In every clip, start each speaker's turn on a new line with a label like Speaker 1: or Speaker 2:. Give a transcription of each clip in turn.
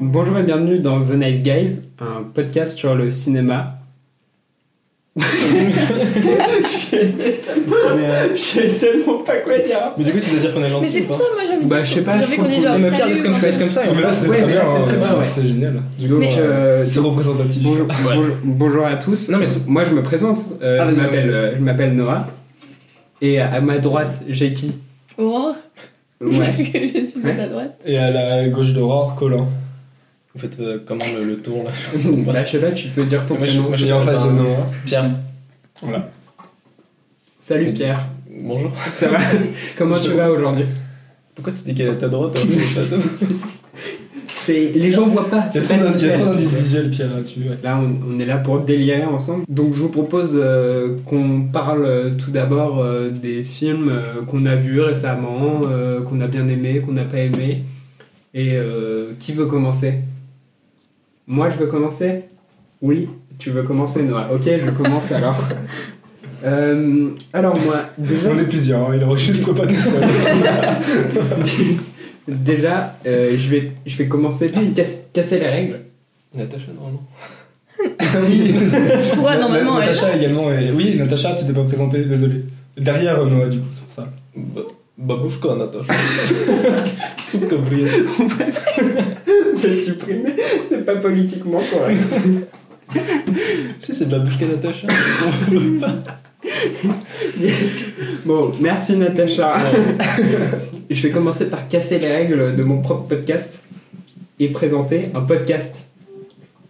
Speaker 1: Bonjour et bienvenue dans The Nice Guys, un podcast sur le cinéma.
Speaker 2: Mais, euh,
Speaker 1: J'ai tellement pas quoi dire.
Speaker 2: mais du coup, tu veux dire qu'on est
Speaker 3: Mais c'est
Speaker 2: gentil
Speaker 3: pour ça, moi j'ai envie
Speaker 1: Bah,
Speaker 3: de-
Speaker 1: je sais pas,
Speaker 3: j'ai
Speaker 1: je
Speaker 3: envie qu'on dise
Speaker 1: comprends.
Speaker 3: genre.
Speaker 4: Mais ma pierre
Speaker 3: salut,
Speaker 4: de ce qu'on
Speaker 3: machin.
Speaker 4: fait, c'est comme ça. et
Speaker 2: Mais
Speaker 4: on-
Speaker 2: là, c'est
Speaker 1: Ouais,
Speaker 2: très
Speaker 1: mais
Speaker 2: bien.
Speaker 1: là, c'est
Speaker 2: euh,
Speaker 1: très bien, ouais.
Speaker 2: C'est génial.
Speaker 4: Du coup,
Speaker 3: Mais-
Speaker 4: euh,
Speaker 1: Euh,
Speaker 2: C'est représentatif.
Speaker 1: bonjour, bonjour- bonjour à tous.
Speaker 4: Non, mais-
Speaker 1: moi je me présente. euh,
Speaker 4: Ah, vas-y,
Speaker 1: je m'appelle
Speaker 4: vas-y.
Speaker 1: euh, je m'appelle Noah. Et à ma droite, j'ai qui
Speaker 3: Aurore,
Speaker 1: Ouais.
Speaker 3: je suis à
Speaker 1: Ouais.
Speaker 3: ta droite.
Speaker 2: Et à la gauche d'Aurore, Colin. Vous faites euh, comment le, le tour là
Speaker 1: Bachelot, tu peux dire ton
Speaker 4: Moi, je-
Speaker 1: prénom.
Speaker 4: moi,
Speaker 2: Je suis en face de Noah.
Speaker 4: Pierre,
Speaker 1: Salut Pierre.
Speaker 4: bonjour.
Speaker 1: Ça va Comment tu vas aujourd'hui
Speaker 4: Pourquoi tu dis qu'elle est à ta droite hein, alors que c'est à toi
Speaker 1: C'est les gens voient pas.
Speaker 2: Il y a
Speaker 1: c'est pas
Speaker 2: trop d'indices- il y a
Speaker 1: visuel.
Speaker 2: trop d'indices visuels, Pierre, là-dessus. ouais.
Speaker 1: Là, on, on est là pour délirer ensemble. Donc, je vous propose euh, qu'on parle euh, tout d'abord euh, des films euh, qu'on a vus récemment, euh, qu'on a bien aimé, qu'on n'a pas aimé. Et euh, qui veut commencer Moi, je veux commencer Oui, tu veux commencer, Noah. Ok, je commence alors. Euh, alors, moi, déjà.
Speaker 2: On est plusieurs, hein, il enregistre pas tout seul.
Speaker 1: Déjà, euh, je, vais, je vais commencer par casse- casser les règles.
Speaker 2: Natacha, normalement. oui
Speaker 3: Pourquoi normalement elle est là
Speaker 2: Natacha également. est- Oui, Natacha, tu t'es pas présentée, désolé. Derrière euh, Noah, du coup, c'est pour ça.
Speaker 4: Bah- Babushka, Natacha.
Speaker 2: Soupe comme brille.
Speaker 1: Je supprimer, c'est pas politiquement correct.
Speaker 4: Si, c'est Babushka, Natacha.
Speaker 1: Bon, merci Natacha. Je vais commencer par casser les règles de mon propre podcast et présenter un podcast.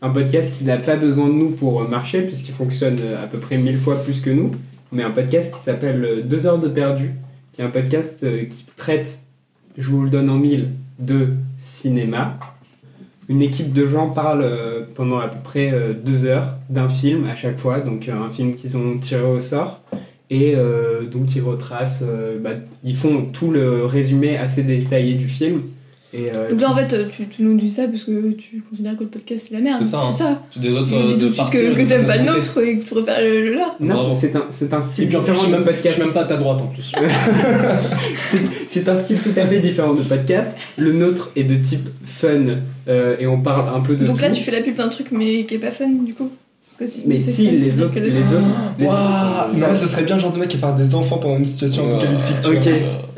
Speaker 1: Un podcast qui n'a pas besoin de nous pour marcher puisqu'il fonctionne à peu près mille fois plus que nous, mais un podcast qui s'appelle 2 heures de perdu, qui est un podcast euh, qui traite, je vous le donne en mille, de cinéma. Une équipe de gens parle euh, pendant à peu près euh, deux heures d'un film à chaque fois, donc euh, un film qu'ils ont tiré au sort. Et euh, donc ils retracent, euh, bah, ils font tout le résumé assez détaillé du film. Et, euh,
Speaker 3: Donc là en fait euh, tu, tu nous dis ça parce que tu considères que le podcast c'est la merde.
Speaker 4: C'est ça, hein.
Speaker 3: C'est ça.
Speaker 4: Tu des autres
Speaker 3: Tu nous
Speaker 4: euh,
Speaker 3: dis tout
Speaker 4: de
Speaker 3: de suite
Speaker 4: partir. et
Speaker 3: que,
Speaker 4: de
Speaker 3: que t'aimes pas le
Speaker 4: présenter.
Speaker 3: nôtre et que tu préfères le, le leur.
Speaker 1: non,
Speaker 4: Bravo.
Speaker 1: c'est un, c'est un
Speaker 4: Et
Speaker 1: style
Speaker 4: puis en plus, je
Speaker 1: différent
Speaker 4: suis
Speaker 1: de
Speaker 4: même- je suis
Speaker 1: podcast.
Speaker 4: même pas à ta droite en plus.
Speaker 1: C'est un style tout à fait différent de podcast. Le nôtre est de type fun euh, et on parle un peu de
Speaker 3: Donc
Speaker 1: tout.
Speaker 3: là tu fais la pub d'un truc mais qui est pas fun du coup. Parce que si c'est-
Speaker 1: Mais
Speaker 3: c'est
Speaker 1: si
Speaker 3: fun, ça veut
Speaker 1: les
Speaker 3: dire
Speaker 1: autres,
Speaker 3: que
Speaker 1: les
Speaker 3: le-
Speaker 1: autres, les
Speaker 2: Waouh
Speaker 1: autres-
Speaker 2: Non, ce serait bien le genre de mec qui va faire des enfants pendant une situation
Speaker 4: Ouais.
Speaker 2: apocalyptique, tu vois.
Speaker 1: Ok.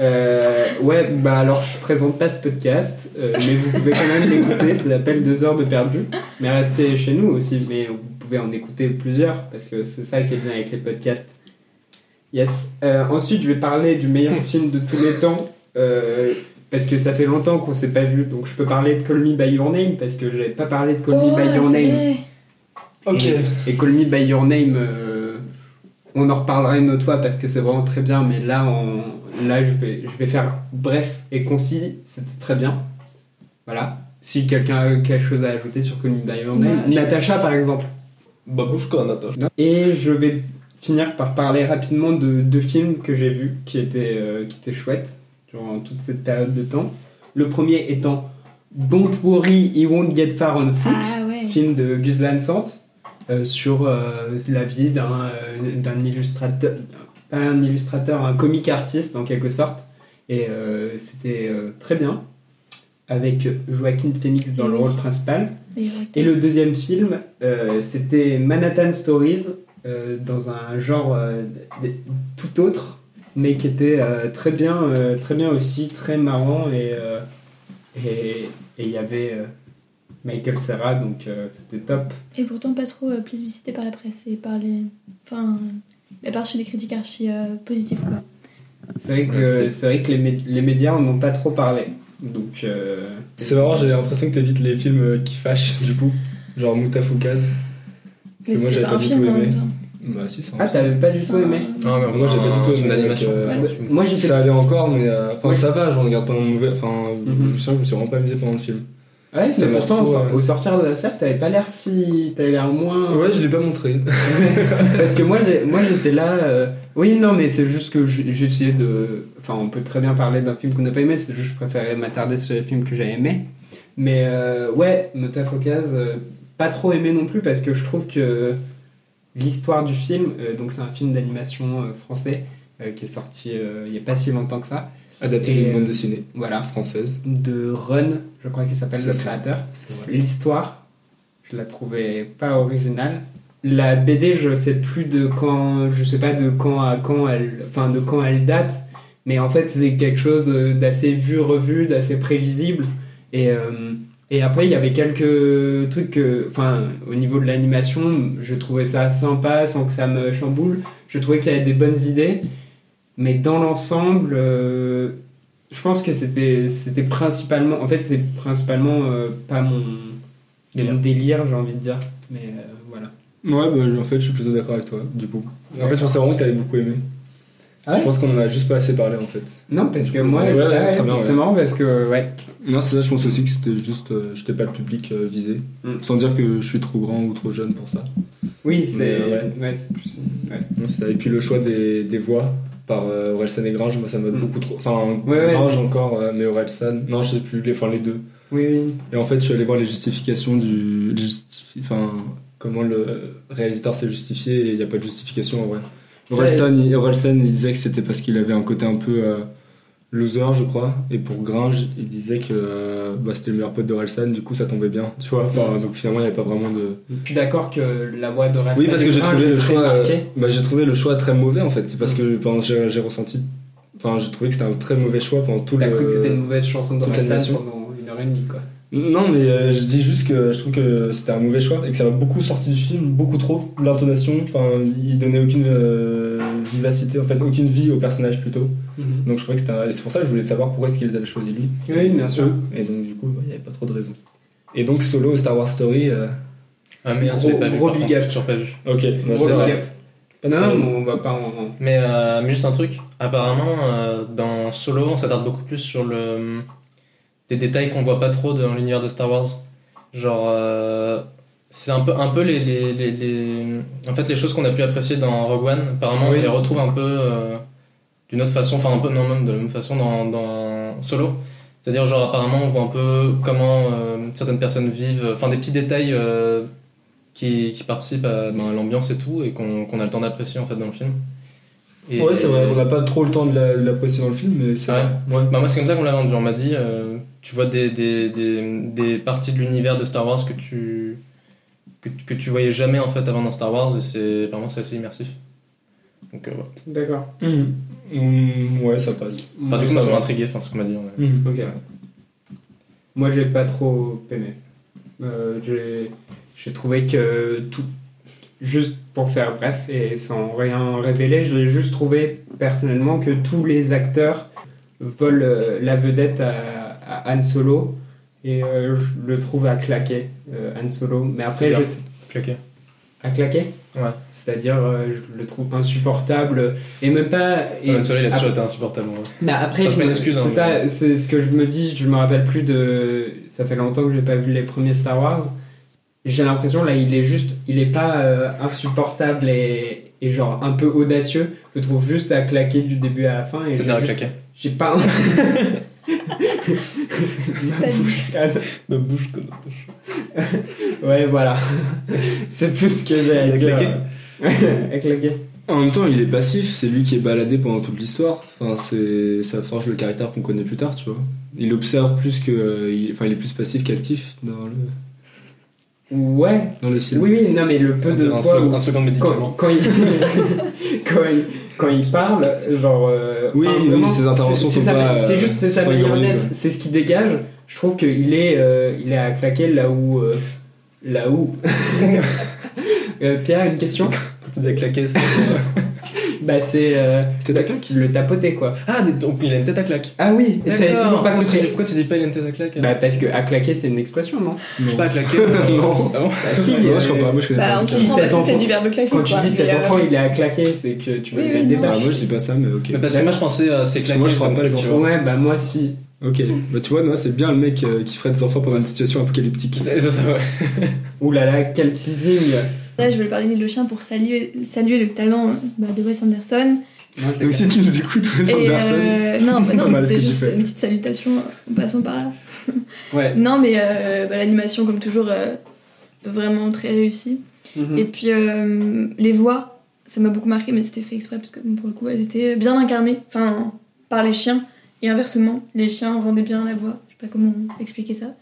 Speaker 1: Euh, ouais, bah alors je présente pas ce podcast, euh, mais vous pouvez quand même l'écouter, ça s'appelle 2 heures de perdu. Mais restez chez nous aussi, mais vous pouvez en écouter plusieurs, parce que c'est ça qui est bien avec les podcasts. Yes. Euh, ensuite, je vais parler du meilleur film de tous les temps, euh, parce que ça fait longtemps qu'on s'est pas vu, donc je peux parler de Call Me By Your Name, parce que j'avais pas parlé de Call
Speaker 3: Oh,
Speaker 1: Me By Your
Speaker 3: c'est
Speaker 1: Name.
Speaker 3: vrai.
Speaker 2: Ok.
Speaker 1: Et, et Call Me By Your Name, euh, on en reparlera une autre fois parce que c'est vraiment très bien, mais là, on- là je, vais, je vais faire bref et concis, c'était très bien. Voilà. Si quelqu'un a quelque chose à ajouter sur Call Me By Your Name,
Speaker 3: Ouais, Bah, je-
Speaker 1: Natacha par exemple.
Speaker 4: Babushka, Natacha.
Speaker 1: Et je vais finir par parler rapidement de deux films que j'ai vus qui étaient, euh, qui étaient chouettes durant toute cette période de temps. Le premier étant Don't Worry, He Won't Get Far on Foot
Speaker 3: Ah ouais.
Speaker 1: film de Gus Van Sant euh, sur euh, la vie d'un euh, d'un illustrateur, pas un illustrateur, un comique artiste en quelque sorte. Et euh, c'était euh, très bien, avec Joaquin Phoenix dans le rôle principal.
Speaker 3: Bah,
Speaker 1: Et le deuxième film, euh, c'était Manhattan Stories, euh, dans un genre euh, d- tout autre, mais qui était euh, très bien, euh, très bien aussi, très marrant et euh, et et il y avait euh, Michael Serra, donc euh, c'était top.
Speaker 3: Et pourtant pas trop euh, plus visité par la presse et par les. Enfin, euh, il a pas reçu des critiques archi euh, positives quoi.
Speaker 1: C'est vrai
Speaker 4: Ouais,
Speaker 1: que
Speaker 4: c'était-
Speaker 1: c'est vrai que les, mé- les médias en ont pas trop parlé, donc. euh,
Speaker 2: C'est marrant, j'ai l'impression que t'évites les films euh, qui fâchent, du coup. Genre Moutafoukaz.
Speaker 3: Mais
Speaker 2: moi,
Speaker 3: c'est
Speaker 2: j'avais
Speaker 3: pas
Speaker 2: pas
Speaker 3: un
Speaker 2: du
Speaker 3: film
Speaker 2: tout
Speaker 3: en
Speaker 2: aimé.
Speaker 3: même temps. euh,
Speaker 2: Bah si, c'est un
Speaker 1: Ah,
Speaker 2: film.
Speaker 1: t'avais pas du
Speaker 3: C'est
Speaker 1: tout
Speaker 3: un-
Speaker 1: aimé.
Speaker 4: Non, mais
Speaker 2: Euh, Moi, j'ai pas du tout aimé,
Speaker 4: une
Speaker 2: donc,
Speaker 4: animation.
Speaker 2: euh,
Speaker 4: Ouais, tu-
Speaker 1: Moi j'étais.
Speaker 2: Ça allait encore, mais euh, enfin
Speaker 1: Ouais.
Speaker 2: ça va, je regarde pendant le mauvais. Enfin,
Speaker 1: Mhm.
Speaker 2: je me souviens que je me suis vraiment pas amusé pendant le film.
Speaker 1: Ouais,
Speaker 2: ça
Speaker 1: mais
Speaker 2: m'a
Speaker 1: pourtant
Speaker 2: trop,
Speaker 1: au-
Speaker 2: euh,
Speaker 1: au sortir de la salle, t'avais pas l'air si, t'avais l'air moins.
Speaker 2: Ouais, je l'ai pas montré.
Speaker 1: Parce que moi, j'ai- moi j'étais là. euh, Oui, non, mais c'est juste que j'ai j'ai essayé de. Enfin, on peut très bien parler d'un film qu'on n'a pas aimé, c'est juste que je préférais m'attarder sur les films que j'ai aimés. Mais euh, ouais, Motafocas, euh, pas trop aimé non plus parce que je trouve que l'histoire du film, euh, donc c'est un film d'animation euh, français euh, qui est sorti euh, il n'y a pas si longtemps que ça,
Speaker 2: adapté
Speaker 1: Et-
Speaker 2: d'une bande dessinée
Speaker 1: Voilà.
Speaker 2: française.
Speaker 1: De Run, je crois qu'il s'appelle
Speaker 2: C'est
Speaker 1: le
Speaker 2: ça.
Speaker 1: créateur. L'histoire, je la trouvais pas originale. La BD, je sais plus de quand, je sais pas de quand à quand elle, enfin de quand elle date, mais en fait c'est quelque chose euh, d'assez vu revu, d'assez prévisible. Et euh, et après il y avait quelques trucs, que- enfin au niveau de l'animation, je trouvais ça sympa sans que ça me chamboule. Je trouvais qu'il y avait des bonnes idées, mais dans l'ensemble, euh, je pense que c'était c'était principalement en fait c'est principalement euh, pas mon
Speaker 2: Délire.
Speaker 1: mon délire j'ai envie de dire mais euh, voilà
Speaker 2: Ouais, bah, en fait, je suis plutôt d'accord avec toi, du coup. En fait, je pensais vraiment que t'avais beaucoup aimé.
Speaker 1: Ah ouais
Speaker 2: je pense qu'on en a juste pas assez parlé, en fait.
Speaker 1: non parce que moi
Speaker 2: Ouais, ouais,
Speaker 1: ouais,
Speaker 2: très bien,
Speaker 1: c'est
Speaker 2: ouais.
Speaker 1: marrant parce que ouais
Speaker 2: Non, c'est ça, je pense aussi que c'était juste. euh, j'étais pas le public euh, visé.
Speaker 1: Mm.
Speaker 2: Sans dire que je suis trop grand ou trop jeune pour ça.
Speaker 1: oui c'est
Speaker 2: Mais, euh, ouais.
Speaker 1: ouais, c'est plus- ouais.
Speaker 2: Non, c'est ça. Et puis le choix des, des voix par euh, Orelsan et Grange, moi ça m'a
Speaker 1: Mm.
Speaker 2: beaucoup trop. Enfin,
Speaker 1: Ouais, ouais.
Speaker 2: Grange encore, euh, mais Orelsan. Non, je sais plus, les, enfin les deux.
Speaker 1: oui oui
Speaker 2: Et en fait, je suis allé voir les justifications du. justi- Enfin, comment le réalisateur s'est justifié et il n'y a pas de justification en vrai.
Speaker 1: Ça,
Speaker 2: Orelsan, il, Orelsan, il disait que c'était parce qu'il avait un côté un peu euh, loser, je crois. Et pour Grange, il disait que euh, bah, c'était le meilleur pote d'Orelsan, du coup ça tombait bien. Tu vois, enfin, donc finalement, il n'y a pas vraiment de.
Speaker 1: je suis d'accord que la voix de
Speaker 2: Oui, parce que j'ai trouvé le choix. euh,
Speaker 1: marqué. Mm.
Speaker 2: bah, j'ai trouvé le choix très mauvais en fait. C'est parce que pendant- j'ai j'ai ressenti. Enfin, j'ai trouvé que c'était un très mauvais choix pendant tout
Speaker 1: t'as
Speaker 2: le.
Speaker 1: cru que c'était une mauvaise chanson de
Speaker 2: toute
Speaker 1: Orelsan
Speaker 2: l'animation.
Speaker 1: pendant une heure et demie quoi
Speaker 2: Non, mais euh, je dis juste que je trouve que c'était un mauvais choix et que ça m'a beaucoup sorti du film, beaucoup trop. L'intonation, enfin, il donnait aucune euh, vivacité, en fait, aucune vie au personnage plutôt.
Speaker 1: Mhm.
Speaker 2: Donc je trouvais que c'était. un- et c'est pour ça que je voulais savoir pourquoi est-ce qu'ils avaient choisi lui.
Speaker 1: oui bien sûr
Speaker 2: Eux. Et donc du coup, bah, il n'y avait pas trop de raison. Et donc Solo Star Wars Story. euh,
Speaker 4: Ah merde,
Speaker 1: Gros-
Speaker 4: je l'ai pas vu.
Speaker 1: gros
Speaker 4: par
Speaker 1: big
Speaker 4: contre,
Speaker 1: up.
Speaker 4: j'ai toujours pas vu.
Speaker 2: Ok. bah,
Speaker 1: Gros
Speaker 2: c'est
Speaker 1: big
Speaker 2: vrai.
Speaker 1: up. Bah, non non mais on va pas en
Speaker 4: Mais, euh, mais juste un truc, apparemment, euh, dans Solo, on s'attarde beaucoup plus sur le, des détails qu'on voit pas trop dans l'univers de Star Wars. Genre, euh, c'est un peu, un peu les, les, les, les- En fait, les choses qu'on a pu apprécier dans Rogue One, apparemment,
Speaker 2: Oui.
Speaker 4: on les retrouve un peu euh, d'une autre façon, enfin, un peu, non, même de la même façon dans, dans Solo. C'est-à-dire, genre, apparemment, on voit un peu comment euh, certaines personnes vivent, enfin, des petits détails euh, qui, qui participent à, ben, à l'ambiance et tout, et qu'on qu'on a le temps d'apprécier, en fait, dans le film. Et-
Speaker 2: Ouais, c'est vrai. On n'a pas trop le temps de la- de l'apprécier dans le film, mais c'est
Speaker 4: Ah
Speaker 2: vrai. Ouais.
Speaker 4: Bah, moi, c'est comme ça qu'on l'a vendu. On m'a dit, euh, tu vois des, des, des, des parties de l'univers de Star Wars que tu, que, que tu voyais jamais en fait avant dans Star Wars, et c'est vraiment c'est assez immersif. Donc, euh, voilà.
Speaker 1: d'accord
Speaker 2: Mm, ouais, ça passe.
Speaker 4: Enfin, du
Speaker 1: Ouais,
Speaker 4: coup, moi,
Speaker 1: ça
Speaker 4: ça
Speaker 1: va.
Speaker 4: m'a intrigué, enfin, ce qu'on m'a dit. ouais.
Speaker 1: Ok. Moi, j'ai pas trop aimé. Euh, j'ai- j'ai trouvé que tout, juste pour faire bref et sans rien révéler, j'ai juste trouvé personnellement que tous les acteurs volent euh, la vedette à, à Han Solo et euh, je le trouve à claquer, euh, Han Solo. Mais après, je
Speaker 4: C'est-à-dire
Speaker 1: sais-
Speaker 4: Claqué.
Speaker 1: à claquer
Speaker 4: Ouais.
Speaker 1: C'est-à-dire, euh, je le trouve insupportable et même pas. et-
Speaker 4: Ah, Ben Solo, il a
Speaker 1: après-
Speaker 4: toujours été insupportable. ouais.
Speaker 1: bah après,
Speaker 4: Enfin, c'est
Speaker 1: je
Speaker 4: pas
Speaker 1: me-
Speaker 4: une excuse, hein,
Speaker 1: c'est ça,
Speaker 4: mais-
Speaker 1: c'est ce que je me dis. Je me rappelle plus de. Ça fait longtemps que j'ai pas vu les premiers Star Wars. J'ai l'impression là, il est juste, il est pas euh, insupportable et, et genre un peu audacieux. Je le trouve juste à claquer du début à la fin et j'ai
Speaker 4: C'est-à-dire
Speaker 1: juste-
Speaker 4: claqué.
Speaker 1: j'ai pas. Ma bouche canne.
Speaker 4: Ma bouche, quoi.
Speaker 1: Ouais, voilà. c'est tout ce que j'ai à
Speaker 2: Il a
Speaker 1: dire.
Speaker 2: claqué.
Speaker 1: À claquer.
Speaker 2: En même temps, il est passif, c'est lui qui est baladé pendant toute l'histoire. Enfin, c'est ça forge le caractère qu'on connaît plus tard, tu vois. Il observe plus que, euh, il- enfin, il est plus passif qu'actif dans le
Speaker 1: Ouais.
Speaker 2: dans le film.
Speaker 1: Oui, oui. Non, mais le peu
Speaker 4: On
Speaker 1: de
Speaker 4: dirait Un
Speaker 1: fois où
Speaker 4: slogan- un slogan de
Speaker 1: quand,
Speaker 4: médicament.
Speaker 1: quand il, quand, il, quand il parle, genre. euh,
Speaker 2: Oui,
Speaker 1: enfin,
Speaker 2: oui, ses interventions
Speaker 1: c'est- c'est
Speaker 2: sont
Speaker 1: sa-
Speaker 2: pas, euh,
Speaker 1: C'est juste c'est sa
Speaker 2: pas
Speaker 1: meilleure
Speaker 2: glorieuses,
Speaker 1: nette,
Speaker 2: ouais.
Speaker 1: c'est ce qui dégage. Je trouve qu'il est, euh, il est à claquer là où. euh, là où. Euh, Pierre, une question
Speaker 4: Quand tu dis claqué, c'est.
Speaker 1: Bah, c'est. euh,
Speaker 2: Tête à claque
Speaker 1: le tapoter quoi.
Speaker 4: ah, des- donc il a une tête à claque.
Speaker 1: Ah oui, t'as toujours pas
Speaker 4: Pourquoi tu, dis,
Speaker 1: compris.
Speaker 4: pourquoi tu dis pas il a une tête à claque
Speaker 1: Bah, parce que à claquer, c'est une expression, non
Speaker 2: Non.
Speaker 4: Je sais pas, claqué.
Speaker 2: Non.
Speaker 4: Ah bon
Speaker 1: Bah, si,
Speaker 2: moi, je
Speaker 1: euh,
Speaker 2: crois pas. Moi, je connais
Speaker 3: Bah,
Speaker 2: pas.
Speaker 1: Si,
Speaker 3: on comprend
Speaker 1: cet
Speaker 3: parce que c'est
Speaker 1: enfant-
Speaker 3: du verbe claqué.
Speaker 1: Quand tu
Speaker 3: quoi,
Speaker 1: dis cet
Speaker 3: mais, euh,
Speaker 1: enfant, il est à claquer, c'est que tu veux
Speaker 3: Oui,
Speaker 1: lui
Speaker 3: oui,
Speaker 1: mettre des
Speaker 3: non.
Speaker 2: Bah,
Speaker 1: bâches.
Speaker 2: moi, je dis pas ça, mais ok.
Speaker 4: Mais parce que moi, je pensais euh, c'est
Speaker 2: Parce que
Speaker 4: claqué.
Speaker 2: moi, je crois
Speaker 4: comme
Speaker 2: pas
Speaker 4: truc,
Speaker 2: les
Speaker 4: tu
Speaker 2: enfants.
Speaker 4: vois.
Speaker 1: Ouais, bah, moi, si.
Speaker 2: Ok. Bah, tu vois, Noah, c'est bien le mec euh, qui ferait des enfants pendant une situation apocalyptique.
Speaker 4: C'est- c'est ça, ouais.
Speaker 1: Ouh là là, quel teasing
Speaker 3: Là, je veux parler de le chien pour saluer, saluer le talent bah, de Wes Anderson.
Speaker 1: Moi, je
Speaker 2: Donc si tu nous écoutes, Wes
Speaker 3: Et,
Speaker 2: Anderson.
Speaker 3: euh, non,
Speaker 2: C'est
Speaker 3: bah non,
Speaker 2: pas mal ce
Speaker 3: c'est
Speaker 2: que tu
Speaker 3: juste
Speaker 2: fais.
Speaker 3: une petite salutation en passant par là.
Speaker 1: Ouais.
Speaker 3: Non, mais euh, bah, l'animation, comme toujours, euh, vraiment très réussie.
Speaker 1: Mhm.
Speaker 3: Et puis, euh, les voix, ça m'a beaucoup marqué, mais c'était fait exprès parce que bon, pour le coup, elles étaient bien incarnées, enfin, par les chiens. Et inversement, les chiens rendaient bien la voix. Je sais pas comment expliquer ça.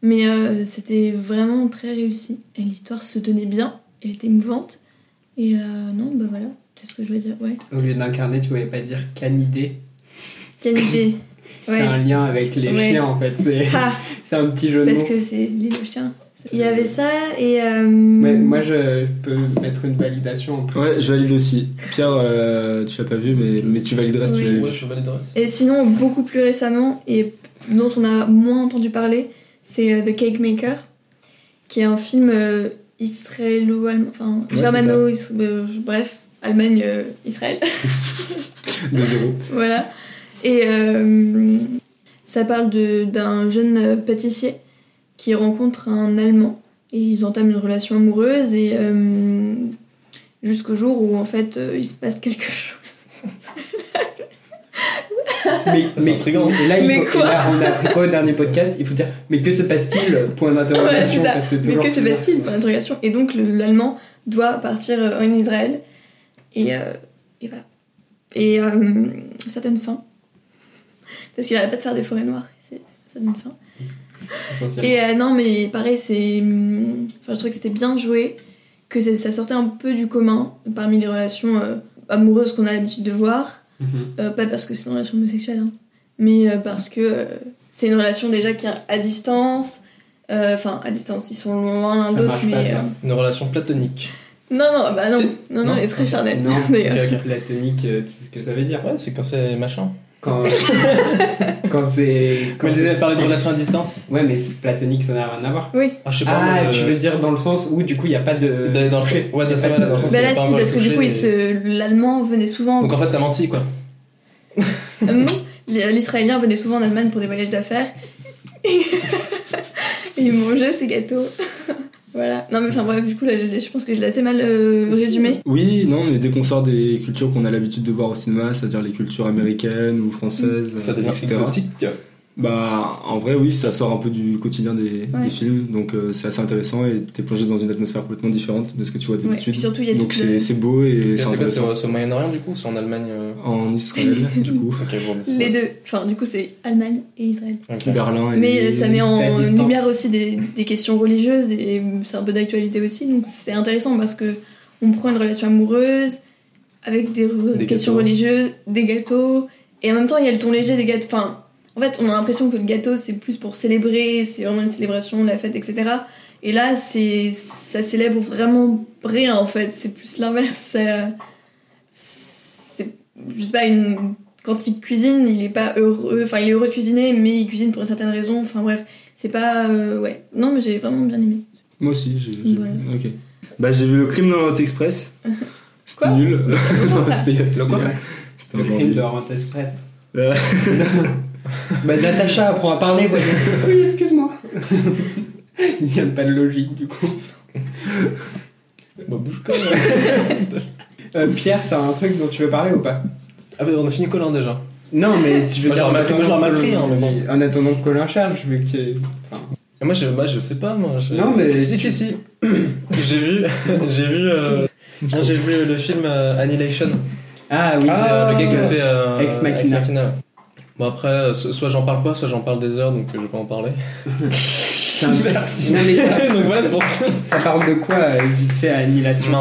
Speaker 3: Mais euh, c'était vraiment très réussi. Et l'histoire se tenait bien. Elle était émouvante. Et euh, non, bah voilà, c'est ce que je voulais dire. Ouais.
Speaker 1: Au lieu d'incarner, tu voulais pas dire canidé.
Speaker 3: Quelle idée.
Speaker 1: C'est
Speaker 3: Ouais.
Speaker 1: un lien avec les
Speaker 3: Ouais.
Speaker 1: chiens en fait. C'est
Speaker 3: Ah,
Speaker 1: c'est un petit jeu de
Speaker 3: parce
Speaker 1: mots.
Speaker 3: que c'est l'île aux chiens.
Speaker 2: C'est-
Speaker 3: Il y avait ça et. euh,
Speaker 1: Ouais, moi je peux mettre une validation en plus.
Speaker 2: Ouais, je valide aussi. Pierre, euh, tu l'as pas vu, mais, mais tu valideras si
Speaker 3: Oui.
Speaker 2: tu l'as
Speaker 4: Ouais,
Speaker 2: vu.
Speaker 4: je suis valide de reste.
Speaker 3: Et sinon, beaucoup plus récemment, et dont on a moins entendu parler, c'est euh, The Cake Maker, qui est un film euh, israélo-allemand, enfin
Speaker 2: c'est
Speaker 3: germano, is- euh, bref, Allemagne-Israël,
Speaker 2: De zéro.
Speaker 3: voilà. Et euh, ça parle de- d'un jeune euh, pâtissier qui rencontre un Allemand et ils entament une relation amoureuse et euh, jusqu'au jour où en fait euh, il se passe quelque chose.
Speaker 1: Mais,
Speaker 4: c'est intriguant.
Speaker 1: mais là, il
Speaker 3: Mais
Speaker 1: faut-
Speaker 3: quoi
Speaker 1: et là, on a appris quoi au dernier podcast Il faut dire mais que se passe-t-il Point d'interrogation.
Speaker 3: Ouais, c'est ça.
Speaker 1: parce que
Speaker 3: Mais
Speaker 1: toujours
Speaker 3: que se
Speaker 1: c'est-
Speaker 3: passe-t-il Point d'interrogation. Et donc le- l'allemand doit partir euh, en Israël. Et, euh, et voilà. Et euh, ça donne faim. Parce qu'il arrête pas de faire des forêts noires. C'est- Ça donne faim. Et euh, non, mais pareil, c'est. hum, Enfin, je trouvais que c'était bien joué. Que c'est- ça sortait un peu du commun parmi les relations euh, amoureuses qu'on a l'habitude de voir.
Speaker 1: Mhm.
Speaker 3: Euh, pas parce que c'est une relation homosexuelle, hein, mais euh, parce que euh, c'est une relation déjà qui est à distance. Euh, Enfin, à distance, ils sont loin l'un
Speaker 1: Ça
Speaker 3: de l'autre,
Speaker 1: marche
Speaker 3: mais.
Speaker 1: pas, ça.
Speaker 3: euh,
Speaker 4: Une relation platonique.
Speaker 3: Non, non, bah non,
Speaker 4: Si.
Speaker 3: non, non,
Speaker 4: Non.
Speaker 3: elle est très charnelle.
Speaker 1: Non,
Speaker 3: d'ailleurs.
Speaker 4: Ok, ok.
Speaker 1: platonique, euh, tu sais ce que ça veut dire
Speaker 4: Ouais, c'est quand c'est machin.
Speaker 1: Quand, quand c'est.
Speaker 4: Quand
Speaker 1: Quand
Speaker 4: vous
Speaker 1: c'est-
Speaker 4: avez parlé de relation à distance
Speaker 1: Ouais, mais c'est platonique, ça n'a rien à voir.
Speaker 4: Ah, je sais pas.
Speaker 1: Ah,
Speaker 4: moi, je-
Speaker 1: tu veux dire dans le sens où du coup il n'y a pas de.
Speaker 4: D'aller dans le
Speaker 1: toucher.
Speaker 4: chien. Ouais, t'as ça, ouais, là, dans le sens.
Speaker 3: Bah
Speaker 4: il y a
Speaker 3: là, si,
Speaker 4: pas un vrai
Speaker 3: parce que du
Speaker 4: toucher,
Speaker 3: coup, il
Speaker 4: mais-
Speaker 3: se- l'allemand venait souvent.
Speaker 4: Donc en fait, t'as menti quoi.
Speaker 3: Euh, non, l- l'israélien venait souvent en Allemagne pour des voyages d'affaires. Et il mangeait ses gâteaux. voilà. Non, mais enfin bref, du coup, là, j'ai- je pense que je l'ai assez mal euh, résumé.
Speaker 2: Oui, non, mais dès qu'on sort des cultures qu'on a l'habitude de voir au cinéma, c'est-à-dire les cultures américaines ou françaises,
Speaker 4: Ça
Speaker 2: euh,
Speaker 4: devient
Speaker 2: etc.
Speaker 4: exotique.
Speaker 2: Bah, en vrai, oui, ça sort un peu du quotidien des,
Speaker 3: Ouais.
Speaker 2: des films, donc euh, c'est assez intéressant et t'es plongé dans une atmosphère complètement différente de ce que tu vois
Speaker 3: Ouais.
Speaker 2: d'habitude.
Speaker 3: Puis surtout, il y a
Speaker 2: donc
Speaker 3: toute le-
Speaker 2: c'est c'est beau et
Speaker 4: Parce que
Speaker 2: c'est
Speaker 4: C'est quoi
Speaker 2: intéressant.
Speaker 4: C'est c'est au Moyen-Orient du coup ou C'est en Allemagne euh,
Speaker 2: En Israël, du coup,
Speaker 4: Ok, bon, c'est-
Speaker 3: les deux. Enfin, du coup, c'est Allemagne et Israël.
Speaker 4: Ok.
Speaker 2: Berlin et.
Speaker 3: Mais euh, ça met
Speaker 1: c'est à
Speaker 3: en
Speaker 1: distance.
Speaker 3: lumière aussi des, des questions religieuses et c'est un peu d'actualité aussi. Donc c'est intéressant parce que on prend une relation amoureuse avec des, re-
Speaker 4: Des
Speaker 3: questions
Speaker 4: gâteaux.
Speaker 3: religieuses, des gâteaux. Et en même temps, il y a le ton léger des gâteaux. Enfin, en fait, on a l'impression que le gâteau, c'est plus pour célébrer, c'est vraiment une célébration, la fête, etc. Et là, c'est ça célèbre vraiment rien en fait. C'est plus l'inverse. ça- C'est, je sais pas, une quand il cuisine, il est pas heureux, enfin il est heureux de cuisiner, mais il cuisine pour une certaine raison, enfin bref, c'est pas. euh, ouais, non, mais j'ai vraiment bien aimé.
Speaker 2: Moi aussi, j'ai. j'ai-
Speaker 3: Voilà.
Speaker 2: Ok. Bah, j'ai vu le crime dans l'Orient Express. C'était
Speaker 3: Quoi
Speaker 2: nul.
Speaker 3: Comment ça
Speaker 2: C'était c'était-
Speaker 4: quoi
Speaker 2: C'était
Speaker 1: Le
Speaker 2: encore
Speaker 1: crime
Speaker 2: nul.
Speaker 1: de Laurent Express.
Speaker 2: Euh,
Speaker 1: Bah, Natacha apprend à parler, voyons. Oui, excuse-moi. Il n'y a pas de logique du coup.
Speaker 4: Bah, bouge quand même.
Speaker 1: Euh, Pierre, t'as un truc dont tu veux parler ou pas
Speaker 4: Ah, bah, on a fini Colin déjà.
Speaker 1: Non, mais si je veux
Speaker 4: Moi,
Speaker 1: dire.
Speaker 4: j'aurais
Speaker 1: en
Speaker 4: mal pris- moi,
Speaker 1: attendant
Speaker 4: j'aurais mal
Speaker 1: que-
Speaker 4: pris, hein, mais bon.
Speaker 1: En attendant que Colin charge, vu que. enfin,
Speaker 4: Et Moi je, moi, je sais pas, moi. je-
Speaker 1: Non, mais-
Speaker 4: Si, si, si. j'ai vu. j'ai vu. euh, non, j'ai vu le film euh, Annihilation.
Speaker 1: Ah oui,
Speaker 4: C'est euh, le gars qui a fait. euh,
Speaker 1: Ex Machina.
Speaker 4: ouais. Bon, après, euh, so- soit j'en parle pas, soit j'en parle des heures, donc euh, je vais pas en parler.
Speaker 1: C'est un-
Speaker 4: Merci.
Speaker 1: Non, mais ça,
Speaker 4: donc voilà, c'est pour ça.
Speaker 1: ça parle de quoi, euh, vite fait, à Annihilation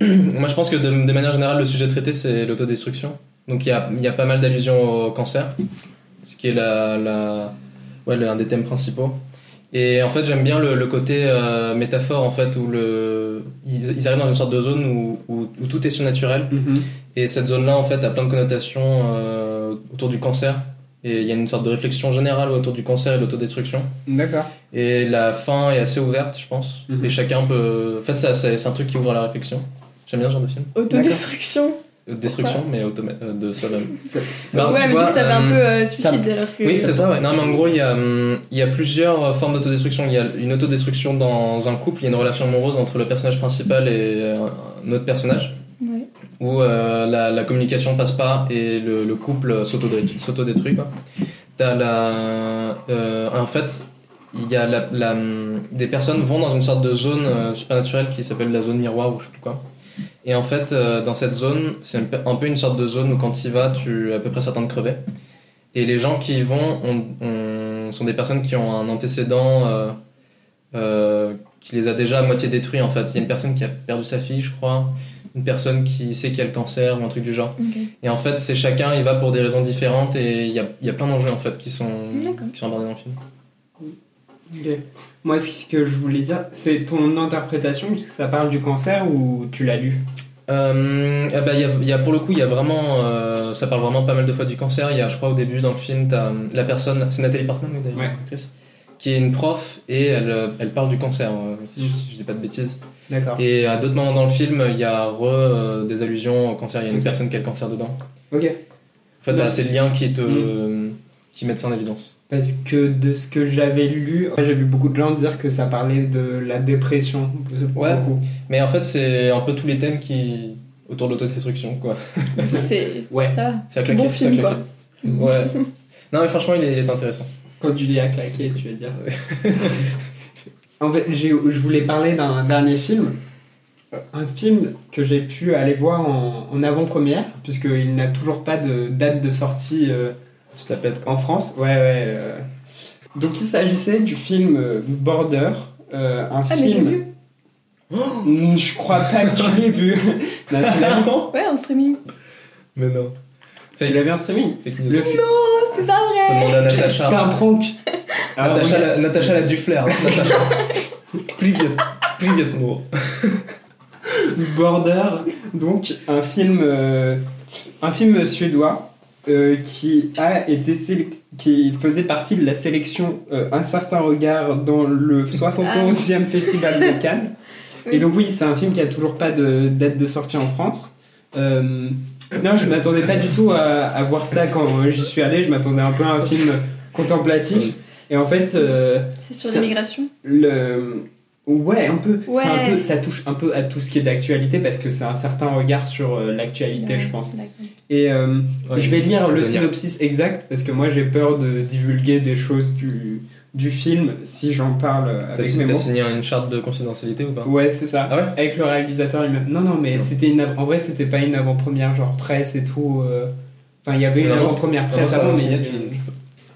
Speaker 4: Ben, moi, je pense que de, de manière générale, le sujet traité, c'est l'autodestruction. Donc, il y a, il y a pas mal d'allusions au cancer, ce qui est la, la, ouais, l'un des thèmes principaux. Et en fait, j'aime bien le, le côté euh, métaphore, en fait, où le, ils, ils arrivent dans une sorte de zone où, où- où tout est surnaturel.
Speaker 1: Mhm.
Speaker 4: Et cette zone-là, en fait, a plein de connotations euh, autour du cancer. Et il y a une sorte de réflexion générale autour du cancer et de l'autodestruction.
Speaker 1: D'accord.
Speaker 4: Et la fin est assez ouverte, je pense.
Speaker 1: Mhm.
Speaker 4: Et chacun peut. En fait, ça, c'est c'est un truc qui ouvre à la réflexion. J'aime bien ce genre de film.
Speaker 3: Autodestruction
Speaker 4: Euh, Destruction, mais automa- euh, de soi-même.
Speaker 1: Ça-
Speaker 4: Bah,
Speaker 3: Ouais,
Speaker 4: tu
Speaker 3: mais
Speaker 4: vois,
Speaker 3: du coup, ça fait un
Speaker 4: euh,
Speaker 3: peu euh, suicide alors que.
Speaker 4: Oui, c'est ça, ouais. Non, mais en gros, il y a, hum, il y a plusieurs euh, formes d'autodestruction. Il y a une autodestruction dans un couple, il y a une relation amoureuse entre le personnage principal et euh, un autre personnage,
Speaker 3: Ouais.
Speaker 4: où euh, la, la communication passe pas et le, le couple s'autodétruit, s'autodétruit, quoi. T'as la. euh, en fait, il y a la, la- des personnes vont dans une sorte de zone euh, supernaturelle qui s'appelle la zone miroir ou je sais plus quoi. Et en fait, euh, dans cette zone, c'est un, peu- un peu une sorte de zone où quand tu y vas, tu es à peu près certain de crever. Et les gens qui y vont ont- ont- sont des personnes qui ont un antécédent euh, euh, qui les a déjà à moitié détruits en fait. Il y a une personne qui a perdu sa fille, je crois, une personne qui sait qu'il a le cancer ou un truc du genre.
Speaker 3: Ok.
Speaker 4: Et en fait, c'est chacun, il va pour des raisons différentes et il y a, il y a plein d'enjeux en fait qui sont,
Speaker 3: D'accord.
Speaker 4: qui sont abordés dans le film.
Speaker 1: Ok. Moi, ce que je voulais dire, c'est ton interprétation, parce que ça parle du cancer ou tu l'as lu
Speaker 4: Euh, ah bah, il y a- il y a, pour le coup, il y a vraiment, euh, ça parle vraiment pas mal de fois du cancer. Il y a, je crois, au début dans le film, t'as euh, la personne, c'est Nathalie Portman, oui, d'ailleurs,
Speaker 1: Ouais.
Speaker 4: l'actrice, qui est une prof et elle, euh, elle parle du cancer, euh, si
Speaker 1: Mm.
Speaker 4: je- si je dis pas de bêtises.
Speaker 1: D'accord.
Speaker 4: Et à d'autres moments dans le film, il y a re, euh, des allusions au cancer. Il y a une
Speaker 1: Ok.
Speaker 4: personne qui a le cancer dedans.
Speaker 1: Ok.
Speaker 4: En fait,
Speaker 1: Ouais.
Speaker 4: t'as ces liens qui te, euh,
Speaker 1: Mm.
Speaker 4: qui mettent ça en évidence.
Speaker 1: Parce que de ce que j'avais lu, j'ai vu beaucoup de gens dire que ça parlait de la dépression.
Speaker 4: Ouais.
Speaker 1: Beaucoup.
Speaker 4: Mais en fait, c'est un peu tous les thèmes qui autour de l'autodestruction, quoi.
Speaker 3: C'est
Speaker 1: Ouais.
Speaker 3: ça.
Speaker 4: C'est à claquer,
Speaker 3: Bon
Speaker 4: c'est à
Speaker 3: film,
Speaker 4: claquer. Ouais. non, mais franchement, il est, il est intéressant.
Speaker 1: Quand tu dis à claquer, tu vas dire. en fait, j'ai- je voulais parler d'un dernier film. Un film que j'ai pu aller voir en, en avant-première, puisqu'il n'a toujours pas de date de sortie. euh,
Speaker 4: Tu te la pètes, quoi.
Speaker 1: En France, ouais, ouais. euh. Donc il s'agissait du film euh, Border, euh, un
Speaker 3: Ah, mais je l'ai
Speaker 1: film.
Speaker 3: vu.
Speaker 1: Mm, Je crois pas que tu l'aies vu. Non, tu l'as vu
Speaker 3: Ouais, en streaming.
Speaker 4: Mais non.
Speaker 1: Tu
Speaker 4: Fake,
Speaker 1: l'as vu en streaming.
Speaker 4: fake news.
Speaker 1: Le film.
Speaker 3: Oh, c'est pas
Speaker 4: Faut
Speaker 3: vrai.
Speaker 4: demander à
Speaker 1: C'était un Ah,
Speaker 4: Natacha.
Speaker 1: prank. Alors,
Speaker 4: Natacha,
Speaker 1: regarde,
Speaker 4: la, Natacha, elle a du flair. hein, Natacha. plus vieux. Plus vieux de nous.
Speaker 1: Border, donc un film, euh, un film suédois euh, qui a été sélec- qui faisait partie de la sélection euh, Un certain regard dans le 71e festival de Cannes. Et donc oui, c'est un film qui a toujours pas de date de sortie en France. Euh, non, je m'attendais pas du tout à, à voir ça quand euh, j'y suis allé. Je m'attendais un peu à un film contemplatif. Et en fait, euh,
Speaker 3: C'est sur
Speaker 1: Ça-
Speaker 3: l'immigration.
Speaker 1: le ouais, un peu, c'est un
Speaker 3: Ouais.
Speaker 1: peu, ça touche un peu à tout ce qui est d'actualité parce que c'est un certain regard sur euh, l'actualité, je pense.
Speaker 3: D'accord.
Speaker 1: Et euh, je vais lire le
Speaker 4: Devenir.
Speaker 1: synopsis exact parce que moi j'ai peur de divulguer des choses du du film si j'en parle euh, avec
Speaker 4: T'as
Speaker 1: mes
Speaker 4: signé, t'as
Speaker 1: mots.
Speaker 4: signé une charte de confidentialité ou pas
Speaker 1: Ouais, c'est ça.
Speaker 4: Ah ouais
Speaker 1: Avec le réalisateur lui-même. Non, non, mais
Speaker 4: Non.
Speaker 1: c'était une av- en vrai, c'était pas une avant-première, genre presse et tout. euh. Enfin, il y avait une
Speaker 4: Non, non,
Speaker 1: avant-première
Speaker 4: Après,
Speaker 1: presse
Speaker 4: ça
Speaker 1: avant,
Speaker 4: va,
Speaker 1: mais
Speaker 4: signer,
Speaker 1: il y a
Speaker 4: tu-
Speaker 1: du-
Speaker 4: tu peux-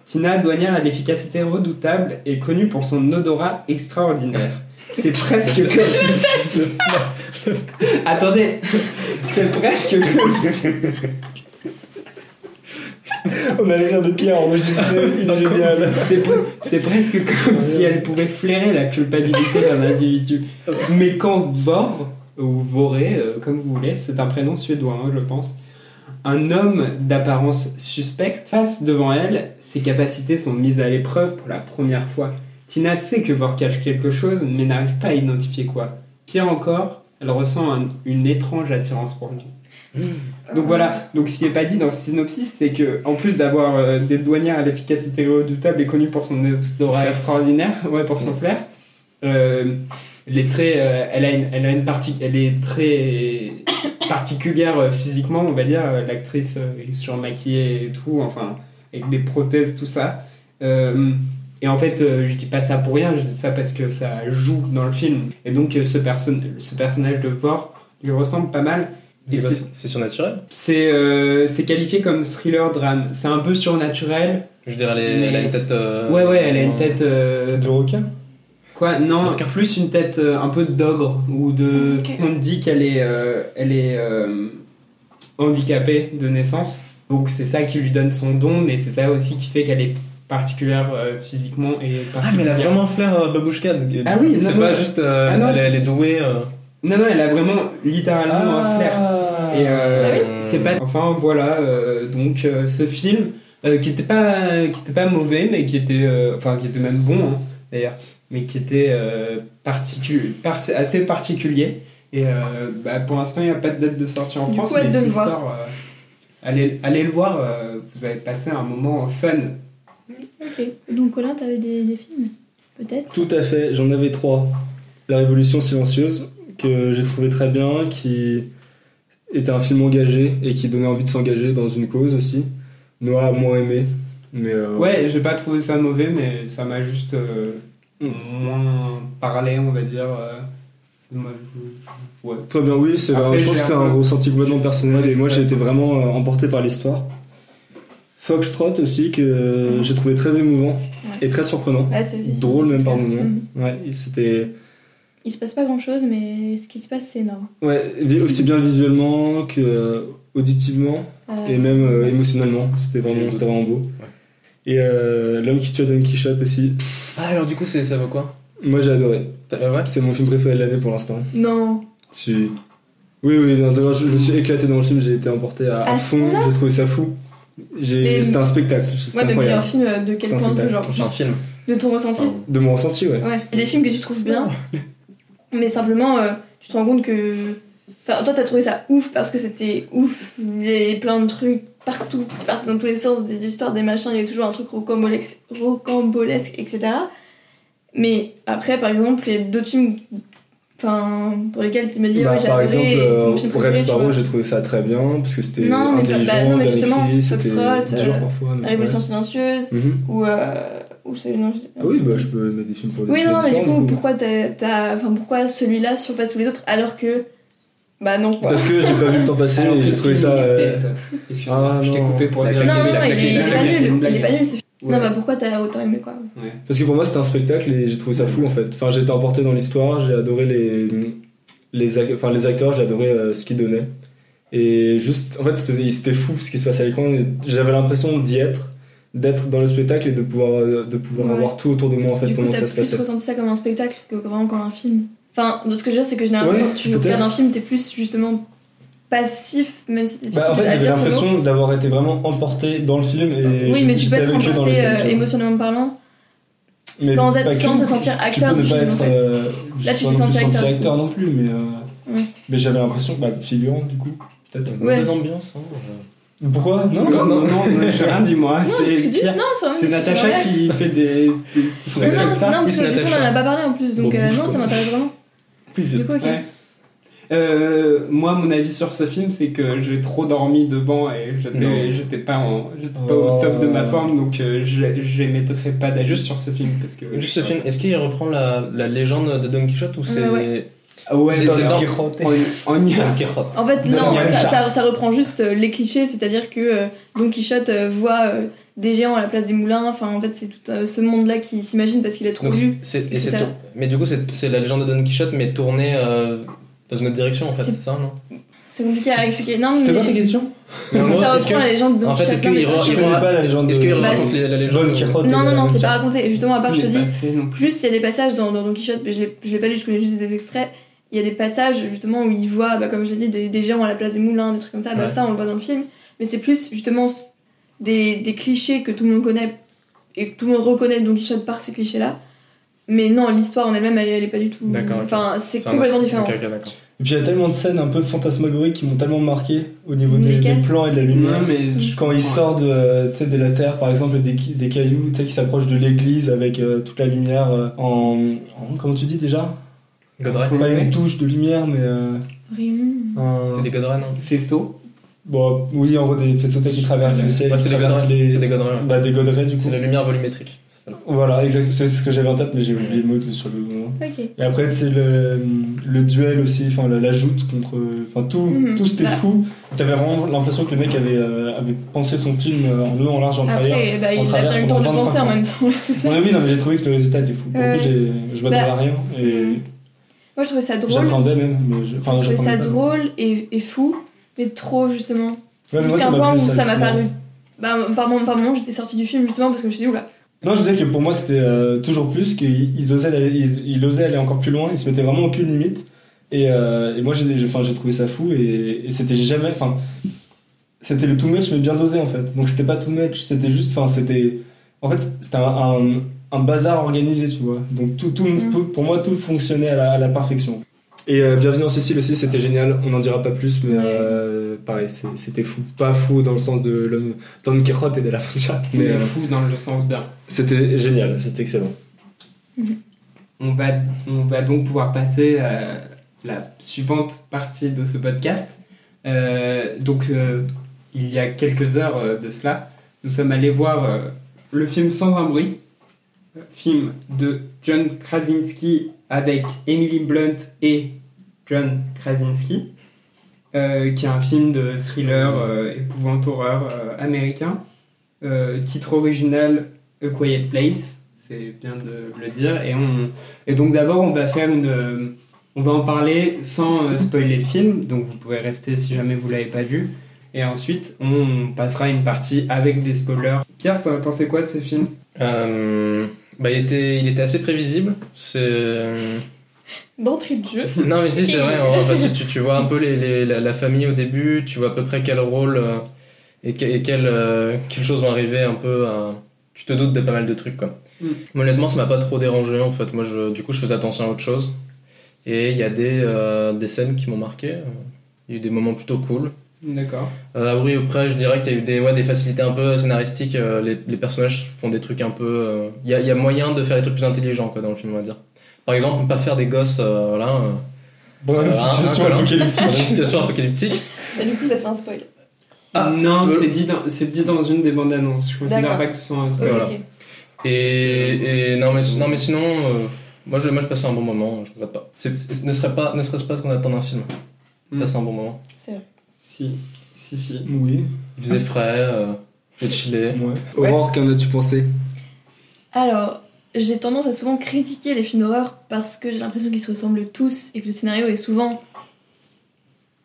Speaker 1: Tina, douanière à l'efficacité redoutable, est connue pour son odorat extraordinaire. C'est presque comme... Attendez, c'est presque comme...
Speaker 2: On a l'air de Pierre enregistré, il est génial.
Speaker 1: C'est pre- C'est presque comme si elle pouvait flairer la culpabilité d'un individu. Mais quand Vor, ou Voré, euh, comme vous voulez, c'est un prénom suédois, hein, je pense, un homme d'apparence suspecte passe devant elle, ses capacités sont mises à l'épreuve pour la première fois. Tina sait que Vor cache quelque chose, mais n'arrive pas à identifier quoi. Pire encore, elle ressent un- une étrange attirance pour lui. Donc voilà, donc ce qui n'est pas dit dans ce synopsis, c'est que en plus d'avoir euh, des douanières à l'efficacité redoutable et connue pour son odorat
Speaker 4: Flair.
Speaker 1: extraordinaire, ouais, pour son flair, euh, elle, est très, euh, elle, a une, elle, a une parti- elle est très particulière euh, physiquement, on va dire. euh, L'actrice euh, elle est surmaquillée et tout, enfin, avec des prothèses, tout ça. Euh, et en fait, euh, je dis pas ça pour rien, je dis ça parce que ça joue dans le film. Et donc, euh, ce, perso- ce personnage de Vor lui ressemble pas mal. Et
Speaker 4: C'est quoi,
Speaker 1: c'est-
Speaker 4: c'est- c'est surnaturel
Speaker 1: c'est euh, c'est qualifié comme thriller drame. C'est un peu surnaturel.
Speaker 4: Je dirais, elle, est- elle a
Speaker 1: Mais-
Speaker 4: une tête. euh,
Speaker 1: ouais, ouais, elle a une
Speaker 4: en-
Speaker 1: tête. euh,
Speaker 2: Du requin
Speaker 1: quoi Non,
Speaker 4: D'orca.
Speaker 1: plus une tête euh, un peu d'ogre ou de.
Speaker 3: Ok.
Speaker 1: On dit qu'elle est, euh, elle est euh, handicapée de naissance. Donc c'est ça qui lui donne son don, mais c'est ça aussi qui fait qu'elle est particulière euh, physiquement et
Speaker 4: Ah, mais elle a
Speaker 1: particulière.
Speaker 4: vraiment un flair euh, babouchka. donc,
Speaker 1: Ah oui,
Speaker 4: c'est
Speaker 1: non,
Speaker 4: pas
Speaker 1: non.
Speaker 4: juste. euh,
Speaker 1: Ah non,
Speaker 4: elle, est-
Speaker 1: c'est-
Speaker 4: elle est douée. euh.
Speaker 1: Non, non, elle a vraiment littéralement
Speaker 4: Ah.
Speaker 1: un flair. Et euh,
Speaker 3: Bah Ah
Speaker 1: c'est pas. Enfin voilà, euh, donc euh, ce film euh, qui était pas qui était pas mauvais, mais qui était euh, enfin qui était même bon hein, d'ailleurs, mais qui était euh, particu- parti- assez particulier. Et euh, bah, pour l'instant, il n'y a pas de date de sortie en
Speaker 3: Du
Speaker 1: France,
Speaker 3: coup, hâte
Speaker 1: mais
Speaker 3: de
Speaker 1: s'il
Speaker 3: le voir.
Speaker 1: sort, euh, allez, allez le voir. euh, vous avez passé un moment fun.
Speaker 3: Ok. Donc, Colin, t'avais des, des films Peut-être
Speaker 2: Tout à fait, j'en avais trois. La Révolution silencieuse, que j'ai trouvé très bien, qui était un film engagé et qui donnait envie de s'engager dans une cause aussi. Noah a moins aimé, mais... euh,
Speaker 1: Ouais, j'ai pas trouvé ça mauvais, mais ça m'a juste euh,
Speaker 3: Hmm.
Speaker 1: moins parlé, on va dire. euh, c'est moi, je- ouais.
Speaker 2: Très bien, oui, c'est
Speaker 1: Après,
Speaker 2: je pense
Speaker 1: j'ai
Speaker 2: que c'est
Speaker 1: un
Speaker 2: un
Speaker 1: peu-
Speaker 2: ressenti complètement personnel
Speaker 1: Ouais,
Speaker 2: et moi
Speaker 1: c'est
Speaker 2: j'ai
Speaker 1: ça.
Speaker 2: été vraiment euh, emporté par l'histoire. Foxtrot aussi, que euh, j'ai trouvé très émouvant et très surprenant.
Speaker 3: Ouais, Ah, c'est aussi ça.
Speaker 2: Drôle même hein. par moments.
Speaker 3: Mhm.
Speaker 2: Ouais, c'était.
Speaker 3: Il se passe pas grand chose, mais ce qui se passe, c'est énorme.
Speaker 2: Ouais, vi- aussi bien visuellement que euh, auditivement
Speaker 3: Euh,
Speaker 2: et même euh, émotionnellement. C'était vraiment, c'était vraiment beau. Et euh, L'homme qui tue Don Quichotte aussi.
Speaker 4: Ah, alors du coup, c'est- ça vaut quoi
Speaker 2: Moi j'ai adoré.
Speaker 4: T'as- euh, ouais.
Speaker 2: C'est mon film préféré de l'année pour l'instant.
Speaker 3: Non.
Speaker 2: Si. Oui, oui, non, d'abord, je je me suis éclaté dans le film, j'ai été emporté à, à
Speaker 3: À ce
Speaker 2: fond,
Speaker 3: point-là
Speaker 2: j'ai trouvé ça fou. J'ai-
Speaker 3: Mais-
Speaker 2: C'était un spectacle, c'était
Speaker 3: Ouais, mais il y a un
Speaker 2: incroyable.
Speaker 3: film euh, de
Speaker 2: C'est un
Speaker 3: quelqu'un de
Speaker 2: spectacle.
Speaker 3: genre
Speaker 4: C'est un
Speaker 3: juste
Speaker 4: film.
Speaker 3: de ton ressenti.
Speaker 4: Pardon.
Speaker 2: De mon ressenti, ouais.
Speaker 3: Ouais. Il y a des films que tu trouves bien, mais simplement euh, tu te rends compte que. Enfin, toi, t'as trouvé ça ouf parce que c'était ouf. Il y avait plein de trucs partout, c'est parti dans tous les sens, des histoires, des machins, il y avait toujours un truc rocambolesque, rocambolesque etc. Mais après, par exemple, il y a d'autres films enfin, pour lesquels tu m'as dit,
Speaker 2: Bah,
Speaker 3: ouais, j'ai
Speaker 2: par
Speaker 3: adoré,
Speaker 2: exemple,
Speaker 3: c'est
Speaker 2: euh,
Speaker 3: mon film
Speaker 2: Red
Speaker 3: préféré. tu
Speaker 2: Sparrow,
Speaker 3: vois.
Speaker 2: j'ai trouvé ça très bien, parce que c'était
Speaker 3: Non, mais
Speaker 2: intelligent,
Speaker 3: bah, non, mais
Speaker 2: bien
Speaker 3: justement,
Speaker 2: écrit, c'était
Speaker 3: Foxtrot,
Speaker 2: dur
Speaker 3: euh,
Speaker 2: parfois. mais
Speaker 3: La
Speaker 2: ouais.
Speaker 3: Révolution silencieuse,
Speaker 2: Mhm.
Speaker 3: ou. Euh, ou celui non, j'ai-
Speaker 2: Ah oui, bah, je peux mettre des films pour des
Speaker 3: Oui,
Speaker 2: sujets
Speaker 3: non, mais du
Speaker 2: différents,
Speaker 3: coup, pourquoi, t'as- t'as- enfin, pourquoi celui-là surpasse tous les autres alors que. Bah non, quoi.
Speaker 2: Parce que j'ai pas vu le temps passer
Speaker 1: Alors
Speaker 2: et
Speaker 1: que
Speaker 2: Ah j'ai trouvé
Speaker 1: le
Speaker 2: ça.
Speaker 1: film, il est
Speaker 2: euh,
Speaker 1: bête. Excuse-moi,
Speaker 2: ah,
Speaker 1: je t'ai
Speaker 2: non.
Speaker 1: coupé pour
Speaker 4: La
Speaker 1: dire
Speaker 4: claquette,
Speaker 1: qu'il
Speaker 3: Non,
Speaker 1: est
Speaker 3: non,
Speaker 4: la
Speaker 1: claqué,
Speaker 3: il est- il est
Speaker 1: la
Speaker 3: pas
Speaker 1: claquette, c'est une
Speaker 3: nul, il est
Speaker 1: blague.
Speaker 3: pas nul. c'est-
Speaker 1: Ouais.
Speaker 3: Non, bah pourquoi t'as autant aimé quoi
Speaker 1: Ouais.
Speaker 2: Parce que pour moi c'était un spectacle et j'ai trouvé ça fou en fait. Enfin j'ai été emporté dans l'histoire, j'ai adoré les, les, ac- enfin, les acteurs, j'ai adoré euh, ce qu'ils donnaient. Et juste, en fait c'était c'était fou ce qui se passait à l'écran. et J'avais l'impression d'y être, d'être dans le spectacle et de pouvoir, euh, de pouvoir
Speaker 3: Ouais.
Speaker 2: avoir tout autour de moi en fait
Speaker 3: Du coup,
Speaker 2: comment
Speaker 3: t'as
Speaker 2: ça se
Speaker 3: plus
Speaker 2: passait.
Speaker 3: ressenti ça comme un spectacle que vraiment comme un film. Enfin, de ce que je veux dire, c'est que généralement,
Speaker 2: Ouais,
Speaker 3: quand tu
Speaker 2: peut-être.
Speaker 3: regardes un film, t'es plus justement passif, même si t'es
Speaker 2: Bah, en fait
Speaker 3: à
Speaker 2: j'avais
Speaker 3: dire ce mot.
Speaker 2: l'impression d'avoir été vraiment emporté dans le film et
Speaker 3: Oui, mais tu peux
Speaker 2: j'étais
Speaker 3: être
Speaker 2: avec eux dans
Speaker 3: emporté
Speaker 2: les scènes,
Speaker 3: euh,
Speaker 2: tu vois.
Speaker 3: émotionnellement parlant.
Speaker 2: Mais
Speaker 3: sans être-
Speaker 2: pas que,
Speaker 3: sans te sentir
Speaker 2: tu
Speaker 3: acteur du
Speaker 2: peux ne pas
Speaker 3: film, en
Speaker 2: être,
Speaker 3: fait.
Speaker 2: euh,
Speaker 3: Là,
Speaker 2: je
Speaker 3: tu
Speaker 2: peux
Speaker 3: te
Speaker 2: non
Speaker 3: sens
Speaker 2: plus
Speaker 3: acteur.
Speaker 2: sentir acteur non plus mais euh,
Speaker 3: Ouais.
Speaker 2: mais j'avais l'impression bah figurant du coup peut-être
Speaker 3: Ouais.
Speaker 4: Deux ambiances. hein.
Speaker 2: Pourquoi Non,
Speaker 1: Non, non, non, non, je rien dit moi.
Speaker 3: Non, parce que
Speaker 1: C'est
Speaker 3: tu-
Speaker 1: Pierre-
Speaker 3: non, c'est vraiment
Speaker 1: c'est
Speaker 3: une discussion
Speaker 1: Natacha
Speaker 3: réelle.
Speaker 1: qui fait des. des-
Speaker 3: Non, non,
Speaker 1: comme
Speaker 3: c'est-
Speaker 1: ça.
Speaker 3: non, parce
Speaker 4: Ils
Speaker 3: que du coup, on en a pas parlé en plus, donc
Speaker 2: Bon,
Speaker 3: euh,
Speaker 2: bouge,
Speaker 3: non,
Speaker 2: quoi.
Speaker 3: ça m'intéresse vraiment. Du coup, ok.
Speaker 1: Ouais. Euh, moi, mon avis sur ce film, c'est que j'ai trop dormi devant et
Speaker 2: Non.
Speaker 1: j'étais j'étais pas, en- j'étais pas au
Speaker 2: Oh.
Speaker 1: top de ma forme, donc euh, j'ai- j'émettrai pas d'avis
Speaker 4: Juste-
Speaker 1: sur ce film. Parce que,
Speaker 4: Juste ce film, est-ce qu'il reprend la, la légende de Don Quichotte ou c'est
Speaker 3: Euh, Ouais,
Speaker 1: Ah ouais,
Speaker 4: C'est-
Speaker 1: bah,
Speaker 4: c'est
Speaker 1: alors,
Speaker 4: dans-
Speaker 1: on, on y
Speaker 4: Don
Speaker 1: a.
Speaker 4: Quichotte
Speaker 3: En fait,
Speaker 2: Non,
Speaker 3: non,
Speaker 2: mais
Speaker 3: ça,
Speaker 2: ça-
Speaker 3: ça- ça reprend juste euh, les clichés, c'est-à-dire que euh, Don Quichotte euh, voit euh, des géants à la place des moulins, enfin en fait c'est tout euh, ce monde-là qui s'imagine parce qu'il a trop
Speaker 4: Donc,
Speaker 3: lu.
Speaker 4: c'est- et c'est
Speaker 3: etc.
Speaker 4: tour- Mais du coup, c'est c'est la légende de Don Quichotte, mais tournée euh, dans une autre direction en fait,
Speaker 3: C'est-
Speaker 4: c'est ça non
Speaker 3: C'est compliqué à expliquer. Non, mais
Speaker 4: C'était quoi ta question
Speaker 3: parce que
Speaker 4: Non,
Speaker 3: ça
Speaker 4: est-ce
Speaker 3: reprend
Speaker 4: que-
Speaker 3: la légende de Don
Speaker 4: En fait,
Speaker 3: Quichotte.
Speaker 4: est-ce qu'il
Speaker 3: Non, mais
Speaker 4: re-
Speaker 3: ça, je-
Speaker 4: il
Speaker 2: je connais
Speaker 4: re-
Speaker 2: pas la légende
Speaker 4: est-ce qu'il
Speaker 2: de-
Speaker 4: raconte
Speaker 3: Bah,
Speaker 4: la la
Speaker 2: Don
Speaker 4: légende
Speaker 2: Quichotte.
Speaker 3: Non, non, non, c'est
Speaker 2: Jack.
Speaker 3: pas raconté. Et Justement, à part, je te
Speaker 1: Il est
Speaker 3: dis,
Speaker 1: passé non plus.
Speaker 3: Juste, il y a des passages dans, dans Don Quichotte, mais je l'ai je l'ai pas lu, je connais juste des extraits. Il y a des passages justement où il voit, bah, comme je l'ai dit, des, des géants à la place des moulins, des trucs comme ça. Bah,
Speaker 4: Ouais.
Speaker 3: ça, on le voit dans le film. Mais c'est plus justement des, des clichés que tout le monde connaît et que tout le monde reconnaît Don Quichotte par ces clichés-là. Mais non, l'histoire en elle-même, elle, elle est pas du tout.
Speaker 4: D'accord, ok.
Speaker 3: Enfin, c'est
Speaker 4: un
Speaker 3: complètement
Speaker 4: autre-
Speaker 3: différent.
Speaker 4: ok, ok, d'accord.
Speaker 2: Et puis il y a tellement de scènes un peu fantasmagoriques qui m'ont tellement marqué au niveau des,
Speaker 3: Lesquelles
Speaker 2: des plans et de la lumière.
Speaker 1: Non, mais je-
Speaker 2: Quand il sort de, euh, tu sais, de la terre, par exemple, des, qui- des cailloux, tu sais, qui s'approche de l'église avec euh, toute la lumière euh, en, en- Comment tu dis déjà
Speaker 4: Godray
Speaker 2: Pas une touche de lumière, mais. euh,
Speaker 3: Rim.
Speaker 2: un-
Speaker 4: C'est des Godray, non
Speaker 1: faisceau.
Speaker 2: Bon, oui, en gros, des faisceaux tu sais, qui traversent le ciel.
Speaker 4: Ouais,
Speaker 2: qui
Speaker 4: c'est des
Speaker 2: traversent
Speaker 4: Godray.
Speaker 2: les-
Speaker 4: C'est des Godray, ouais.
Speaker 2: Bah, des goderets, du coup.
Speaker 4: C'est la lumière volumétrique.
Speaker 2: Voilà, exact. C'est ce que j'avais en tête, mais j'ai oublié le mot tout sur le moment.
Speaker 3: Ok.
Speaker 2: Et après, tu sais, le, le duel aussi, enfin, la, la joute contre. Enfin, tout,
Speaker 3: Mhm.
Speaker 2: tout c'était
Speaker 3: Bah.
Speaker 2: fou. T'avais vraiment l'impression que le mec avait, euh, avait pensé son film euh, en long, en large, en travers.
Speaker 3: Après, bah,
Speaker 2: on
Speaker 3: il a
Speaker 2: traverse
Speaker 3: pas eu le temps
Speaker 2: pendant
Speaker 3: de penser
Speaker 2: 25
Speaker 3: en même temps, c'est ça.
Speaker 2: Ouais, oui, non, mais j'ai trouvé que le résultat était fou. Pour le
Speaker 3: Ouais.
Speaker 2: coup, j'ai- je m'attendais
Speaker 3: Bah.
Speaker 2: à rien.
Speaker 3: Mhm.
Speaker 2: Et
Speaker 3: Moi, je trouvais ça drôle.
Speaker 2: j'appréhendais même. mais je- Enfin,
Speaker 3: je trouvais ça
Speaker 2: j'appréhendais pas.
Speaker 3: drôle et, et fou, mais trop justement.
Speaker 2: Ouais, mais moi,
Speaker 3: Jusqu'à
Speaker 2: ça
Speaker 3: un
Speaker 2: m'a
Speaker 3: point
Speaker 2: plu,
Speaker 3: où ça m'a
Speaker 2: justement.
Speaker 3: paru. Bah, par, moment, par moment, j'étais sortie du film justement parce que je me suis dit, oula.
Speaker 2: Non, je disais que pour moi, c'était euh, toujours plus, qu'ils ils osaient, aller- ils, ils osaient aller encore plus loin, ils se mettaient vraiment aucune limite. Et, euh, et moi, j'ai j'ai- enfin, j'ai trouvé ça fou et, et c'était jamais. Enfin, c'était le too much, mais bien dosé en fait. Donc, c'était pas too much, c'était juste. Enfin, c'était. En fait, c'était un, un, un bazar organisé, tu vois. Donc, tout, tout,
Speaker 3: Mm.
Speaker 2: pour- pour moi, tout fonctionnait à la, à la perfection. Et euh, Bienvenue en Sicile aussi, c'était génial. On n'en dira pas plus, mais
Speaker 3: Ouais.
Speaker 2: euh, pareil, c'est- c'était fou. Pas fou dans le sens de l'homme. Dans le carotte et de la facha, mais
Speaker 1: Mais
Speaker 2: euh,
Speaker 1: fou dans le sens bien.
Speaker 2: c'était génial, c'était excellent.
Speaker 1: On va, on va donc pouvoir passer à la suivante partie de ce podcast. Euh, donc, euh, il y a quelques heures euh, de cela, nous sommes allés voir euh, le film Sans un bruit, euh, film de John Krasinski avec Emily Blunt et John Krasinski, euh, qui est un film de thriller euh, épouvante horreur euh, américain. euh, titre original A Quiet Place, c'est bien de le dire. Et, on, et donc d'abord, on va faire une, euh, on va en parler sans euh, spoiler le film, donc vous pouvez rester si jamais vous l'avez pas vu. Et ensuite, on passera une partie avec des spoilers. Pierre, t'en as pensé quoi de ce film
Speaker 4: Euh, bah, il, était, il était assez prévisible. C'est...
Speaker 3: D'entrée de jeu.
Speaker 4: Non, mais si, c'est vrai. En fait, tu, tu, tu vois un peu les, les- la, la famille au début, tu vois à peu près quel rôle euh, et, que- et quelle, euh, quelles choses vont arriver un peu à- Tu te doutes de pas mal de trucs, quoi.
Speaker 1: Mm.
Speaker 4: Mais Honnêtement, ça m'a pas trop dérangé, en fait. Moi, je, du coup, je faisais attention à autre chose. Et il y a des, euh, des scènes qui m'ont marqué. Il y a eu des moments plutôt cool.
Speaker 1: D'accord.
Speaker 4: Euh, oui, après, je dirais qu'il y a eu des, ouais, des facilités un peu scénaristiques. euh, les, les personnages font des trucs un peu. euh, Il y, a, il y a moyen de faire des trucs plus intelligents quoi, dans le film, on va dire. Par exemple, ne pas faire des gosses euh, voilà, euh,
Speaker 2: Dans une
Speaker 4: Ah,
Speaker 2: situation
Speaker 4: voilà. dans une
Speaker 2: apocalyptique.
Speaker 4: situation apocalyptique.
Speaker 3: Bah, du coup, ça, c'est un spoil.
Speaker 4: Ah,
Speaker 1: non,
Speaker 4: euh,
Speaker 1: c'est dit, dans- c'est dit dans une des bandes annonces. Je considère
Speaker 3: D'accord.
Speaker 1: pas que ce soit un
Speaker 3: Ok,
Speaker 1: spoiler.
Speaker 4: Voilà.
Speaker 3: ok.
Speaker 4: Et, et non, mais, non, mais sinon, euh, moi, je, moi je passais un bon moment, je regrette pas. C'est- c'est- ne serait-ce pas, ne serait pas ce qu'on attend d'un film.
Speaker 1: Mm.
Speaker 4: Passer un bon moment.
Speaker 3: C'est vrai.
Speaker 1: Si, si, si.
Speaker 2: Oui.
Speaker 4: Il
Speaker 3: Hmm.
Speaker 4: faisait frais, euh, il chillait.
Speaker 2: Ouais. Aurore, qu'en as-tu pensé
Speaker 3: Alors, j'ai tendance à souvent critiquer les films d'horreur parce que j'ai l'impression qu'ils se ressemblent tous et que le scénario est souvent,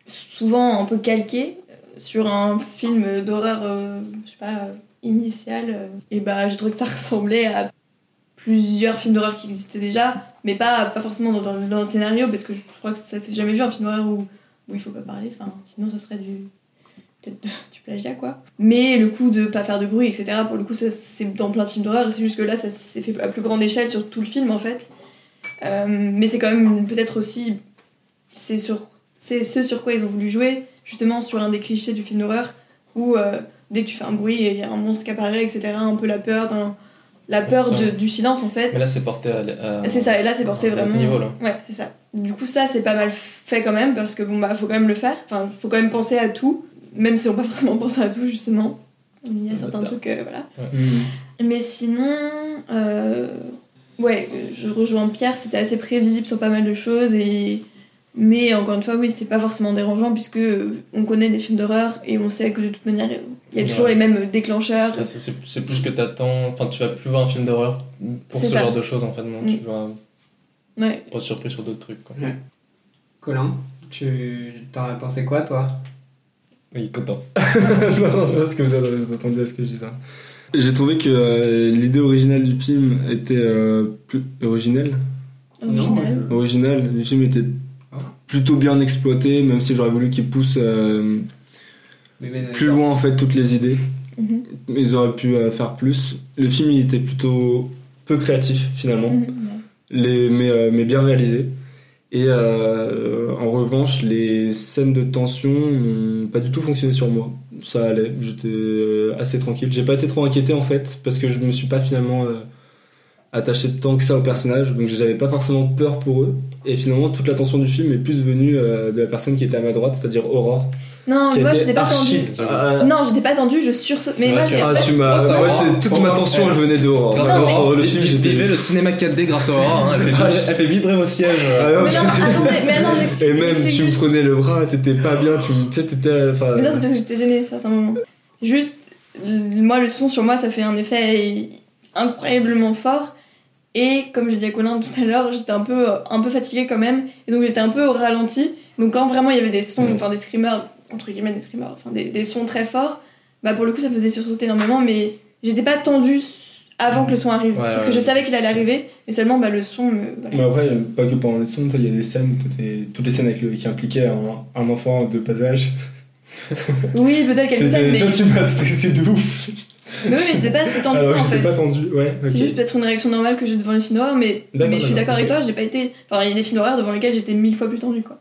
Speaker 3: souvent un peu calqué euh, sur un film d'horreur, euh, je sais pas, euh, initial. euh. Et bah, je trouvais que ça ressemblait à plusieurs films d'horreur qui existaient déjà, mais pas, pas forcément dans, dans- dans le scénario parce que je crois que ça s'est jamais vu un film d'horreur où, où il faut pas parler, enfin, sinon ce serait du. peut-être du plagiat quoi. Mais le coup de pas faire de bruit, etc., pour le coup, ça, c'est dans plein de films d'horreur, et c'est juste que là, ça s'est fait à plus grande échelle sur tout le film, en fait. Euh, mais c'est quand même peut-être aussi. C'est sur... c'est ce sur quoi ils ont voulu jouer, justement, sur un des clichés du film d'horreur, où euh, dès que tu fais un bruit, il y a un monstre qui apparaît, etc., un peu la peur, d'un- la peur
Speaker 4: Ah, C'est ça.
Speaker 3: de- du silence, en fait.
Speaker 4: Mais là, c'est porté à. l- à-
Speaker 3: C'est ça, et là c'est porté
Speaker 4: à notre
Speaker 3: vraiment.
Speaker 4: niveau, là.
Speaker 3: Ouais, c'est ça. Du coup, ça c'est pas mal fait quand même, parce que bon bah faut quand même le faire, enfin faut quand même penser à tout, même si on pas forcément penser à tout justement. Il y a
Speaker 4: Un
Speaker 3: certains
Speaker 4: bâtard.
Speaker 3: trucs, euh, voilà.
Speaker 2: Hmm.
Speaker 3: Mais sinon, euh, ouais, je rejoins Pierre, c'était assez prévisible sur pas mal de choses, et... mais encore une fois, oui, c'est pas forcément dérangeant, puisque euh, on connaît des films d'horreur et on sait que de toute manière il y a toujours
Speaker 4: Ouais.
Speaker 3: les mêmes déclencheurs.
Speaker 4: Ça, c'est- C'est c'est plus ce que t'attends. Enfin, tu vas plus voir un film d'horreur pour
Speaker 3: C'est
Speaker 4: ce
Speaker 3: ça.
Speaker 4: genre de choses en fait. Non,
Speaker 3: Mm.
Speaker 4: tu vas
Speaker 3: Ouais.
Speaker 4: pas être surpris sur d'autres trucs. Quoi.
Speaker 1: Ouais. Colin, tu t'en as pensé quoi, toi
Speaker 4: Il est content.
Speaker 2: non, non, parce que vous attendez- vous attendiez à ce que je dise. hein. J'ai trouvé que euh, l'idée originale du film était euh, plus originelle.
Speaker 3: original.
Speaker 1: Non,
Speaker 2: Originale, le film était plutôt bien exploité, même si j'aurais voulu qu'il pousse euh,
Speaker 1: mais- mais-
Speaker 2: plus loin en fait toutes les idées.
Speaker 3: Mhm.
Speaker 2: Ils auraient pu euh, faire plus. Le film il était plutôt peu créatif finalement.
Speaker 3: Mhm. Ouais.
Speaker 2: les, mais, euh, mais bien réalisé. Et euh, en revanche, les scènes de tension n'ont pas du tout fonctionné sur moi. Ça allait, j'étais euh, assez tranquille. J'ai pas été trop inquiété en fait, parce que je me suis pas finalement euh, attaché tant que ça aux personnages, donc j'avais pas forcément peur pour eux. Et finalement, toute l'attention du film est plus venue euh, de la personne qui était à ma droite, c'est-à-dire Aurore.
Speaker 3: Non,
Speaker 2: qui
Speaker 3: mais moi
Speaker 2: était
Speaker 3: j'étais pas
Speaker 2: archi-
Speaker 3: tendue.
Speaker 2: Ah,
Speaker 3: Non, j'étais pas tendue, je
Speaker 4: Euh,
Speaker 3: sursaute.
Speaker 4: C'est
Speaker 3: Mais moi,
Speaker 4: vrai
Speaker 3: j'ai.
Speaker 4: que-
Speaker 2: ah,
Speaker 3: en fait,
Speaker 2: tu m'as.
Speaker 4: Moi, ça
Speaker 2: ouais,
Speaker 4: va.
Speaker 2: c'est- toute
Speaker 4: Pour-
Speaker 2: ma tension, elle venait d'Aurore.
Speaker 4: Grâce
Speaker 3: à
Speaker 2: Vraiment,
Speaker 4: Aurore,
Speaker 2: le
Speaker 4: vi-
Speaker 2: film,
Speaker 4: vi-
Speaker 2: j'étais.
Speaker 4: vivez le cinéma 4D grâce à Aurore. hein. Elle, fait
Speaker 2: Ah,
Speaker 4: vibrer, elle fait vibrer vos sièges. euh.
Speaker 2: Ah non,
Speaker 3: Mais non,
Speaker 2: c'était-
Speaker 3: attendez, mais non, j'explique.
Speaker 2: Et même, tu me
Speaker 3: j'explique.
Speaker 2: prenais le bras, t'étais pas bien, tu me- tu sais, t'étais. euh, Enfin,
Speaker 3: Mais non, c'est parce que j'étais gênée à certains moments. Juste, l- moi, le son sur moi, ça fait un effet incroyablement fort. Et comme j'ai dit à Colin tout à l'heure, j'étais un peu, un peu fatiguée quand même. Et donc j'étais un peu au ralenti. Donc quand vraiment il y avait des sons,
Speaker 4: Mm.
Speaker 3: enfin des screamers, entre guillemets des screamers, enfin des, des sons très forts, bah pour le coup ça me faisait sursauter énormément. Mais j'étais pas tendue s- avant que le son arrive.
Speaker 4: Ouais,
Speaker 3: parce
Speaker 4: ouais.
Speaker 3: que je savais qu'il allait arriver. Mais seulement bah, le son me. voilà.
Speaker 2: Mais après, pas que pendant les sons, tu sais, il y a des scènes, t'étais- toutes les scènes avec le- qui impliquaient un, un enfant de bas âge.
Speaker 3: Oui, peut-être quelque chose.
Speaker 2: T'étais-
Speaker 3: Mais...
Speaker 2: Toi, tu m'as stressé de ouf.
Speaker 3: Mais oui, mais j'étais pas si tendue
Speaker 2: Alors,
Speaker 3: en
Speaker 2: j'étais
Speaker 3: fait.
Speaker 2: pas tendu. Ouais, ok.
Speaker 3: C'est juste peut-être une réaction normale que j'ai devant les films d'horreur, mais,
Speaker 2: D'accord,
Speaker 3: mais je suis d'accord
Speaker 2: d'accord,
Speaker 3: avec
Speaker 2: ok.
Speaker 3: toi, j'ai pas été. Enfin, il y a des films d'horreur devant lesquels j'étais mille fois plus tendue, quoi.